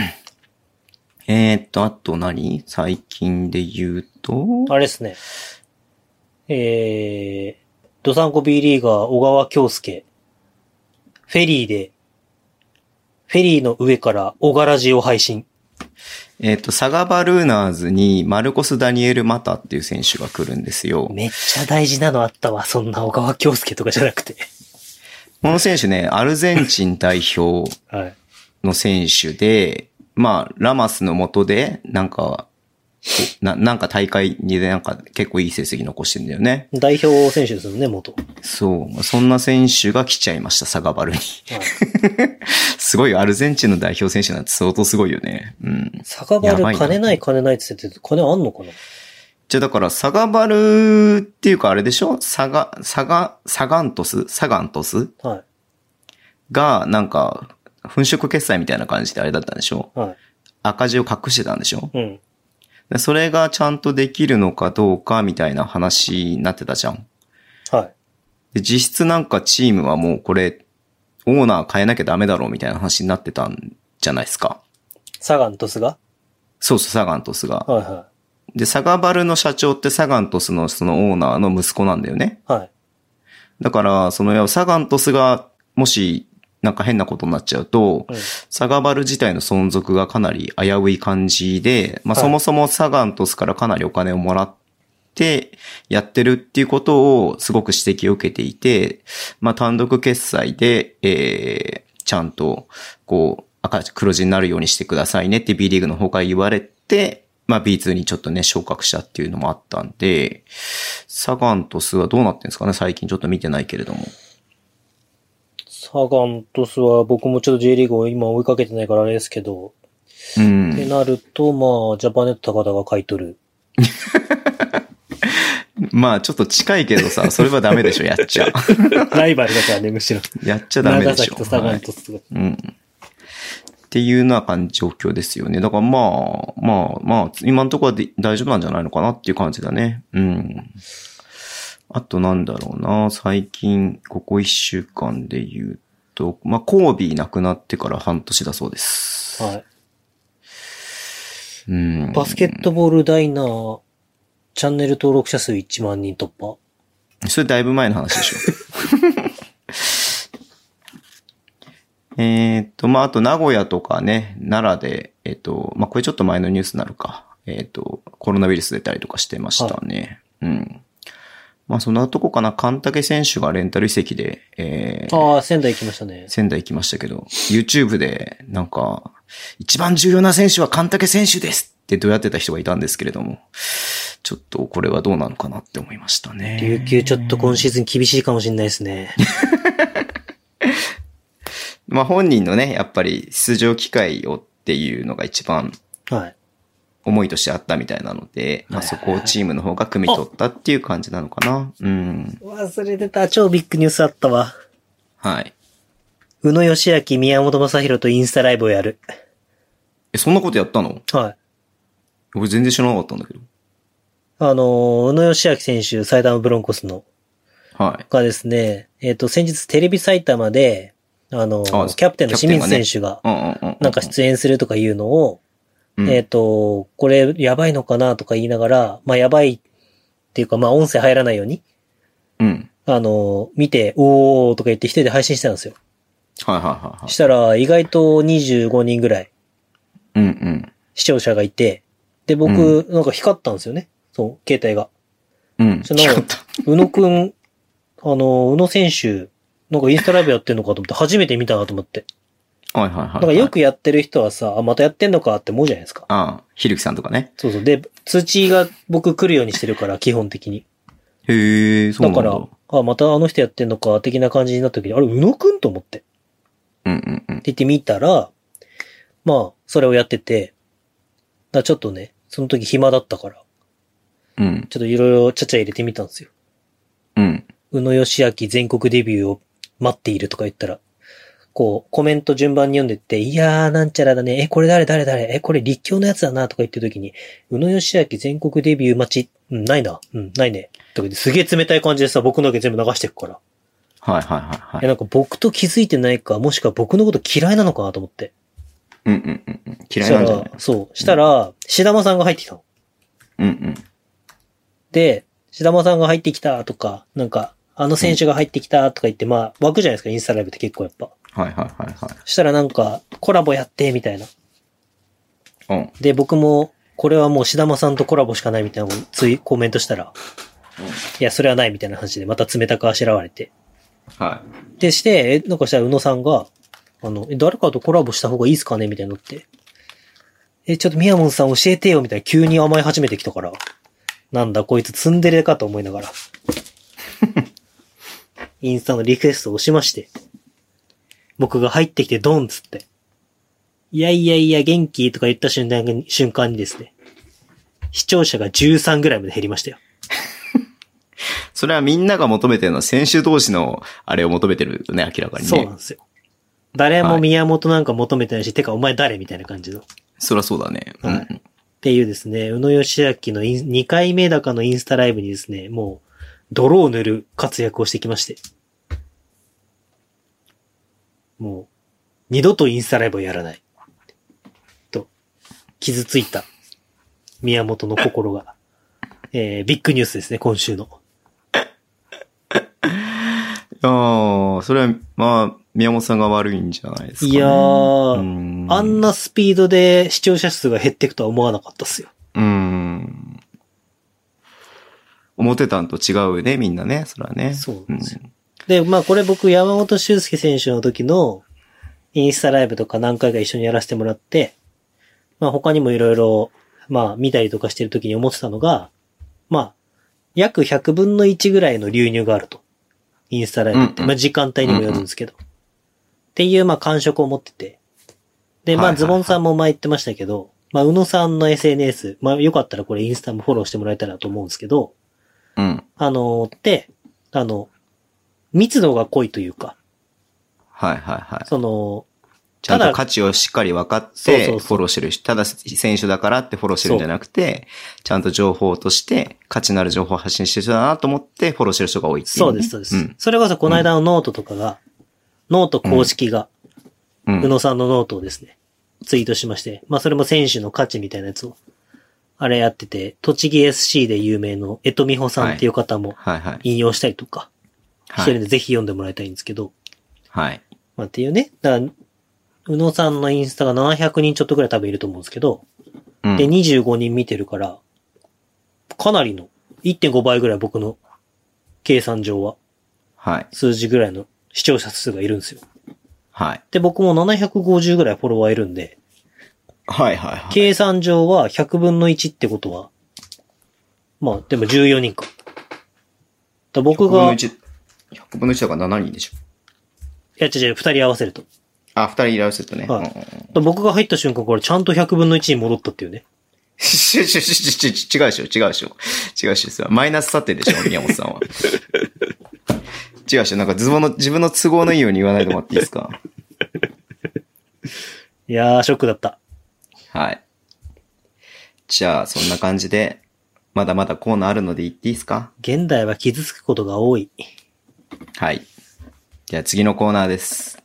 Speaker 2: (clears throat) えーっと、あと何最近で言うと、
Speaker 3: あれですね。えー、ドサンコ B リーガー小川京介。フェリーで、フェリーの上から小柄寺を配信。
Speaker 2: えーっと、サガバルーナーズにマルコス・ダニエル・マタっていう選手が来るんですよ。
Speaker 3: めっちゃ大事なのあったわ。そんな小川京介とかじゃなくて。
Speaker 2: この選手ね、アルゼンチン代表
Speaker 3: はい。
Speaker 2: の選手で、まあ、ラマスの下で、なんか、な、なんか大会にでなんか結構いい成績残してんだよね。
Speaker 3: 代表選手ですよね、元。は
Speaker 2: そう。そんな選手が来ちゃいました、サガバルに。 (laughs)
Speaker 3: い、
Speaker 2: すごいよ、アルゼンチンの代表選手なんて相当すごいよね。うん。
Speaker 3: 酒
Speaker 2: やば
Speaker 3: 場
Speaker 2: い
Speaker 3: る
Speaker 2: な
Speaker 3: 金ない金ないって言ってて、金あんのかな
Speaker 2: じゃあだから、サガバルっていうかあれでしょサガ、サガ、サガントスサガントス
Speaker 3: はい。
Speaker 2: が、なんか、粉飾決済みたいな感じであれだったんでしょ
Speaker 3: は
Speaker 2: 赤字を隠してたんでしょ
Speaker 3: い。うん。
Speaker 2: でそれがちゃんとできるのかどうかみたいな話になってたじゃん。
Speaker 3: はい。
Speaker 2: で、実質なんかチームはもうこれ、オーナー変えなきゃダメだろうみたいな話になってたんじゃないですか。
Speaker 3: サガン鳥栖が
Speaker 2: そうそう、サガントスが。
Speaker 3: はいは
Speaker 2: で、サガバルの社長ってサガントスのそのオーナーの息子なんだよね。
Speaker 3: い。はい。
Speaker 2: だから、その、サガン鳥栖が、もし、なんか変なことになっちゃうと、
Speaker 3: うん
Speaker 2: サガバル自体の存続がかなり危うい感じで、まあ、
Speaker 3: はい
Speaker 2: そもそもサガン鳥栖からかなりお金をもらって、やってるっていうことをすごく指摘を受けていて、まあ、単独決済で、えー、ちゃんと、こう、赤字、黒字になるようにしてくださいねって B リーグの方から言われて、まあ、B2 にちょっとね、昇格したっていうのもあったんで、サガンとスはどうなってんですかね最近ちょっと見てないけれども。
Speaker 3: サガン鳥栖は僕もちょっと J リーグを今追いかけてないからあれですけど、
Speaker 2: う
Speaker 3: って
Speaker 2: ん。
Speaker 3: なると、まあ、ジャパネット高田が買い取る。
Speaker 2: まあ、ちょっと近いけどさ、それはダメでしょやっちゃ。
Speaker 3: (laughs) ライバルだからね、むしろ。
Speaker 2: (laughs) やっちゃダメ
Speaker 3: 長
Speaker 2: でし
Speaker 3: 崎
Speaker 2: ょ。
Speaker 3: とサガ
Speaker 2: は
Speaker 3: ン
Speaker 2: い
Speaker 3: 鳥栖が。
Speaker 2: うん。っていうような感じ、状況ですよね。だからまあ、まあ、まあ、今のところはで大丈夫なんじゃないのかなっていう感じだね。うん。あとなんだろうな、最近、ここ一週間で言うと、まあ、コービー亡くなってから半年だそうです。
Speaker 3: はい。
Speaker 2: うん。
Speaker 3: バスケットボールダイナー、チャンネル登録者数1万人突破。
Speaker 2: それだいぶ前の話でしょ。 (laughs) えーっと、まあ、あと名古屋とかね、奈良で、えっと、まあ、これちょっと前のニュースになるか。えーっと、コロナウイルス出たりとかしてましたね。うん。まあ、そんなとこかな。神武選手がレンタル移籍で、えー
Speaker 3: ああ、仙台行きましたね。
Speaker 2: 仙台行きましたけど、YouTube で、なんか、一番重要な選手は神武選手ですってどうやってた人がいたんですけれども、ちょっとこれはどうなのかなって思いましたね。
Speaker 3: 琉球ちょっと今シーズン厳しいかもしれないで
Speaker 2: (laughs)
Speaker 3: すね。
Speaker 2: まあ本人のね、やっぱり出場機会をっていうのが一番
Speaker 3: はい。
Speaker 2: 思いとしてあったみたいなので、まあそこをチームの方が汲み取ったっていう感じなのかな。うん。
Speaker 3: 忘れてた。超ビッグニュースあったわ。
Speaker 2: はい。
Speaker 3: 宇野義明、宮本正宏とインスタライブをやる。
Speaker 2: え、そんなことやったの
Speaker 3: はい。
Speaker 2: 俺全然知らなかったんだけど。
Speaker 3: あのー、宇野義明選手、埼玉ブロンコスの、
Speaker 2: はい。
Speaker 3: がですね、えっ、と、先日テレビ埼玉で、あのー
Speaker 2: あ
Speaker 3: キャプテンの清水選手が、
Speaker 2: うんうんうんうん。
Speaker 3: なんか出演するとかいうのを、
Speaker 2: うん、
Speaker 3: えっ、と、これやばいのかなとか言いながら、まあやばいっていうか、まあ音声入らないように、
Speaker 2: うん。
Speaker 3: あのー、見て、おーとか言って一人で配信してたんですよ。
Speaker 2: はいはいはいは
Speaker 3: したら、意外と25人ぐらい
Speaker 2: い。うんうん。
Speaker 3: 視聴者がいて、で、僕、なんか光ったんですよね。そう、携帯が。
Speaker 2: うん。
Speaker 3: その
Speaker 2: 違った。
Speaker 3: 宇野くん、あの、宇野選手、なんかインスタライブやってんのかと思って、初めて見たなと思って。
Speaker 2: はいはいはいはい。
Speaker 3: なんかよ。くやってる人はさ、あ、またやってんのかって思うじゃないですか。
Speaker 2: ああ、ひるきさんとかね。
Speaker 3: そうそう。で、通知が僕来るようにしてるから、基本的に。
Speaker 2: へえ、そう
Speaker 3: だ
Speaker 2: なんだ。
Speaker 3: から、あ、またあの人やってんのか、的な感じになった時に、あれ、宇野くんと思って。って
Speaker 2: うんうんうん。
Speaker 3: 言って見たら、まあ、それをやってて、だからちょっとね、その時暇だったから、
Speaker 2: うん。
Speaker 3: ちょっといろいろちゃちゃ入れてみたんですよ。
Speaker 2: うん。
Speaker 3: 宇野義明全国デビューを待っているとか言ったら、こう、コメント順番に読んでって、いやー、なんちゃらだね、え、これ誰誰誰、え、これ立教のやつだな、とか言ってる時に、宇野義明全国デビュー待ち、うん、ないな、うん、ないね。とか言ってすげえ冷たい感じでさ、僕のだけ全部流してくから。
Speaker 2: はいはいはいは
Speaker 3: え、
Speaker 2: い。
Speaker 3: なんか僕と気づいてないか、もしくは僕のこと嫌いなのかなと思って。
Speaker 2: うんうんうんうん。嫌いなんじゃない
Speaker 3: そしたらそう。したら、シダマさんが入ってきたの。
Speaker 2: うんうん。
Speaker 3: で、シダマさんが入ってきたとか、なんか、あの選手が入ってきたとか言って、まあ、枠じゃないですか、インスタライブって結構やっぱ。
Speaker 2: はいはいはいはい
Speaker 3: そしたらなんか、コラボやって、みたいな。。
Speaker 2: うん。
Speaker 3: で、僕も、これはもうシダマさんとコラボしかないみたいなのをついコメントしたら、いや、それはないみたいな話で、また冷たくあしらわれて。
Speaker 2: は
Speaker 3: でして、え、なんかしたら宇野さんが、あの、え誰かとコラボした方がいいっすかねみたいになって。え、ちょっと宮本さん教えてよみたいな急に甘え始めてきたから。なんだこいつツンデレかと思いながら。インスタのリクエストを押しまして。僕が入ってきてドンっつって。いやいやいや元気とか言った瞬間に瞬間にですね。視聴者が13ぐらいまで減りましたよ。
Speaker 2: い。それはみんなが求めてるのは選手同士のあれを求めてるよね、明らかにね。
Speaker 3: そうなんですよ。誰も
Speaker 2: はい
Speaker 3: 宮本なんか求めてないし、てかお前誰みたいな感じの。
Speaker 2: そりゃそうだね。う
Speaker 3: はい
Speaker 2: ん。
Speaker 3: っていうですね、宇野義明のイン2回目だかのインスタライブにですね、もう、泥を塗る活躍をしてきまして。もう、二度とインスタライブをやらない。と、傷ついた、宮本の心が、えー、ビッグニュースですね、今週の。
Speaker 2: ああ、それは、まあ、宮本さんが悪いんじゃないですか、ね。
Speaker 3: いやー
Speaker 2: うん
Speaker 3: あん。なスピードで視聴者数が減っていくとは思わなかったっすよ。
Speaker 2: うん。思ってたんと違うね、みんなね、それはね。
Speaker 3: そうなんですよで、まあこれ僕山本修介選手の時のインスタライブとか何回か一緒にやらせてもらって、まあ他にもいろいろ、まあ見たりとかしてる時に思ってたのが、まあ約100分の1ぐらいの流入があると。インスタライブって。
Speaker 2: うんうん
Speaker 3: まあ時間帯にもよるんですけど。っていうまあ感触を持ってて。で、ま
Speaker 2: はいはい
Speaker 3: あ
Speaker 2: はい
Speaker 3: ズボンさんも前言ってましたけど、まあ宇野さんの SNS、まあよかったらこれインスタもフォローしてもらえたらと思うんですけど、
Speaker 2: うん。うん。
Speaker 3: あのーって、あの、密度が濃いというか、
Speaker 2: はいはいはい。
Speaker 3: その、
Speaker 2: ちゃん
Speaker 3: た
Speaker 2: と
Speaker 3: だ
Speaker 2: 価値をしっかり分かっ
Speaker 3: そうそう
Speaker 2: て、
Speaker 3: そう
Speaker 2: フォローしてるし、ただ選手だからってフォローしてるんじゃなくて、ちゃんと情報として、価値のある情報を発信してる人だなと思って、フォローしてる人が多いっていうね、
Speaker 3: そうです、そうです。
Speaker 2: うん。
Speaker 3: それこそこの間のノートとかが、ノート公式が、
Speaker 2: うん
Speaker 3: 宇野さんのノートをですね、ツイートしまして、まあそれも選手の価値みたいなやつを、あれやってて、栃木 SC で有名の江戸美穂さんっていう方も
Speaker 2: はいはい。
Speaker 3: 引用したりとかしてるん
Speaker 2: はい。
Speaker 3: で、ぜひ読んでもらいたいんですけど、
Speaker 2: はい。
Speaker 3: まあっていうね、だから、宇野さんのインスタが700人ちょっとぐらい多分いると思うんですけど、
Speaker 2: うん
Speaker 3: で、25人見てるから、かなりの、1.5倍ぐらい僕の計算上は、
Speaker 2: はい。
Speaker 3: 数字ぐらいの視聴者数がいるんですよ。
Speaker 2: はい。
Speaker 3: で、僕も750ぐらいフォロワーいるんで、
Speaker 2: はいはいはい。
Speaker 3: 計算上は100分の1ってことは、まあ、でも14人か。だ僕が、い
Speaker 2: 100分の1だから7人でしょ。
Speaker 3: や、違う違う、2人合わせると。
Speaker 2: あ、二人いらっしゃったね。
Speaker 3: は
Speaker 2: う
Speaker 3: い
Speaker 2: んうんうん
Speaker 3: だ僕が入った瞬間からちゃんと100分の1に戻ったっていうね。
Speaker 2: ちちちちちち違うでしょ、違うでしょ。違うでしょそれは、マイナス査定でしょ、宮本さんは。 (laughs) 違うでしょ、なんかズボンの、自分の都合のいいように言わないでもらっていいです
Speaker 3: (laughs)
Speaker 2: か
Speaker 3: いやー、ショックだった。
Speaker 2: はい。じゃあ、そんな感じで、まだまだコーナーあるので言っていいですか
Speaker 3: 現代は傷つくことが多い。
Speaker 2: はい。じゃあ次のコーナーです。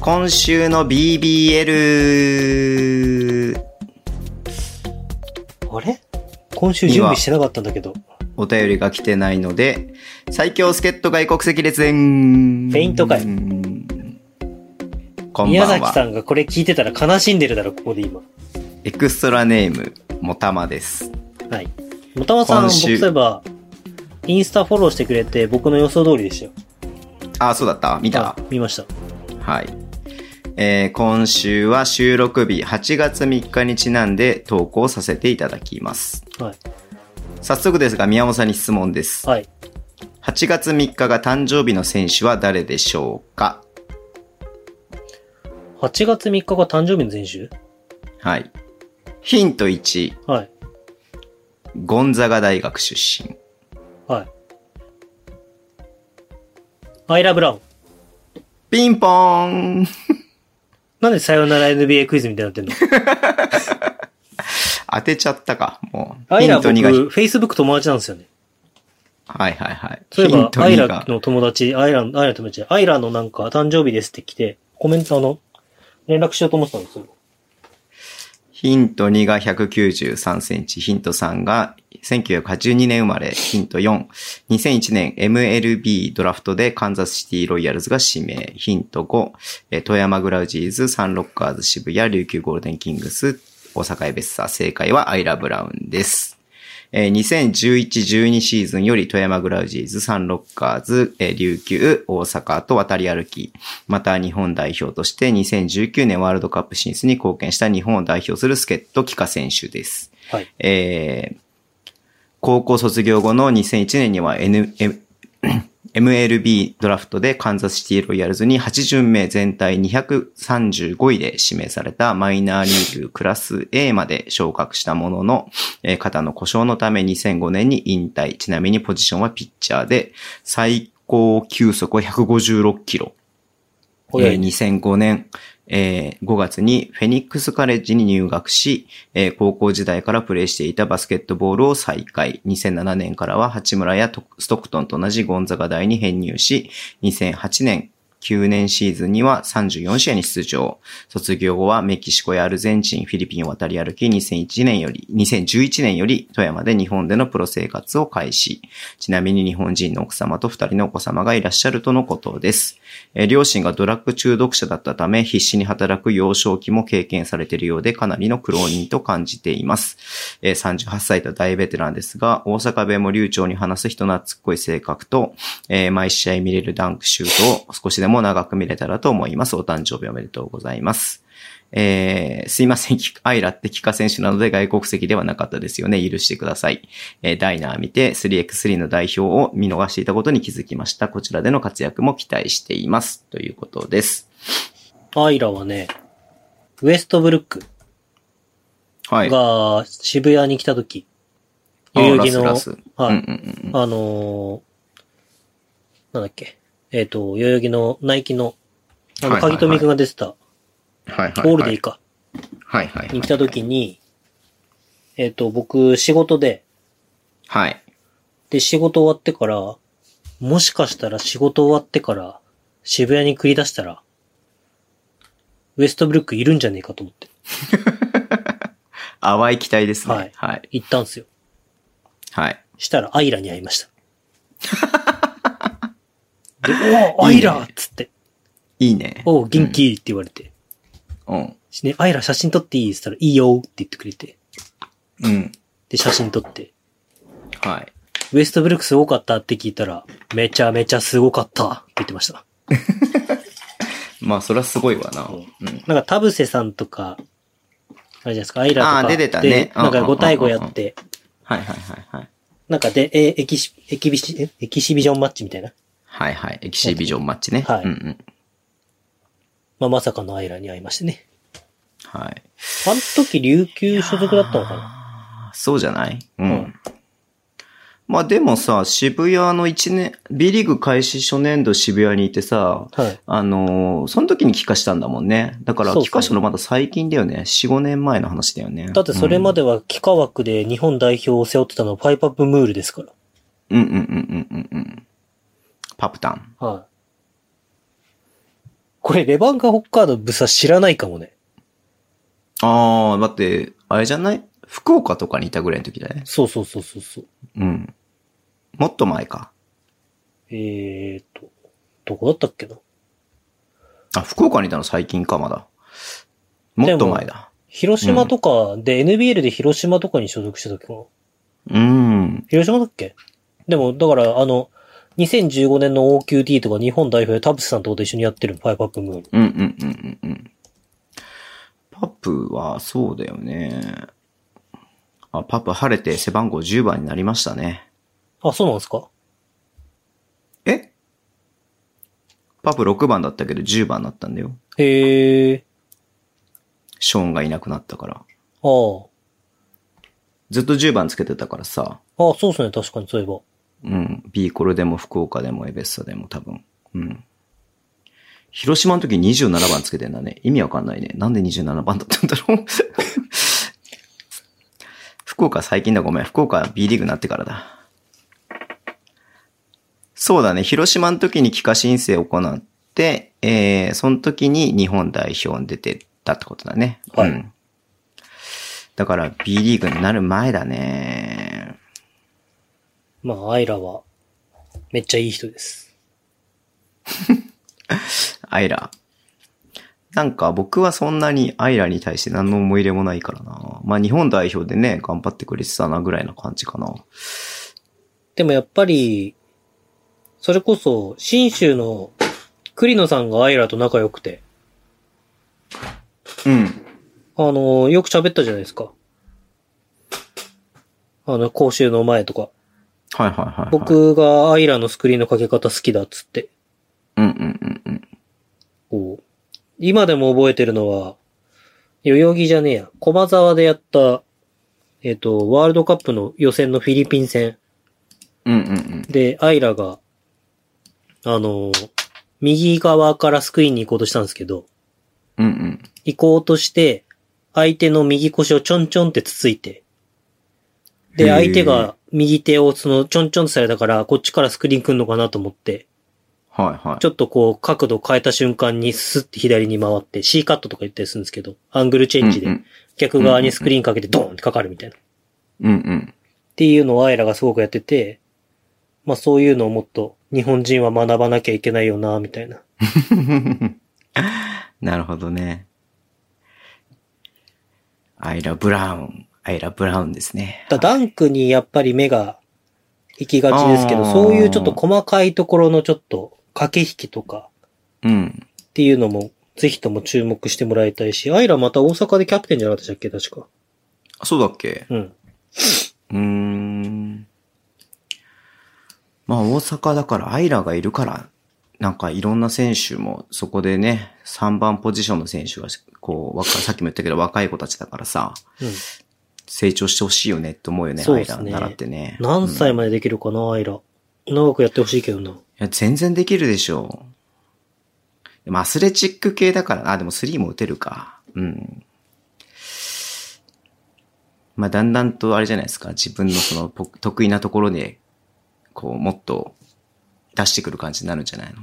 Speaker 2: 今週の BBL
Speaker 3: あれ今週準備してなかったんだけど。
Speaker 2: お便りが来てないので、最強助っ人外国籍列伝。
Speaker 3: フェイントかい
Speaker 2: こん
Speaker 3: 宮
Speaker 2: ばん
Speaker 3: 崎さ
Speaker 2: は。
Speaker 3: んがこれ聞いてたら悲しんでるだろ、ここで今。
Speaker 2: エクストラネーム、もたまです。
Speaker 3: はい。もたまさん、
Speaker 2: 今
Speaker 3: 僕
Speaker 2: 週
Speaker 3: そういえば、インスタフォローしてくれて、僕の予想通りでしたよ。
Speaker 2: あ、そうだった見た、
Speaker 3: はい見ました。
Speaker 2: はい。えー今週は収録日8月3日にちなんで投稿させていただきます。
Speaker 3: はい。
Speaker 2: 早速ですが、宮本さんに質問です。
Speaker 3: はい。
Speaker 2: 8月3日が誕生日の選手は誰でしょうか
Speaker 3: 8月3日が誕生日の選手
Speaker 2: はい。ヒント1、
Speaker 3: はい。
Speaker 2: ゴンザガ大学出身。
Speaker 3: はい。アイラ・ブラウン。
Speaker 2: ピンポーン
Speaker 3: なんでさよなら NBA クイズみたいになってんの
Speaker 2: 当てちゃったか、もう。
Speaker 3: アイ
Speaker 2: (laughs) ヒ
Speaker 3: ラ
Speaker 2: ント
Speaker 3: 僕、
Speaker 2: 2が、
Speaker 3: Facebook 友達なんですよね。
Speaker 2: はいはいはい。
Speaker 3: そういえ
Speaker 2: ヒ
Speaker 3: ば
Speaker 2: ン、ト
Speaker 3: アイ
Speaker 2: 2
Speaker 3: ラ
Speaker 2: が、
Speaker 3: の友達、アイラの、アイラの友達、アイラのなんか誕生日ですって来て、コメントあの、連絡しようと思ってたんですよ。
Speaker 2: ヒント2が193センチ、ヒント3が1982年生まれ、ヒント4、2001年 MLB ドラフトでカンザスシティロイヤルズが指名、ヒント5、えー富山グラウジーズ、サンロッカーズ渋谷、琉球ゴールデンキングス、大阪エベッサー、正解はアイラ・ブラウンです。えー2011-12シーズンより富山グラウジーズ、サンロッカーズ、えー琉球、大阪と渡り歩き、また日本代表として2019年ワールドカップ進出に貢献した日本を代表する助っ人、キカ選手です。
Speaker 3: はい。
Speaker 2: えー高校卒業後の2001年には N、M (coughs) MLB ドラフトでカンザスシティロイヤルズに8巡目全体235位で指名されたマイナーリーグクラス A まで昇格したものの、えー肩の故障のため2005年に引退。ちなみにポジションはピッチャーで、最高球速は156キロ。
Speaker 3: 早
Speaker 2: え
Speaker 3: い
Speaker 2: ー
Speaker 3: ね。
Speaker 2: 2005年、えー5月にフェニックスカレッジに入学し、えー高校時代からプレーしていたバスケットボールを再開。2007年からは八村やトストックトンと同じゴンザガ大に編入し、2008年、9年シーズンには34試合に出場。卒業後はメキシコやアルゼンチン、フィリピンを渡り歩き、2001年より、2011年より富山で日本でのプロ生活を開始。ちなみに日本人の奥様と二人のお子様がいらっしゃるとのことです。えー両親がドラッグ中毒者だったため、必死に働く幼少期も経験されているようで、かなりの苦労人と感じています。えー38歳と大ベテランですが、大阪弁も流暢に話す人懐っこい性格と、えー毎試合見れるダンクシュートを少しでも長く見れたらと思います。お誕生日おめでとうございます。えーすいません、 (laughs) キアイラってキカ選手なので外国籍ではなかったですよね。許してください。えーダイナー見て 3x3 の代表を見逃していたことに気づきました。こちらでの活躍も期待しています。ということです。
Speaker 3: アイラはね、ウエストブルック
Speaker 2: はい。
Speaker 3: が渋谷に来た時、
Speaker 2: あ
Speaker 3: 代々木の、
Speaker 2: ラスラス
Speaker 3: はい、
Speaker 2: うんうんうんうん
Speaker 3: あのーなんだっけ、えっ、と、代々木のナイキの、あの、
Speaker 2: はいはいは
Speaker 3: 鍵
Speaker 2: い
Speaker 3: 富くんが出てた、
Speaker 2: はいはいはい
Speaker 3: ゴールデイか、
Speaker 2: はいはいはい。
Speaker 3: に来た時に、えっ、と、僕、仕事で、
Speaker 2: はい。
Speaker 3: で、仕事終わってから、もしかしたら仕事終わってから、渋谷に繰り出したら、ウエストブルックいるんじゃねえかと思って、
Speaker 2: 淡い期待ですね。
Speaker 3: はい
Speaker 2: はい。
Speaker 3: 行ったんですよ。
Speaker 2: はい。
Speaker 3: したら、アイラに会いま
Speaker 2: (laughs)
Speaker 3: した。で、おお、アイ
Speaker 2: いい
Speaker 3: ラ
Speaker 2: ね
Speaker 3: っつって、
Speaker 2: いいね。
Speaker 3: おお、元気って言われて、
Speaker 2: うん。
Speaker 3: ね、アイラ写真撮っていいって言ったら、いいよって言ってくれて。
Speaker 2: うん。
Speaker 3: で、写真撮って。
Speaker 2: はい。
Speaker 3: ウエストブルックすごかったって聞いたら、めちゃめちゃすごかったって言ってました。
Speaker 2: まあ、そりゃすごいわな。
Speaker 3: う
Speaker 2: うんん。
Speaker 3: なんか、田臥さんとか、あれじゃないですか、アイラとか。
Speaker 2: あー出てたね
Speaker 3: で
Speaker 2: うん
Speaker 3: なんか
Speaker 2: うんうんうん
Speaker 3: 5対5やって、
Speaker 2: はいはいはいはい。
Speaker 3: なんかで、え、エキシ、エキビシ、えエキシビジョンマッチみたいな。
Speaker 2: はいはい。エキシビジョンマッチね。
Speaker 3: はい
Speaker 2: うんうん。
Speaker 3: まあ、まさかのアイラに会いましてね。
Speaker 2: はい。
Speaker 3: あの時、琉球所属だったのかな
Speaker 2: なそうじゃないうん。
Speaker 3: うん
Speaker 2: まあでもさ、渋谷の1年、B リーグ開始初年度渋谷にいてさ、
Speaker 3: はい。
Speaker 2: あのーその時に帰化したんだもんね。だから
Speaker 3: そうそう
Speaker 2: 帰化したのまだ最近だよね。4、5年前の話だよね。
Speaker 3: だってそれま
Speaker 2: で。
Speaker 3: では、幾何枠で日本代表を背負ってたのはパイパップムールですから。
Speaker 2: うんうんうんうんうんうん。パプタン。
Speaker 3: はい。これ、レバンガ北海道ブサ知らないかもね。
Speaker 2: ああ、だって、あれじゃない福岡とかにいたぐらいの時だね。
Speaker 3: そうそうそうそうそう。
Speaker 2: うん。もっと前か。
Speaker 3: えーっと、どこだったっけな
Speaker 2: あ、福岡にいたの最近か、まだ。もっと前だ。
Speaker 3: 広島とか、で、NBL で広島とかに所属してた時かな
Speaker 2: うん。
Speaker 3: 広島だっけでも、だから、あの、2015年の OQD とか日本代表で田臥さんとこと一緒にやってるパイプアップムーン。
Speaker 2: うんうんうんうんうん。パプはそうだよね。あパパ晴れて背番号10番になりましたね。
Speaker 3: あ、そうなんですか
Speaker 2: えパプ6番だったけど10番になったんだよ。
Speaker 3: へえ。
Speaker 2: ショーンがいなくなったから。
Speaker 3: ああ。
Speaker 2: ずっと10番つけてたからさ。
Speaker 3: ああ、そうっすね。確かに、そういえば。
Speaker 2: うん。ビーコルでも福岡でもエベッサでも多分。うん。広島の時27番つけてんだね。意味わかんないね。なんで27番だったんだろう。 (laughs) 福岡最近だごめん。福岡は B リーグになってからだ。そうだね。広島の時に帰化申請を行って、えー、その時に日本代表に出てったってことだね。
Speaker 3: はい
Speaker 2: うん。だから B リーグになる前だね。
Speaker 3: まあ、アイラは、めっちゃいい人です。
Speaker 2: アイラ。なんか僕はそんなにアイラに対して何の思い入れもないからな。まあ日本代表でね、頑張ってくれてたなぐらいな感じかな。
Speaker 3: でもやっぱり、それこそ、新州の栗野さんがアイラと仲良くて、
Speaker 2: うん。
Speaker 3: あの、よく喋ったじゃないですか。あの、講習の前とか。
Speaker 2: はいはいはい、はい。。
Speaker 3: 僕がアイラのスクリーンのかけ方好きだっつって。
Speaker 2: うんうんうんうん。
Speaker 3: こう今でも覚えてるのは、代々木じゃねえや、駒沢でやった、えっ、と、ワールドカップの予選のフィリピン戦
Speaker 2: うんうんうん。
Speaker 3: で、アイラが、あの、右側からスクリーンに行こうとしたんですけど、
Speaker 2: うんうん。
Speaker 3: 行こうとして、相手の右腰をちょんちょんってつついて、で、
Speaker 2: へー
Speaker 3: 相手が右手をそのちょんちょんってされたから、こっちからスクリーン来んのかなと思って、
Speaker 2: はいはい。
Speaker 3: ちょっとこう角度変えた瞬間にスッて左に回って、C カットとか言ったりするんですけど、アングルチェン
Speaker 2: う
Speaker 3: ジで
Speaker 2: ん
Speaker 3: 逆側にスクリーンかけてドーンってかかるみたいな。っ
Speaker 2: うん。うんうん。
Speaker 3: ていうのをアイラがすごくやってて、まあそういうのをもっと日本人は学ばなきゃいけないよな、みたいな。
Speaker 2: なるほどね。アイラ・ブラウン。アイラ・ブラウンですね。
Speaker 3: だダンクにやっぱり目が行きがちですけど、
Speaker 2: あー
Speaker 3: そういうちょっと細かいところのちょっと駆け引きとか
Speaker 2: うん。
Speaker 3: っていうのも、ぜひとも注目してもらいたいし、アイラまた大阪でキャプテンじゃなかったでしたっけ確か。
Speaker 2: あそうだっけ
Speaker 3: うん。
Speaker 2: うーん。まあ大阪だからアイラがいるから、なんかいろんな選手もそこでね、3番ポジションの選手が、こう、若いさっきも言ったけど若い子たちだからさ、
Speaker 3: うん。
Speaker 2: 成長してほしいよねって思うよね、
Speaker 3: そう
Speaker 2: ア
Speaker 3: で
Speaker 2: イ
Speaker 3: す
Speaker 2: ラ
Speaker 3: ね
Speaker 2: 習ってね。
Speaker 3: 何歳
Speaker 2: うんい
Speaker 3: までできるかな、アイラ。長くやってほしいけどな。
Speaker 2: や、全然できるでしょう。でもアスレチック系だから、あ、でも3も打てるか。うん。まあ、だんだんとあれじゃないですか、自分のそのぽ得意なところで、こう、もっと出してくる感じになるんじゃない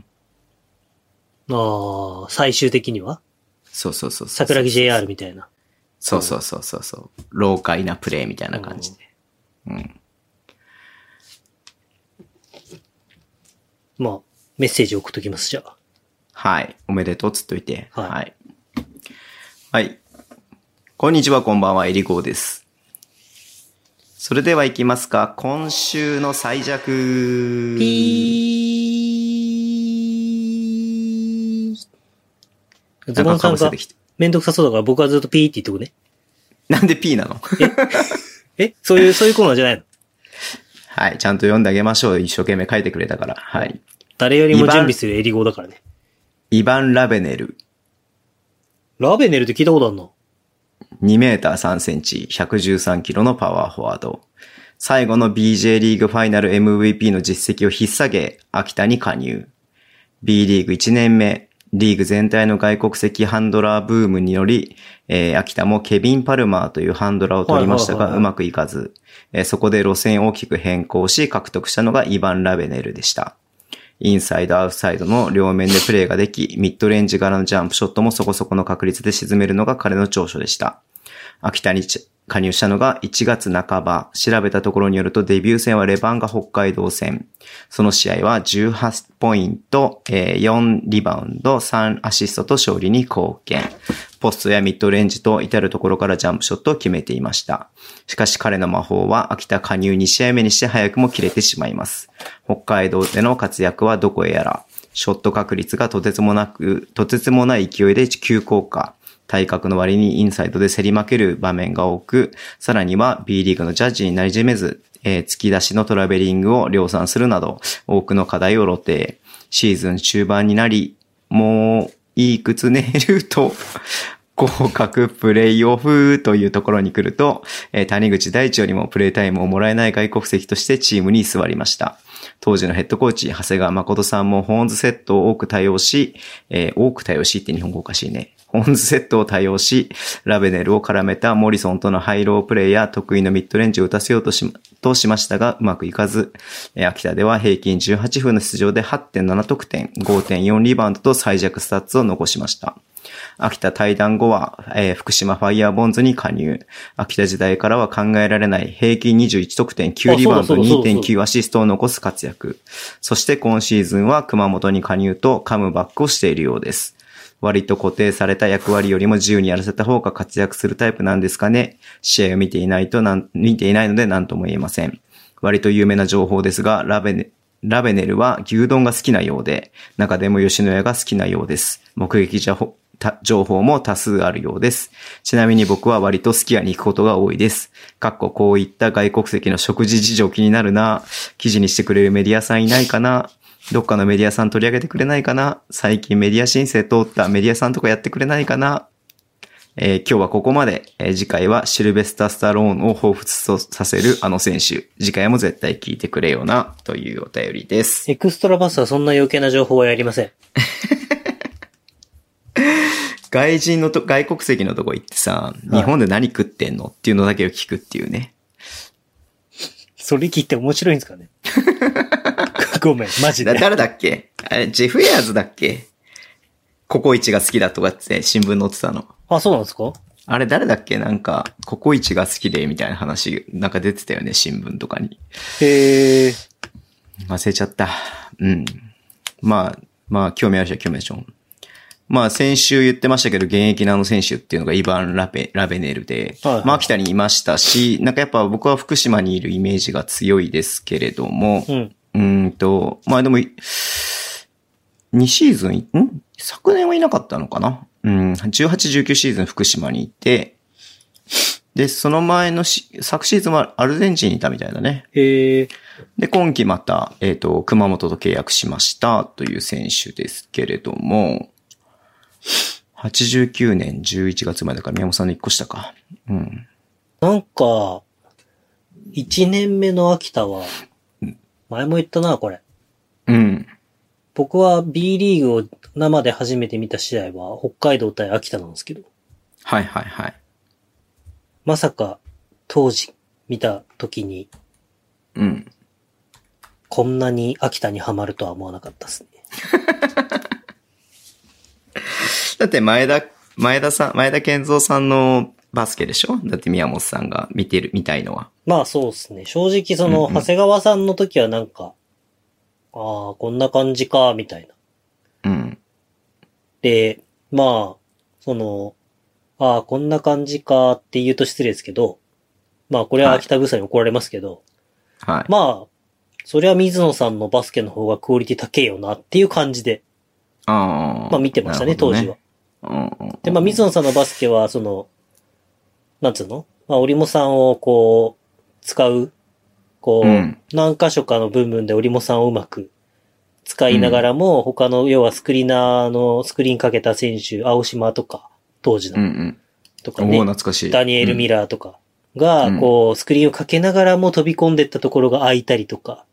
Speaker 2: の
Speaker 3: ああ、最終的には
Speaker 2: そうそうそうそう。
Speaker 3: 桜木 JR みたいな。
Speaker 2: そうそうそうそうそう。老快なプレイみたいな感じで。うん。
Speaker 3: まあ、メッセージ送っときます、じゃあ。
Speaker 2: はい。おめでとうっつっといて。
Speaker 3: はい
Speaker 2: はい。はい。こんにちは、こんばんは、えりこです。それでは行きますか。今週の最弱。
Speaker 3: ピー。ズボ
Speaker 2: なん
Speaker 3: ン
Speaker 2: か被
Speaker 3: さん
Speaker 2: せ
Speaker 3: が
Speaker 2: てきて。
Speaker 3: めんどくさそうだから僕はずっとピーって言っておくね。
Speaker 2: なんで P なの
Speaker 3: えそう (laughs) いう、そういうコーナーじゃないの
Speaker 2: はい。ちゃんと読んであげましょう。一生懸命書いてくれたから。はい。
Speaker 3: 誰よりも
Speaker 2: 二
Speaker 3: 準
Speaker 2: 番
Speaker 3: 備するエリゴだからね。
Speaker 2: イバン・ラベネル。
Speaker 3: ラベネルって聞いたことあるの
Speaker 2: 2メーター3センチ、113キロのパワーフォワード。最後の BJ リーグファイナル MVP の実績を引っ提げ、秋田に加入。B リーグ1年目、リーグ全体の外国籍ハンドラーブームにより、えー秋田もケビン・パルマーというハンドラーを取りました
Speaker 3: はいはい
Speaker 2: が、
Speaker 3: はいう
Speaker 2: まくいかず、えーそこで路線を大きく変更し、獲得したのがイバン・ラベネルでした。インサイド、アウトサイドの両面でプレーができ、ミッドレンジからのジャンプショットもそこそこの確率で沈めるのが彼の長所でした。秋田に加入したのが1月半ば。調べたところによるとデビュー戦はレバンガ北海道戦。その試合は18ポイント、えー4リバウンド、3アシストと勝利に貢献。ポストやミッドレンジと至るところからジャンプショットを決めていました。しかし彼の魔法は秋田加入2試合目にして早くも切れてしまいます。北海道での活躍はどこへやら。ショット確率がとてつもなく、とてつもない勢いで急降下。体格の割にインサイドで競り負ける場面が多く、さらには B リーグのジャッジになりじめず、えー突き出しのトラベリングを量産するなど、多くの課題を露呈。シーズン中盤になり、もういい靴寝ると、 (laughs) 合格プレイオフというところに来ると、えー谷口大地よりもプレイタイムをもらえない外国籍としてチームに居座りました。当時のヘッドコーチ、長谷川誠さんもホーンズセットを多く対応し、えー多く対応しって日本語おかしいね。ホーンズセットを対応し、ラベネルを絡めたモリソンとのハイロープレイや得意のミッドレンジを打たせようとし、としましたが、うまくいかず、えー秋田では平均18分の出場で8.7得点、5.4リバウンドと最弱スタッツを残しました。秋田対談後は、えー福島ファイヤーボンズに加入。秋田時代からは考えられない平均21得点、9リバウンド、
Speaker 3: あそうだそうだそうだ
Speaker 2: 2.9アシストを残す活躍。そして今シーズンは熊本に加入とカムバックをしているようです。割と固定された役割よりも自由にやらせた方が活躍するタイプなんですかね。試合を見ていないとなん、見ていないので何とも言えません。割と有名な情報ですが、ラベネ、ラベネルは牛丼が好きなようで、中でも吉野家が好きなようです。目撃者ほた情報も多数あるようです。ちなみに僕は割とすき家に行くことが多いです。かっここういった外国籍の食事事情気になるな。記事にしてくれるメディアさんいないかな。どっかのメディアさん取り上げてくれないかな最近メディア申請通ったメディアさんとかやってくれないかなえー今日はここまで、えー次回はシルベスタ・スタローンを彷彿とさせるあの選手。次回も絶対聞いてくれよな、というお便りです。
Speaker 3: エクストラバスはそんな余計な情報はやりません。
Speaker 2: 外人のと、外国籍のとこ行ってさ、
Speaker 3: はい
Speaker 2: 日本で何食ってんのっていうのだけを聞くっていうね。
Speaker 3: それ聞いて面白いんですかね (laughs) ごめん、マジで
Speaker 2: だ。誰だっけあれ、ジェフ・エアーズだっけココイチが好きだとかって新聞載ってたの。
Speaker 3: あ、そうなんですか
Speaker 2: あれ誰だっけなんか、ココイチが好きで、みたいな話、なんか出てたよね、新聞とかに。
Speaker 3: へえ。
Speaker 2: 忘れちゃった。うん。まあ、まあ、興味ある人は興味あるでしょ。まあ、先週言ってましたけど、現役のあの選手っていうのがイバン・ラベラベネルで、
Speaker 3: はいはい
Speaker 2: まあ、秋田にいましたし、なんかやっぱ僕は福島にいるイメージが強いですけれども、
Speaker 3: うん。
Speaker 2: うーんと、まあでも、2シーズンい、ん昨年はいなかったのかなうん、18、19シーズン福島にいて、で、その前のし、昨シーズンはアルゼンチンにいたみたいだね。
Speaker 3: へえ。
Speaker 2: で、今季また、えっ、と、熊本と契約しましたという選手ですけれども、89年11月までだから宮本さんの1個下か。うん。
Speaker 3: なんか、一年目の秋田は、前も言ったな、これ。
Speaker 2: うん。
Speaker 3: 僕は B リーグを生で初めて見た試合は、北海道対秋田なんですけど、
Speaker 2: はいはいはい。
Speaker 3: まさか、当時見た時に、
Speaker 2: うん。
Speaker 3: こんなに秋田にはまるとは思わなかったですね。
Speaker 2: だって前田、前田さん、前田健三さんのバスケでしょだって宮本さんが見てる、見たいのは。
Speaker 3: まあそうですね。正直その、
Speaker 2: うんうん
Speaker 3: 長谷川さんの時はなんか、ああ、こんな感じか、みたいな。
Speaker 2: うん。
Speaker 3: で、まあ、その、ああ、こんな感じかって言うと失礼ですけど、まあこれは秋田部さんに怒られますけど、
Speaker 2: はい。
Speaker 3: まあ、そりゃ水野さんのバスケの方がクオリティ高えよなっていう感じで、
Speaker 2: あー
Speaker 3: まあ見てました
Speaker 2: な
Speaker 3: ね、
Speaker 2: るほ
Speaker 3: 当
Speaker 2: ど
Speaker 3: 時は。
Speaker 2: うんうんうん。
Speaker 3: で、まあ水野さんのバスケは、その、なんつうのまあ織茂さんをこう、使う、こう、
Speaker 2: うん
Speaker 3: 何箇所かの部分で織茂さんをうまく使いながらも、他の、要はスクリーナーのスクリーンかけた選手、青島とか、当時
Speaker 2: う
Speaker 3: の、
Speaker 2: ん
Speaker 3: とか
Speaker 2: うん。おお
Speaker 3: ね
Speaker 2: ー、懐かしい。
Speaker 3: ダニエル・ミラーとかが
Speaker 2: う、ん
Speaker 3: こう、スクリーンをかけながらも飛び込んでったところが空いたりとか、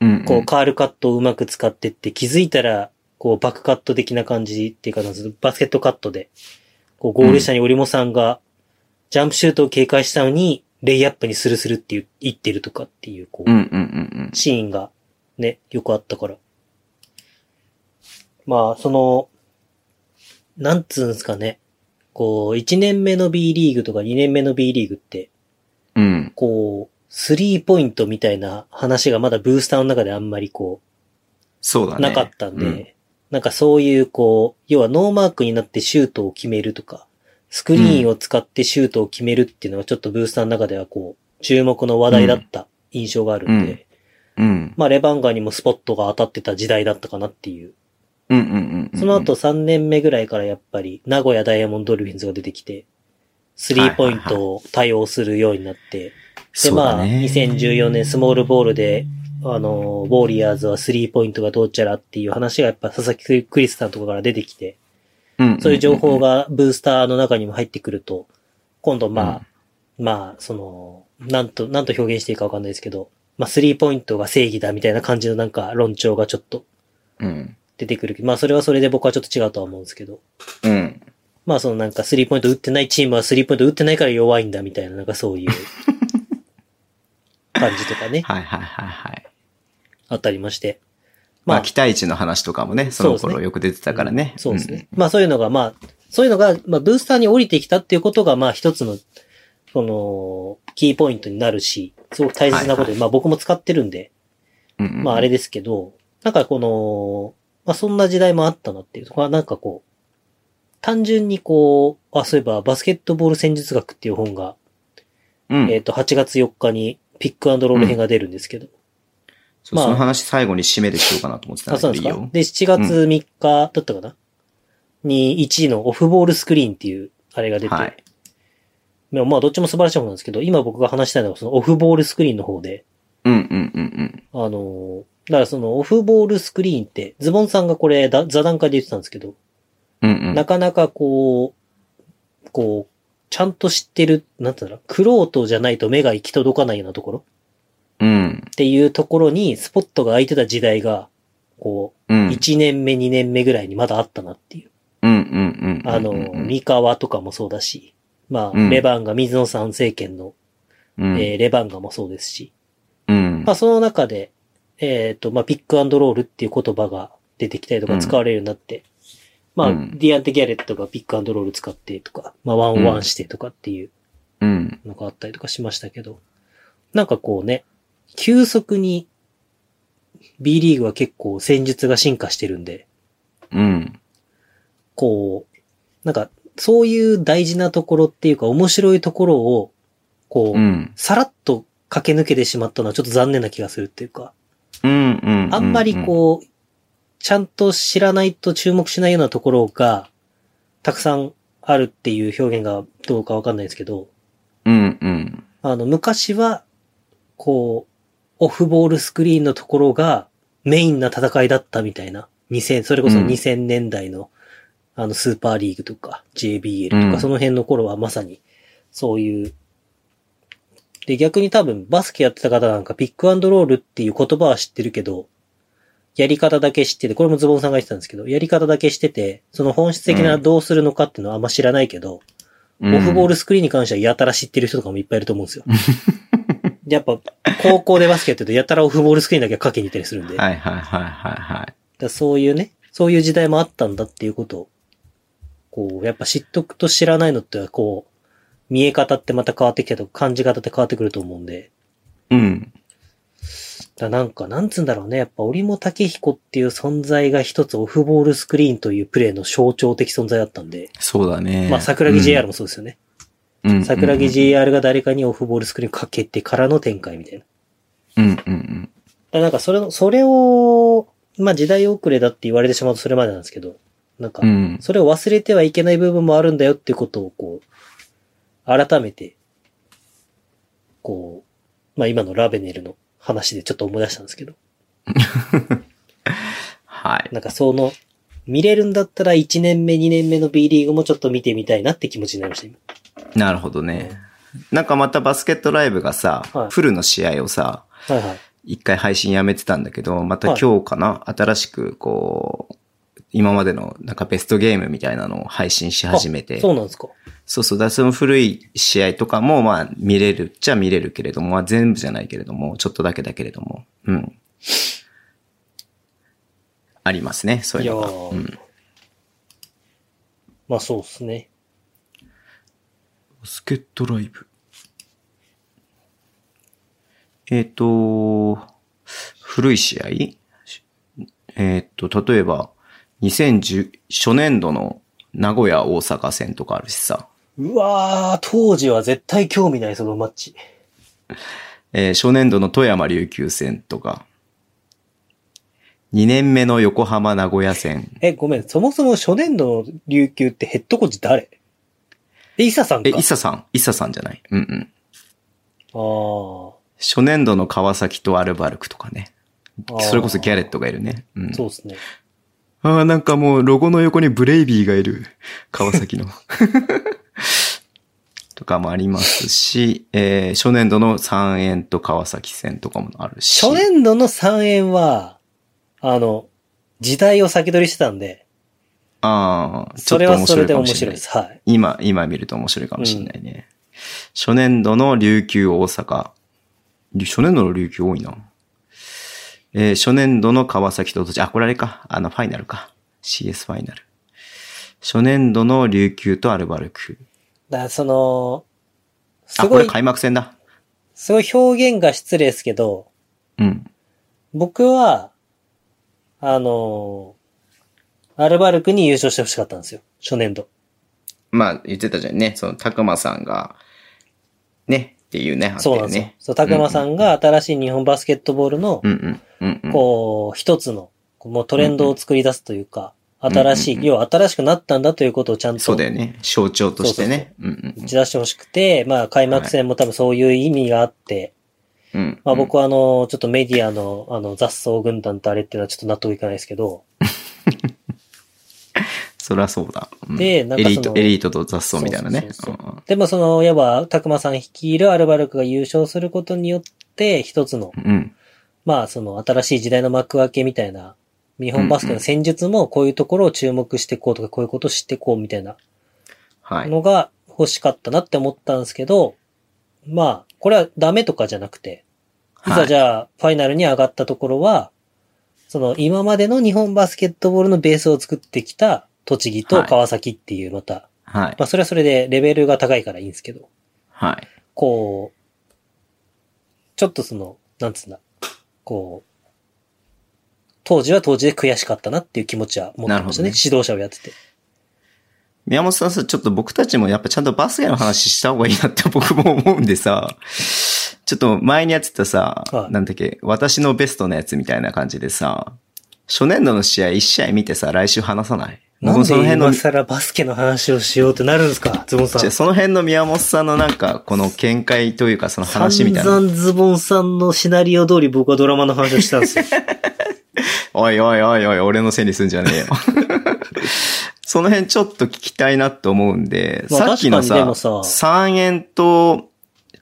Speaker 2: うんうん。
Speaker 3: こう、カールカットをうまく使ってって気づいたら、こう、バックカット的な感じっていうか、なんつうのバスケットカットで、こう、ゴール下にオリモさんが、ジャンプシュートを警戒したのに、レイアップにスルスルっていう言ってるとかっていう、こ
Speaker 2: うん
Speaker 3: う、
Speaker 2: うんうんうん。
Speaker 3: シーンが、ね、よくあったから。まあ、その、なんつうんですかね。こう、1年目の B リーグとか2年目の B リーグって、
Speaker 2: うん。
Speaker 3: こう、スリーポイントみたいな話がまだブースターの中であんまりこう、
Speaker 2: そうだね。
Speaker 3: なかったんで、
Speaker 2: うん
Speaker 3: なんかそういうこう、要はノーマークになってシュートを決めるとか、スクリーンを使ってシュートを決めるっていうのはちょっとブースターの中ではこう、注目の話題だった印象があるんで、
Speaker 2: うん。
Speaker 3: まあレバンガにもスポットが当たってた時代だったかなっていう
Speaker 2: うんうんうんうん。
Speaker 3: その後3年目ぐらいからやっぱり名古屋ダイヤモンドドルフィンズが出てきて、スリーポイントを対応するようになって、で、
Speaker 2: そう
Speaker 3: ま
Speaker 2: だ
Speaker 3: あ、
Speaker 2: ね、
Speaker 3: 2014年スモールボールで、あの、ウォーリアーズはスリーポイントがどうちゃらっていう話がやっぱ佐々木クリスさんとかから出てきて、
Speaker 2: 年
Speaker 3: そういう情報、がブースターの中にも入ってくると、今度まあ、まあ、その、なんと、なんと表現していいかわかんないですけど、まあ、スリーポイントが正義だみたいな感じのなんか論調がちょっと
Speaker 2: うん。
Speaker 3: 出てくるけど、まあ、それはそれで僕はちょっと違うとは思うんですけど、
Speaker 2: うん。
Speaker 3: まあ、そのなんかスリーポイント打ってないチームはスリーポイント打ってないから弱いんだみたいな、なんかそういう感じとかね、
Speaker 2: はいはいはいはい。
Speaker 3: あったりまして。
Speaker 2: まあ、期待値の話とかもね、その
Speaker 3: そうです
Speaker 2: 頃
Speaker 3: ね
Speaker 2: よく出てたからね。
Speaker 3: そうですね。まあそういうのが、まあ、そういうのが、まあブースターに降りてきたっていうことが、まあ一つの、その、キーポイントになるし、すごく大切なことで、
Speaker 2: はいはい
Speaker 3: まあ僕も使ってるんで、
Speaker 2: うん。うんうん
Speaker 3: まああれですけど、なんかこの、まあそんな時代もあったなっていうとこは、なんかこう、単純にこう、あ、そういえばバスケットボール戦術学っていう本が、
Speaker 2: うん
Speaker 3: えっ、と、8月4日にピックアンドロール編が出るんですけど、
Speaker 2: そう
Speaker 3: まあ
Speaker 2: その話最後に締めでしようかなと思ってたん
Speaker 3: あ、
Speaker 2: だけ
Speaker 3: そう
Speaker 2: ど、
Speaker 3: ないん
Speaker 2: い
Speaker 3: ですか
Speaker 2: よ。
Speaker 3: で、7月3日だったかな、に1位のオフボールスクリーンっていう、あれが出て、
Speaker 2: はい。
Speaker 3: でもまあどっちも素晴らしい本なんですけど、今僕が話したいのはそのオフボールスクリーンの方で、
Speaker 2: うんうんうんうん。
Speaker 3: あのーだからそのオフボールスクリーンって、ズボンさんがこれだ座談会で言ってたんですけど、
Speaker 2: うんうん。
Speaker 3: なかなかこう、こう、ちゃんと知ってる、なんていうんだろう、クロートじゃないと目が行き届かないようなところ
Speaker 2: うん。
Speaker 3: っていうところにスポットが空いてた時代が、こ
Speaker 2: う
Speaker 3: う、
Speaker 2: ん。
Speaker 3: 1年目、2年目ぐらいにまだあったなっていう。
Speaker 2: うんうんうんうんうん。
Speaker 3: あのー、三河とかもそうだし、まあ、
Speaker 2: うん
Speaker 3: レバンガ、水野さん政権の、
Speaker 2: うん、
Speaker 3: えーレバンガもそうですし、
Speaker 2: うん。
Speaker 3: まあ、その中で、えっ、と、まあ、ピックアンドロールっていう言葉が出てきたりとか
Speaker 2: うん
Speaker 3: 使われるようになって、まあ、
Speaker 2: うん
Speaker 3: ディアンテ・ギャレットがピックアンドロール使ってとか、まあ、ワンオンワンしてとかっていう
Speaker 2: うん。
Speaker 3: のがあったりとかしましたけど、なんかこうね、急速に B リーグは結構戦術が進化してるんで、
Speaker 2: うん。
Speaker 3: こう、なんか、そういう大事なところっていうか面白いところを、こ
Speaker 2: う
Speaker 3: う、
Speaker 2: ん。
Speaker 3: さらっと駆け抜けてしまったのはちょっと残念な気がするっていうか、
Speaker 2: うん。うん。
Speaker 3: あんまりこう、ちゃんと知らないと注目しないようなところが、たくさんあるっていう表現がどうかわかんないですけど、
Speaker 2: う。うんうん。
Speaker 3: あの、昔は、こう、オフボールスクリーンのところがメインな戦いだったみたいな、2000、それこそ
Speaker 2: うん
Speaker 3: 2000年代の、あの、スーパーリーグとか、JBL とか、
Speaker 2: うん
Speaker 3: その辺の頃はまさに、そういう、で、逆に多分、バスケやってた方なんか、ピックアンドロールっていう言葉は知ってるけど、やり方だけ知ってて、これもズボンさんが言ってたんですけど、やり方だけ知ってて、その本質的などうするのかっていうのはあんま知らないけど、オフボ
Speaker 2: ル。
Speaker 3: ールスクリーンに関してはやたら知ってる人とかもいっぱいいると思
Speaker 2: (laughs)
Speaker 3: うんですよ。でやっぱ、高校でバスケやってるとやたらオフボールスクリーンだけはかけに行ったりするんで、だか
Speaker 2: はいはいはいはいはい。
Speaker 3: らそういうね、そういう時代もあったんだっていうことを、こう、やっぱ知っとくと知らないのってはこう、見え方ってまた変わってきたりとか、感じ方って変わってくると思うんで、
Speaker 2: うん。
Speaker 3: だからなんか、なんつうんだろうね、やっぱ折茂武彦っていう存在が一つオフボールスクリーンというプレーの象徴的存在だったんで、
Speaker 2: そうだね。
Speaker 3: まあ桜木 JR もそうですよね。
Speaker 2: も
Speaker 3: 桜木。GR が誰かにオフボールスクリーンかけてからの展開みたいな。だか
Speaker 2: うんうんうん。
Speaker 3: らなんかそれの、それを、まあ時代遅れだって言われてしまうとそれまでなんですけど、なんか
Speaker 2: う、ん。
Speaker 3: それを忘れてはいけない部分もあるんだよっていうことをこう、改めて、こう、まあ今のラベネルの話でちょっと思い出したんですけど、
Speaker 2: はい。
Speaker 3: なんかその、見れるんだったら1年目2年目の B リーグもちょっと見てみたいなって気持ちになりました、今
Speaker 2: なるほどね。なんかまたバスケットライブがさ、
Speaker 3: はい
Speaker 2: フルの試合をさ、
Speaker 3: はいはい。
Speaker 2: 一回配信やめてたんだけど、また今日かな、新しくこう、今までのなんかベストゲームみたいなのを配信し始めて。
Speaker 3: あそうなんですか。
Speaker 2: そうそう。だからその古い試合とかも、まあ、見れるっちゃ見れるけれども、まあ、全部じゃないけれども、ちょっとだけだけれども、うん。ありますね、そういうのが。
Speaker 3: いやー
Speaker 2: うん。
Speaker 3: まあそうですね。
Speaker 2: スケットライブ。えっ、と、古い試合えっ、と、例えば、2010、初年度の名古屋大阪戦とかあるしさ。
Speaker 3: うわー、当時は絶対興味ない、そのマッチ。
Speaker 2: えー初年度の富山琉球戦とか、 2年目の横浜名古屋戦。
Speaker 3: え、ごめん。そもそも初年度の琉球ってヘッドコーチ誰え、イサさんか。
Speaker 2: え、イサさんイサさんじゃないうんうん。
Speaker 3: あー
Speaker 2: 初年度の川崎とアルバルクとかね。
Speaker 3: あー。
Speaker 2: それこそギャレットがいるね。うん。
Speaker 3: そうですね。
Speaker 2: ああ、なんかもうロゴの横にブレイビーがいる。川崎の。 (laughs) とかもありますし、えー初年度の三円と川崎戦とかもあるし。
Speaker 3: 初年度の3円は、あの、時代を先取りしてたんで、
Speaker 2: ああ、ちょ
Speaker 3: そ
Speaker 2: っと
Speaker 3: れは
Speaker 2: 面
Speaker 3: そ
Speaker 2: 白
Speaker 3: れ
Speaker 2: い
Speaker 3: で
Speaker 2: かも
Speaker 3: 面
Speaker 2: し
Speaker 3: 白
Speaker 2: れない。
Speaker 3: いです。はい。
Speaker 2: 今、今見ると面白いかもしれないね。初年度の琉球大阪。り初年度の琉球多いな。えー初年度の川崎と栃木。あ、これあれか。あの、ファイナルか。CS ファイナル。初年度の琉球とアルバルク。
Speaker 3: だからその、す
Speaker 2: あ、こ
Speaker 3: ご
Speaker 2: れ
Speaker 3: い、
Speaker 2: 開幕戦だ。
Speaker 3: すごい表現が失礼ですけど、
Speaker 2: うん。
Speaker 3: 僕は、あの、アルバルクに優勝してほしかったんですよ。初年度。
Speaker 2: まあ、言ってたじゃんね。その、たくまさんが、ね、っていうね、
Speaker 3: そうなんですよ。そう、たくまさんが新しい日本バスケットボールの、
Speaker 2: うんうん。うんうん。
Speaker 3: こう、一つの、こうもうトレンドを作り出すというか、新し
Speaker 2: うんうん
Speaker 3: い、
Speaker 2: うん
Speaker 3: 要は新しくなったんだということをちゃん
Speaker 2: そ
Speaker 3: と
Speaker 2: うだよね。象徴としてね。うん
Speaker 3: 打ち出してほしくて、まあ開幕戦も多分そういう意味があって、
Speaker 2: うんうん。
Speaker 3: まあ僕はあの、ちょっとメディアの、あの、雑草軍団とあれっていうのはちょっと納得いかないですけど、
Speaker 2: そりゃそうだ。うん
Speaker 3: でなんか
Speaker 2: エ
Speaker 3: その
Speaker 2: リート、エリートと雑草みたいなね。
Speaker 3: そうそうそう
Speaker 2: うんうん
Speaker 3: でもその、いわば、たくまさん率いるアルバルクが優勝することによって、一つの、
Speaker 2: うん。
Speaker 3: まあその、新しい時代の幕開けみたいな、日本バスケの戦術もこういうところを注目していこうとか、こういうことを知っていこうみたいな
Speaker 2: はい。
Speaker 3: のが欲しかったなって思ったんですけど、まあ、これはダメとかじゃなくて、い
Speaker 2: は
Speaker 3: ざ
Speaker 2: い
Speaker 3: じゃあ、ファイナルに上がったところは、その、今までの日本バスケットボールのベースを作ってきた、栃木と川崎っていう、また、
Speaker 2: はい
Speaker 3: ま。あ、それはそれでレベルが高いからいいんですけど、
Speaker 2: はい。
Speaker 3: こう、ちょっとその、なんつうんだ、こう、当時は当時で悔しかったなっていう気持ちは持ってましたね。
Speaker 2: なるほどね
Speaker 3: 指導者をやってて。
Speaker 2: 宮本さんさ、ちょっと僕たちもやっぱちゃんとバスケの話した方がいいなって (laughs) 僕も思うんでさ、ちょっと前にやってたさ、
Speaker 3: はい
Speaker 2: なんだっけ、私のベストのやつみたいな感じでさ、初年度の試合1試合見てさ、来週話さない
Speaker 3: なん
Speaker 2: 僕その
Speaker 3: で
Speaker 2: 辺の
Speaker 3: 今、更バスケの話をしようってなるんですか、ズボンさん
Speaker 2: じゃあ。その辺の宮本さんのなんか、この見解というかその話みたいな
Speaker 3: 散。々ズボンさんのシナリオ通り僕はドラマの話をしたんですよ。
Speaker 2: おいおいおいおい、俺のせいにすんじゃね
Speaker 3: (laughs)
Speaker 2: えよ。その辺ちょっと聞きたいなと思うんで、
Speaker 3: まあ
Speaker 2: さっきの
Speaker 3: 確かにで
Speaker 2: さ、
Speaker 3: もさ
Speaker 2: 三円と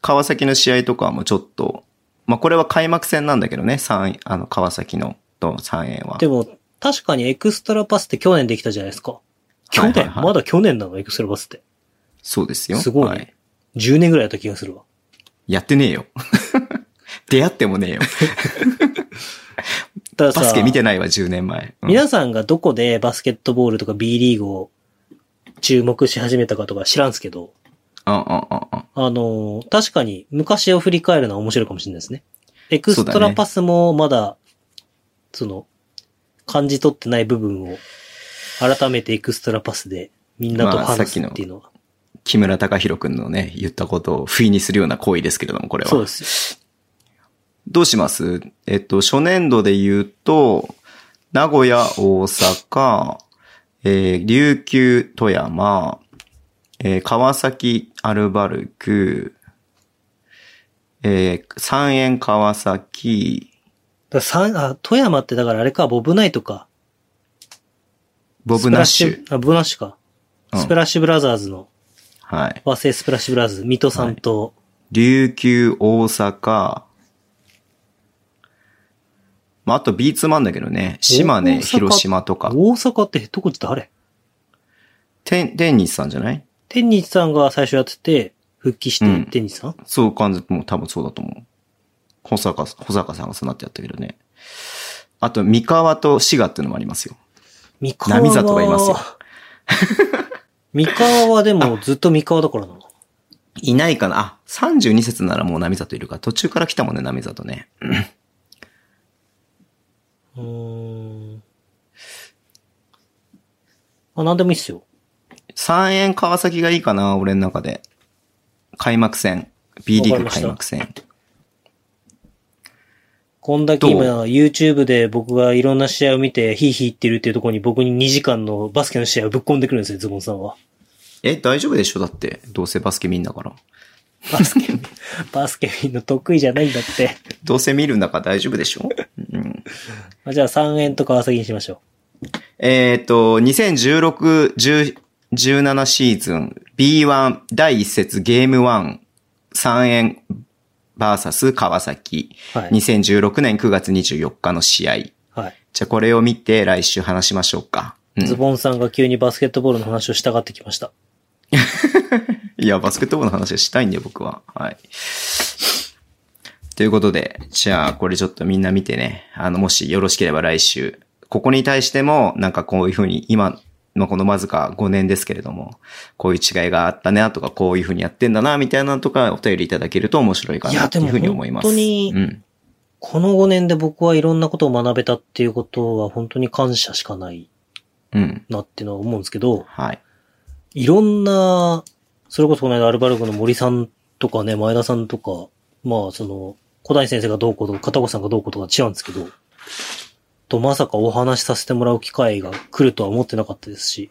Speaker 2: 川崎の試合とかもちょっと、まあこれは開幕戦なんだけどね、三あの、川崎のと三円は。
Speaker 3: でも、確かにエクストラパスって去年できたじゃないですか。去年、
Speaker 2: はいはいはい
Speaker 3: まだ去年なの、エクストラパスって。
Speaker 2: そうですよ。
Speaker 3: すごいね、
Speaker 2: は
Speaker 3: 10年ぐらいやった気がするわ。
Speaker 2: やってねえよ。 (laughs) 出会ってもねえよ。
Speaker 3: だか
Speaker 2: バ
Speaker 3: ら
Speaker 2: ス
Speaker 3: さ
Speaker 2: ケ見てないわ、10年前。うん
Speaker 3: 皆さんがどこでバスケットボールとか B リーグを注目し始めたかとか知らんすけど、
Speaker 2: うんうんうんうん。
Speaker 3: あのー確かに昔を振り返るのは面白いかもしれないですね。エクス
Speaker 2: そ
Speaker 3: ト
Speaker 2: うだ
Speaker 3: ラ
Speaker 2: ね
Speaker 3: パスもまだ、その、感じ取ってない部分を、改めてエクストラパスでみんなと
Speaker 2: まあ
Speaker 3: 話
Speaker 2: さ
Speaker 3: す
Speaker 2: っきの
Speaker 3: っていうのは。
Speaker 2: 木村隆弘くんのね、言ったことを不意にするような行為ですけれども、これは。
Speaker 3: そうです
Speaker 2: どうしますえっと、初年度で言うと、名古屋、大阪、えー琉球、富山、えー川崎、アルバルク、えー三円、川崎、
Speaker 3: よ。さんあ、富山ってだからあれか、ボブナイトか。
Speaker 2: ボブナッシ
Speaker 3: スプ
Speaker 2: ュ。
Speaker 3: ラッ。あ、ボブナッシュか。
Speaker 2: うん
Speaker 3: スプラッシュブラザーズの、
Speaker 2: はい。
Speaker 3: 和製スプラッシュブラザーズ、水戸さんと、
Speaker 2: 琉球、大阪、まあ、あとビーツマンだけどね、島
Speaker 3: 大
Speaker 2: 根、
Speaker 3: 阪
Speaker 2: 広島とか。
Speaker 3: 大阪ってヘッドコーチ誰
Speaker 2: テン、テニスさんじゃない
Speaker 3: 天日さんが最初やってて、復帰して、
Speaker 2: うん
Speaker 3: 天日さん
Speaker 2: そう感じ、もう多分そうだと思う。保坂、保坂さんがそうなってやったけどね。あと、三河と滋賀っていうのもありますよ。
Speaker 3: 三河は。
Speaker 2: 波里がいますよ。
Speaker 3: (laughs) 三河はでもずっと三河だからな。
Speaker 2: いないかなあ、32節ならもう波里いるか。途中から来たもんね、波里ね。
Speaker 3: うーん。あ、なんでもいいっすよ。
Speaker 2: 三円川崎がいいかな、俺の中で。開幕戦。B リーグ開幕戦。
Speaker 3: こんだけ今、YouTube で僕がいろんな試合を見て、ヒーヒー言ってるっていうところに僕に2時間のバスケの試合をぶっ込んでくるんですよ、ズボンさんは。 (laughs)
Speaker 2: え、大丈夫でしょだって。どうせバスケ見んだから。
Speaker 3: バスケ、バスケ見るの得意じゃないんだって。
Speaker 2: どうせ見るんだから大丈夫でしょうん。
Speaker 3: まあじゃあ3円と川崎にしましょ
Speaker 2: えっ、と、2016、10 17シーズン B1 第1節ゲーム1、3円 VS 川崎。
Speaker 3: う。はい。
Speaker 2: 2016年9月24日の試合。
Speaker 3: はい。
Speaker 2: じゃあこれを見て来週話しましょうか。うん
Speaker 3: ズボンさんが急にバスケットボールの話をしたがってきました。
Speaker 2: いや、バスケットボールの話はしたいんで、僕は。はい。ということで、じゃあ、これちょっとみんな見てね、あの、もしよろしければ来週、ここに対しても、なんかこういうふうに、今のこのわずか5年ですけれども、こういう違いがあったなとか、こういうふうにやってんだな、みたいなのとか、お便りいただけると面白いか
Speaker 3: いや
Speaker 2: な、とい
Speaker 3: でも
Speaker 2: うふうに思います。
Speaker 3: 本当に
Speaker 2: うん。
Speaker 3: この5年で僕はいろんなことを学べたっていうことは本当に感謝しかない
Speaker 2: うん。
Speaker 3: なっていうのは思うんですけど、
Speaker 2: はい。
Speaker 3: いろんな、それこそこの間アルバルクの森さんとかね、前田さんとか、まあその、小谷先生がどうこうとか、片子さんがどうこうとか違うんですけど、とまさかお話しさせてもらう機会が来るとは思ってなかったですし、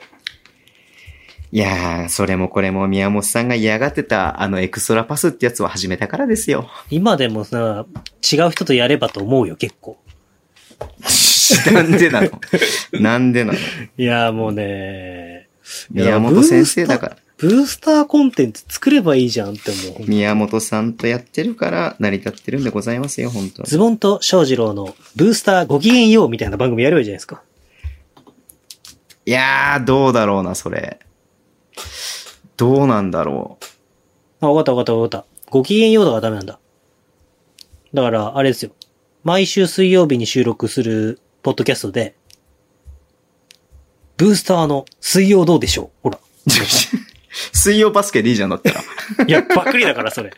Speaker 2: いやー、それもこれも宮本さんが嫌がってた、あの、エクストラパスってやつを始めたからです (laughs) よ。
Speaker 3: 今でもさ、違う人とやればと思うよ、結構。
Speaker 2: なんでなのなんでなの
Speaker 3: いや、もうね、
Speaker 2: 宮本先生だから、
Speaker 3: ブースターコンテンツ作ればいいじゃんって思う。
Speaker 2: 宮本さんとやってるから成り立ってるんでございますよ、本当
Speaker 3: ズボンと翔二郎のブースターごきげんようみたいな番組やればいいじゃないですか。
Speaker 2: いやー、どうだろうな、それ。どうなんだろう。
Speaker 3: あ、わかったわかったわかった。ごきげんようだからダメなんだ。だから、あれですよ。毎週水曜日に収録するポッドキャストで、ブースターの水曜どうでしょうほら。
Speaker 2: (laughs) 水曜バスケでいいじゃん、だったら。い
Speaker 3: いや、ばっくりだから、それ。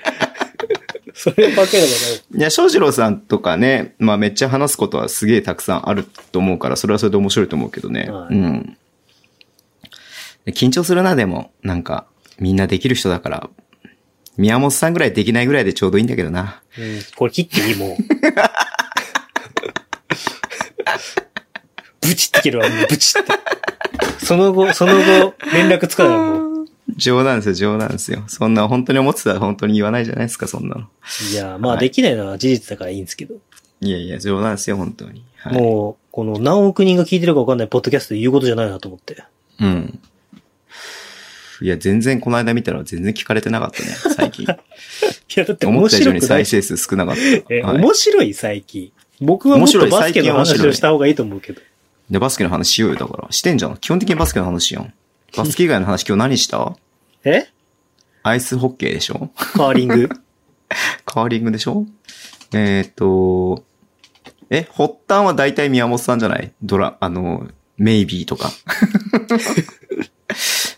Speaker 3: (laughs) そればっくりだから。
Speaker 2: や、翔士郎さんとかね、まあめっちゃ話すことはすげえたくさんあると思うから、それはそれで面白いと思うけどね。
Speaker 3: はい
Speaker 2: うん。緊張するな、でも。なんか、みんなできる人だから。宮本さんぐらいできないぐらいでちょうどいいんだけどな。
Speaker 3: うん、これ切っていいもう。ブチって切るわ、もうブチって。その後、その後、連絡つかないわもう。
Speaker 2: 冗談ですよ、冗談ですよ。そんな本当に思ってたら本当に言わないじゃないですか、そんなの。
Speaker 3: いや、ま
Speaker 2: は
Speaker 3: あ
Speaker 2: い
Speaker 3: できないのは事実だからいいんですけど。
Speaker 2: いやいや、冗談ですよ、本当に。はい、
Speaker 3: もう、この何億人が聞いてるかわかんないポッドキャストで言うことじゃないなと思って。
Speaker 2: うん。いや、全然この間見たら全然聞かれてなかったね、最
Speaker 3: (laughs)
Speaker 2: 近。
Speaker 3: いや、だっ
Speaker 2: (laughs)
Speaker 3: て
Speaker 2: 思
Speaker 3: 面
Speaker 2: った以上
Speaker 3: 白
Speaker 2: に
Speaker 3: くな
Speaker 2: 再。
Speaker 3: い
Speaker 2: 生数少なかっ
Speaker 3: え、
Speaker 2: た。はい、
Speaker 3: 面白い最近。僕はもっと
Speaker 2: 面白い
Speaker 3: バスケ
Speaker 2: 最近
Speaker 3: の
Speaker 2: 面
Speaker 3: 話
Speaker 2: 白
Speaker 3: を
Speaker 2: い
Speaker 3: した方がいいと思うけど。
Speaker 2: で、バスケの話しようよ、だから。してんじゃん。基本的にバスケの話やん。バスケ以外の話今日何した
Speaker 3: え
Speaker 2: アイスホッケーでしょ
Speaker 3: カーリング。 (laughs)
Speaker 2: カーリングでしょえーっ、と、え、発端は大体宮本さんじゃないドラ、あの、メイビーとか。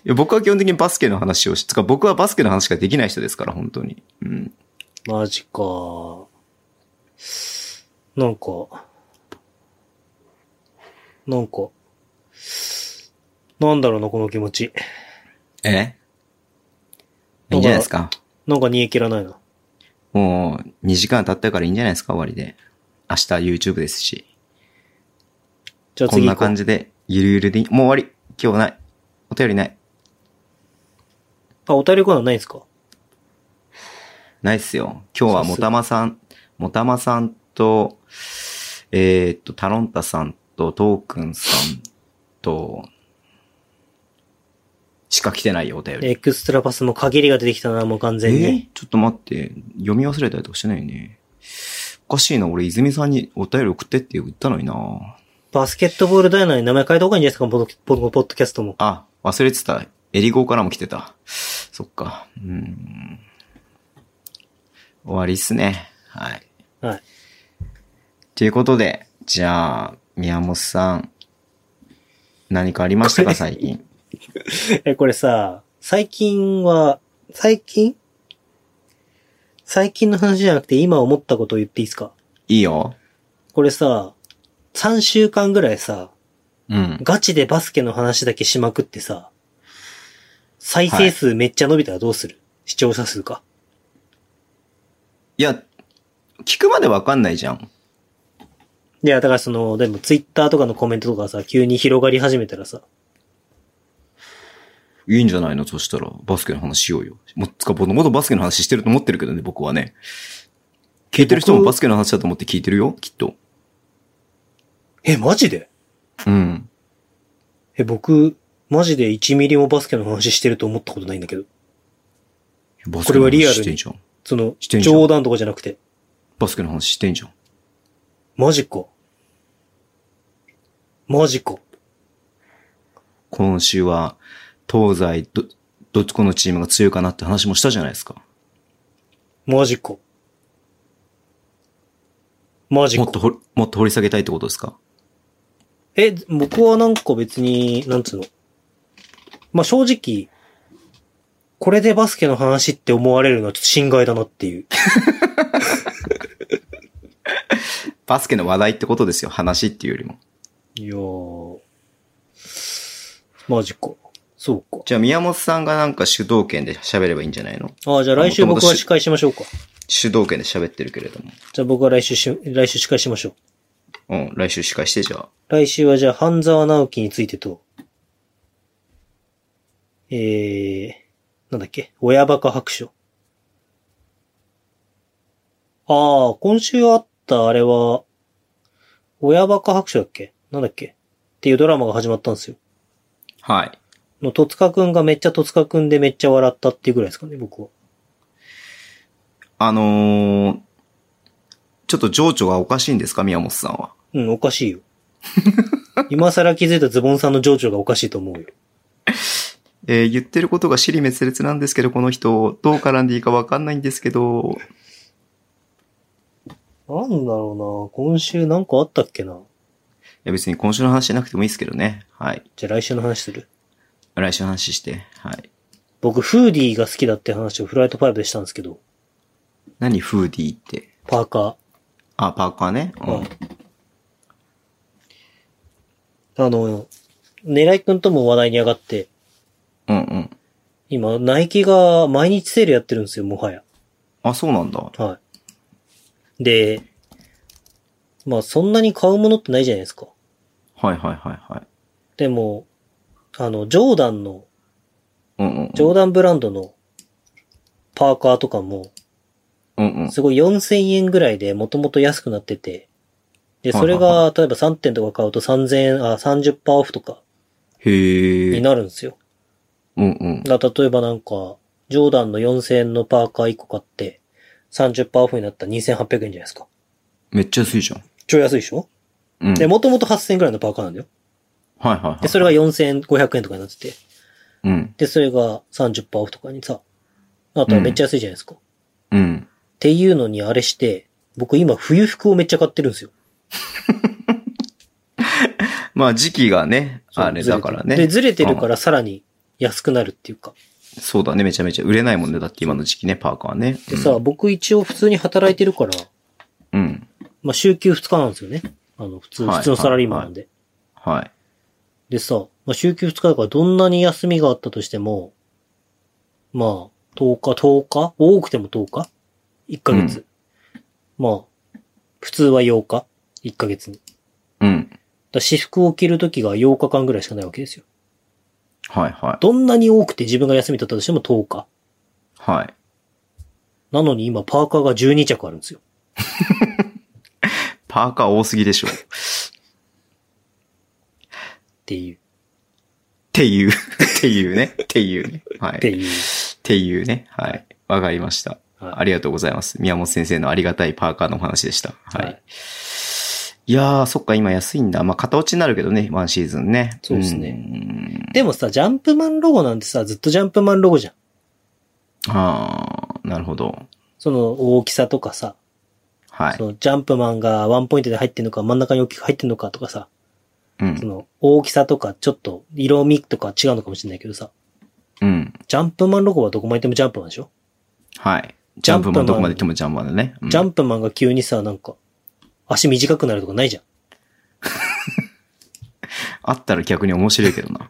Speaker 2: いや僕は基本的にバスケの話をし、つか僕はバスケの話ができない人ですから、本当に。うん。
Speaker 3: マジか。なんか、なんか、なんだろうな、この気持ち。
Speaker 2: えいいんじゃないですか。
Speaker 3: なんか煮え切らないな。
Speaker 2: もう、2時間経ったからいいんじゃないですか、終わりで。明日 YouTube ですし。
Speaker 3: じゃあ
Speaker 2: こん
Speaker 3: 次行
Speaker 2: な
Speaker 3: こう
Speaker 2: 感じで、ゆるゆるでいい。もう終わり。今日ない。お便りない。
Speaker 3: あ、お便りコーナーないんすか
Speaker 2: ないっすよ。今日は
Speaker 3: そうっ
Speaker 2: も
Speaker 3: す
Speaker 2: たまさん、もたまさんと、えーっと、タロンタさんと、トークンさんと、しか来てないよ、お便り。
Speaker 3: エクストラパスも限りが出てきたな、もう完全
Speaker 2: え
Speaker 3: に。
Speaker 2: ーちょっと待って、読み忘れたりとかしてないよね。おかしいな、俺、泉さんにお便り送ってって言ったのにな
Speaker 3: バスケットボールダイナーに名前変えた方がいいんじゃないですか、ポッドポッドキャストも。
Speaker 2: あ、忘れてた。エリゴからも来てた。そっか。うん。終わりっすね。はい。
Speaker 3: はい。
Speaker 2: ということで、じゃあ、宮本さん、何かありま (laughs) したか、最近。
Speaker 3: え、これさ、最近は、最近最近の話じゃなくて今思ったことを言っていいですか
Speaker 2: いいよ。
Speaker 3: これさ、3週間ぐらいさ、
Speaker 2: うん。
Speaker 3: ガチでバスケの話だけしまくってさ、再生数めっちゃ伸びたらどうする、視聴者数か。
Speaker 2: いや、聞くまでわかんないじゃん。
Speaker 3: いや、だからその、でもツイッターとかのコメントとかさ、急に広がり始めたらさ、
Speaker 2: いいんじゃないのそしたら、バスケの話しようよ。もっつか、もともとバスケの話してると思ってるけどね、僕はね。聞いてる人もバスケの話だと思って聞いてるよ、きっと。
Speaker 3: え、マジで
Speaker 2: うん。
Speaker 3: え、僕、マジで1ミリもバスケの話してると思ったことないんだけど。
Speaker 2: バスケ
Speaker 3: これ
Speaker 2: の
Speaker 3: はリア
Speaker 2: 話
Speaker 3: ルに
Speaker 2: してんじゃん。
Speaker 3: その、
Speaker 2: してんじゃん
Speaker 3: 冗談とかじゃなくて。
Speaker 2: バスケの話してんじゃん。
Speaker 3: マジか。マジか。
Speaker 2: 今週は、東西ど、どっちこのチームが強いかなって話もしたじゃないですか。
Speaker 3: マジか。マジ
Speaker 2: もっ
Speaker 3: か
Speaker 2: と。掘り、もっと掘り下げたいってことですか
Speaker 3: え、僕はなんか別に、なんつうの。まあ、正直、これでバスケの話って思われるのはちょっと心外だなっていう。
Speaker 2: バスケの話題ってことですよ、話っていうよりも。
Speaker 3: いやー。マジか。そうか。
Speaker 2: じゃあ、宮本さんがなんか主導権で喋ればいいんじゃないの
Speaker 3: ああ、じゃあ来週僕は司会しましょうか。
Speaker 2: 主導権で喋ってるけれども。
Speaker 3: じゃあ僕は来週し、来週司会しましょ
Speaker 2: う
Speaker 3: う。
Speaker 2: ん、来週司会して、じゃあ。
Speaker 3: 来週はじゃあ、半沢直樹についてと、えー、なんだっけ、親バカ白書。ああ、今週あったあれは、親バカ白書だっけなんだっけっていうドラマが始まったんですよ。
Speaker 2: はい。
Speaker 3: の、戸塚くんがめっちゃ戸塚くんでめっちゃ笑ったっていうぐらいですかね、僕は。
Speaker 2: あのー、ちょっと情緒がおかしいんですか、宮本さんは。
Speaker 3: うん、おかしいよ。今更気づいたズボンさんの情緒がおかしいと思うよ。
Speaker 2: えー言ってることが尻滅裂なんですけど、この人、どう絡んでいいかわかんないんですけど、
Speaker 3: なんだろうな今週なんかあったっけない
Speaker 2: や別に今週の話しなくてもいいですけどね。はい。
Speaker 3: じゃあ来週の話する。
Speaker 2: 来週の話して。はい。
Speaker 3: 僕、フーディーが好きだって話をフライト5でしたんですけど、
Speaker 2: 何フーディーって。
Speaker 3: パーカ
Speaker 2: あ、パーカーね。
Speaker 3: ー。
Speaker 2: う
Speaker 3: うん
Speaker 2: ん。
Speaker 3: あの、狙いくんとも話題に上がって、
Speaker 2: うんうん。
Speaker 3: 今、ナイキが毎日セールやってるんですよ、もはや。
Speaker 2: あ、そうなんだ。
Speaker 3: はい。で、まあ、そんなに買うものってないじゃないですか。
Speaker 2: はいはいはいはい。
Speaker 3: でも、あの、ジョーダンの、
Speaker 2: うんうんうん。
Speaker 3: ジョーダンブランドのパーカーとかも、
Speaker 2: うんうん。
Speaker 3: すごい4000円ぐらいでもともと安くなってて、で、それ
Speaker 2: はいはい
Speaker 3: が、例えば3点とか買うと3000円、あ、30%オフとか
Speaker 2: へ
Speaker 3: に
Speaker 2: え。
Speaker 3: なるんですよ。
Speaker 2: うんうん。
Speaker 3: だから例えばなんか、ジョーダンの4000円のパーカー1個買って、30%オフになったら2800円じゃないですか。
Speaker 2: めっちゃ安いじゃん。
Speaker 3: 超安いでしょ
Speaker 2: うん。
Speaker 3: で、
Speaker 2: も、
Speaker 3: もともと8000円ぐらいのパーカーなんだよ。
Speaker 2: はいはいはい。
Speaker 3: で、それが4500円とかになってて。
Speaker 2: うん。
Speaker 3: で、それが30%オフとかにさ、あとはめっちゃ安いじゃないですか。っ
Speaker 2: うん。
Speaker 3: ていうのにあれして、僕今冬服をめっちゃ買ってるんですよ。
Speaker 2: まあ時期がね、
Speaker 3: そう
Speaker 2: あれ
Speaker 3: ずて
Speaker 2: だ
Speaker 3: る
Speaker 2: からね。
Speaker 3: で、ずれてるからさらに安くなるっていうか。
Speaker 2: そうだね、めちゃめちゃ売れないもんね。だって今の時期ね、パーカーね。
Speaker 3: でさ、僕一応普通に働いてるから、
Speaker 2: うん、うん。
Speaker 3: まあ週休2日なんですよね。あの、普通、
Speaker 2: はい
Speaker 3: 普通のサラリーマンなんで。
Speaker 2: はい。
Speaker 3: でさ、まあ、週休2日だからどんなに休みがあったとしても、まあ、10日、10日多くても10日 ?1 ヶ月。まあ、普通は8日 ?1 ヶ月に。だか
Speaker 2: うん。
Speaker 3: ら私服を着るときが8日間ぐらいしかないわけですよ。
Speaker 2: はいはい。
Speaker 3: どんなに多くて自分が休みだったとしても10日。
Speaker 2: はい。
Speaker 3: なのに今パーカーが12着あるんですよ。
Speaker 2: パーカー多すぎでしょ。っ (laughs)
Speaker 3: っていう、
Speaker 2: ていう、っていうね。っていうね。は
Speaker 3: って
Speaker 2: い。
Speaker 3: いう。
Speaker 2: っていうね。はい。わかりました。
Speaker 3: はい
Speaker 2: ありがとうございます。宮本先生のありがたいパーカーのお話でした。はい。
Speaker 3: はい
Speaker 2: い、やー、そっか、今安いんだ。まあ、片落ちになるけどね、ワンシーズンね。
Speaker 3: そうですね
Speaker 2: ね。
Speaker 3: でもさ、ジャンプマンロゴなんてさ、ずっとジャンプマンロゴじゃん。
Speaker 2: あー、なるほど。
Speaker 3: その大きさとかさ、
Speaker 2: は
Speaker 3: そ
Speaker 2: い。
Speaker 3: のジャンプマンがワンポイントで入ってんのか、真ん中に大きく入ってんのかとかさ、
Speaker 2: う
Speaker 3: そ
Speaker 2: ん。
Speaker 3: の、大きさとか、ちょっと、色味とか違うのかもしれないけどさ、
Speaker 2: うん。
Speaker 3: ジャンプマンロゴはどこまで行ってもジャンプマンでしょ、
Speaker 2: はい。ジャンプマンどこまで行ってもジャンプマンだね。うん
Speaker 3: ジャンプマンが急にさ、なんか、足短くなるとかないじゃん。
Speaker 2: あったら逆に面白いけどな。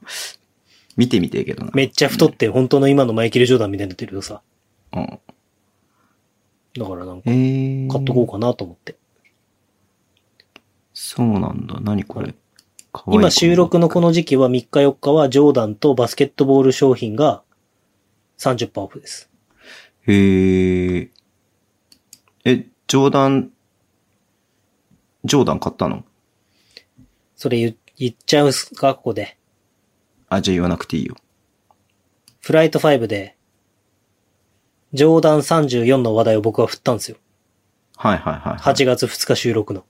Speaker 2: 見てみてえけどな。
Speaker 3: めっちゃ太って、本当の今のマイケル・ジョーダンみたいになってるけどさ、
Speaker 2: うん。
Speaker 3: だからなん
Speaker 2: え
Speaker 3: か、
Speaker 2: ー。
Speaker 3: 買っとこうかなと思って。
Speaker 2: そうなんだ。何これ。かわいい
Speaker 3: 今収録のこの時期は3日4日はジョーダンとバスケットボール商品が30%オフです。
Speaker 2: へえ。え、ジョーダン、ジョーダン買ったの
Speaker 3: それ言言っちゃうっすかここで。
Speaker 2: あ、じゃあ言わなくていいよ。
Speaker 3: フライト5で、ジョーダン34の話題を僕は振ったんですよ。
Speaker 2: はいはいはい、はい。
Speaker 3: 8月2日収録の。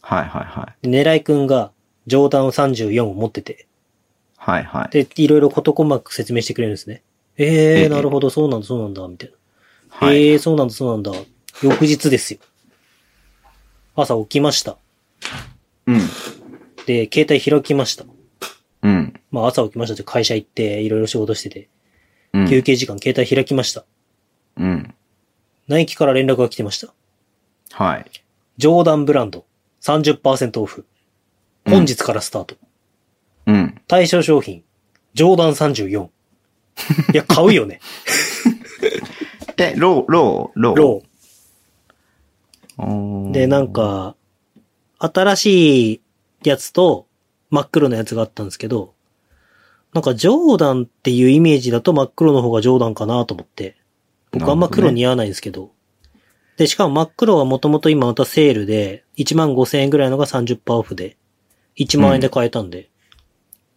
Speaker 2: はいはいはい。
Speaker 3: で狙いくんが、ジョーダン34を持ってて、
Speaker 2: はいはい。
Speaker 3: で、いろいろ事細かく説明してくれるんですね。え
Speaker 2: え
Speaker 3: ー、なるほど、そうなんだ、そうなんだ、みたいな。
Speaker 2: はい
Speaker 3: えー、そうなんだ、そうなんだ。翌日ですよ。朝起きました。
Speaker 2: うん。
Speaker 3: で、携帯開きました。
Speaker 2: うん。
Speaker 3: まあ朝起きましたって会社行って、いろいろ仕事してて、
Speaker 2: う
Speaker 3: 休
Speaker 2: ん。
Speaker 3: 憩時間携帯開きました。
Speaker 2: うん。
Speaker 3: ナイキから連絡が来てました。
Speaker 2: はい。
Speaker 3: ジョーダンブランド30%オフ。
Speaker 2: うん
Speaker 3: 本日からスタート。
Speaker 2: うん。
Speaker 3: 対象商品、ジョーダン34。いや、買う (laughs) よね。
Speaker 2: え、ロー、ロー、ロー。
Speaker 3: ロ
Speaker 2: おー
Speaker 3: ー。で、なん。か、新しいやつと真っ黒のやつがあったんですけど、なんかジョーダンっていうイメージだと真っ黒の方がジョーダンかなと思って。僕あんま黒似合わないんですけど。で、しかも真っ黒はもともと今またセールで、1万5千円ぐらいのが30%オフで、1万円で買えたんで、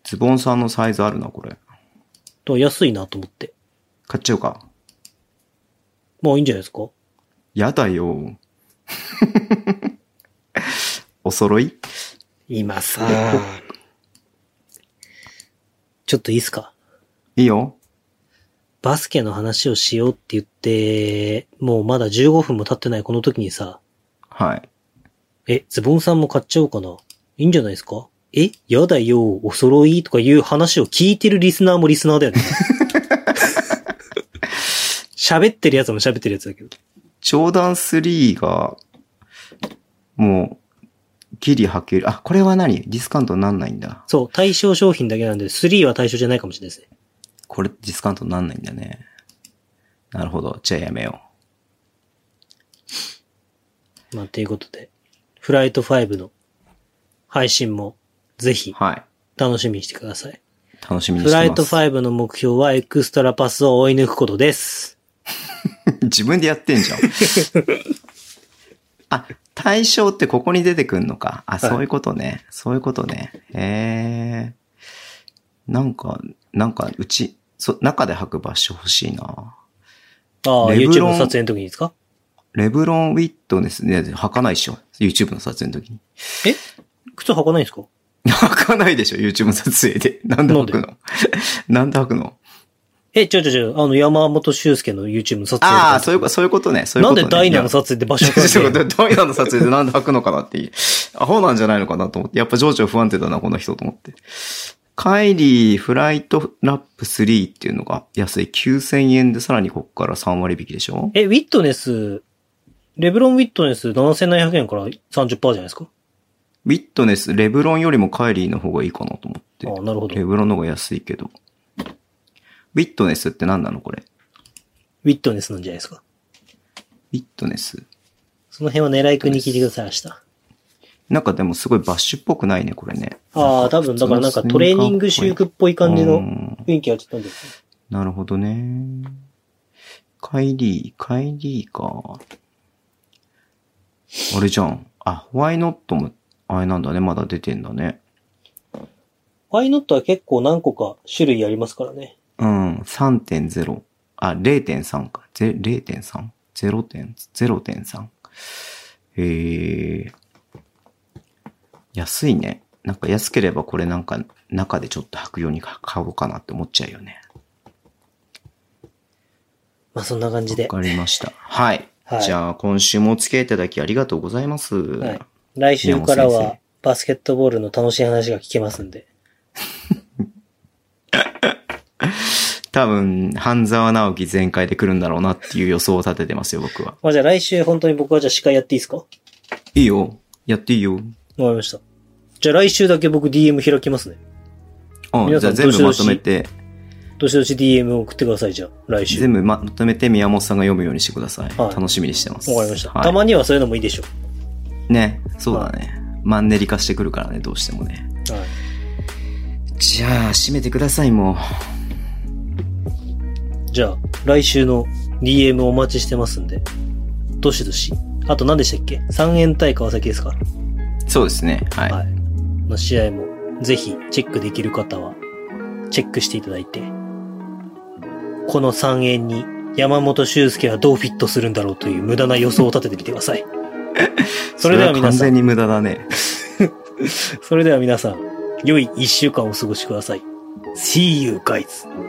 Speaker 2: ズボンさんのサイズあるな、これ。
Speaker 3: と安いなと思って。
Speaker 2: 買っちゃうか。
Speaker 3: まあいいんじゃないですか
Speaker 2: やだよ。 (laughs) お揃い
Speaker 3: 今さ、 (laughs) ちょっといいっすか
Speaker 2: いいよ。
Speaker 3: バスケの話をしようって言って、もうまだ15分も経ってないこの時にさ、
Speaker 2: はい。
Speaker 3: え、ズボンさんも買っちゃおうかないいんじゃないですかえ、やだよ、お揃いとかいう話を聞いてるリスナーもリスナーだよ (laughs) ね。喋ってるやつも喋ってるやつだけど。
Speaker 2: ジョーダン3が、もう、ギリ履ける。あ、これは何ディスカウントになんないんだ。
Speaker 3: そう、対象商品だけなんで、3は対象じゃないかもしれないですね。
Speaker 2: これディスカウントになんないんだね。なるほど。じゃあやめよ
Speaker 3: まあ、ということで、フライト5の配信も、ぜ
Speaker 2: う。
Speaker 3: ひ、
Speaker 2: はい。
Speaker 3: 楽しみにしてください。
Speaker 2: 楽しみに
Speaker 3: フ
Speaker 2: してま
Speaker 3: ラ
Speaker 2: す。
Speaker 3: イト5の目標はエクストラパスを追い抜くことです。
Speaker 2: 自分でやってん
Speaker 3: (laughs)
Speaker 2: じゃん。あ、対象ってここに出てくんのか。あ、
Speaker 3: い
Speaker 2: そういうことね。そういうことね。へえ。なんか、なんか、うち、そ、中で履く場所欲しいな。
Speaker 3: ああ、
Speaker 2: レブ
Speaker 3: YouTube
Speaker 2: ロン
Speaker 3: の撮影の時にですか
Speaker 2: レブロンウィットネスね、履かないでしょ。YouTube の撮影の時に。 (laughs)
Speaker 3: 靴履かないんですか
Speaker 2: 履かないでしょ、YouTube の撮影で。なんで履くの (laughs) なんで履くの
Speaker 3: え、ちょちょちょ、あの、山本修介の YouTube の撮影の時
Speaker 2: ああ、そういうこと、そういうことね。そういうこ
Speaker 3: なん
Speaker 2: とね、
Speaker 3: でダイナの
Speaker 2: いや
Speaker 3: 撮
Speaker 2: (laughs)
Speaker 3: 影で場所
Speaker 2: ちょっ
Speaker 3: 変えて
Speaker 2: とダイナの撮 (laughs) 影でなんで履くのかなっていう。アホなんじゃないのかなと思って。やっぱ情緒不安定だな、この人と思って。カイリーフライトラップ3っていうのが安い9000円でさらにここから3割引きでしょ
Speaker 3: え、ウィットネス、レブロンウィットネス7700円から30%じゃないですか
Speaker 2: ウィットネス、レブロンよりもカイリーの方がいいかなと思って
Speaker 3: あ。あ、なるほど。
Speaker 2: レ
Speaker 3: ウ
Speaker 2: ブロンの方が安いけど。ウィットネスって何なのこれ。
Speaker 3: ィットネスなんじゃないですか
Speaker 2: ウィットネス。
Speaker 3: その辺は狙い君に聞いてください、明日。
Speaker 2: なんかでもすごいバッシュっぽくないね、これね。
Speaker 3: ああ、多分、だからなんかトレーニングシュークっぽい感じ
Speaker 2: う
Speaker 3: の
Speaker 2: ん
Speaker 3: 雰囲気はちょっとあるんですね
Speaker 2: なるほどね。カイリー、カイリーか。あれじゃん。あ、ホワイノットも、あれなんだね。まだ出てんだね。
Speaker 3: ワイノットは結構何個か種類ありますからね。
Speaker 2: うん。3.0。あ、0.3か。ぜ 0.3? 0.0.3。へえ。安いね。なんか安ければこれなんか中でちょっと履くように買おうかなって思っちゃうよね。
Speaker 3: まあそんな感じで
Speaker 2: わ。かりました。はい。
Speaker 3: はい
Speaker 2: じゃあ今週もお付き合いいただきありがとうございます。
Speaker 3: はい。来週から
Speaker 2: 宮本
Speaker 3: は
Speaker 2: 先
Speaker 3: バスケットボールの楽しい話が聞けますんで。
Speaker 2: 多分、半沢直樹全開で来るんだろうなっていう予想を立ててますよ、僕は。
Speaker 3: まあじゃあ来週本当に僕はじゃあ司会やっていいですかわか
Speaker 2: いいよ。やっていいよ。
Speaker 3: りました。じゃあ来週だけ僕 DM 開きますね。
Speaker 2: あ、
Speaker 3: 皆
Speaker 2: じ
Speaker 3: さ
Speaker 2: ゃ
Speaker 3: ん
Speaker 2: あ全部
Speaker 3: ど
Speaker 2: ま
Speaker 3: し
Speaker 2: と
Speaker 3: どし
Speaker 2: めて、
Speaker 3: どしどし DM を送ってください、じゃあ来週。
Speaker 2: 全部まとめて宮本さんが読むようにしてください。
Speaker 3: はい
Speaker 2: 楽しみにしてます。
Speaker 3: わかりました。
Speaker 2: はい
Speaker 3: たまにはそういうのもいいでしょう。
Speaker 2: ね、そうだね。マンネリ化してくるからね、どうしてもね。
Speaker 3: はい。
Speaker 2: じゃあ、閉めてください、もう。
Speaker 3: じゃあ、来週の DM お待ちしてますんで、どしどし。あと何でしたっけ三円対川崎ですか
Speaker 2: そうですね。はい。
Speaker 3: はい。の試合も、ぜひチェックできる方は、チェックしていただいて、この3円に山本修介はどうフィットするんだろうという無駄な予想を立ててみてく
Speaker 2: (laughs)
Speaker 3: ださい。それでは皆
Speaker 2: 完
Speaker 3: さ
Speaker 2: 全
Speaker 3: ん、
Speaker 2: に無駄だね。
Speaker 3: それでは皆さん、良い1週間をお過ごしください。See you guys!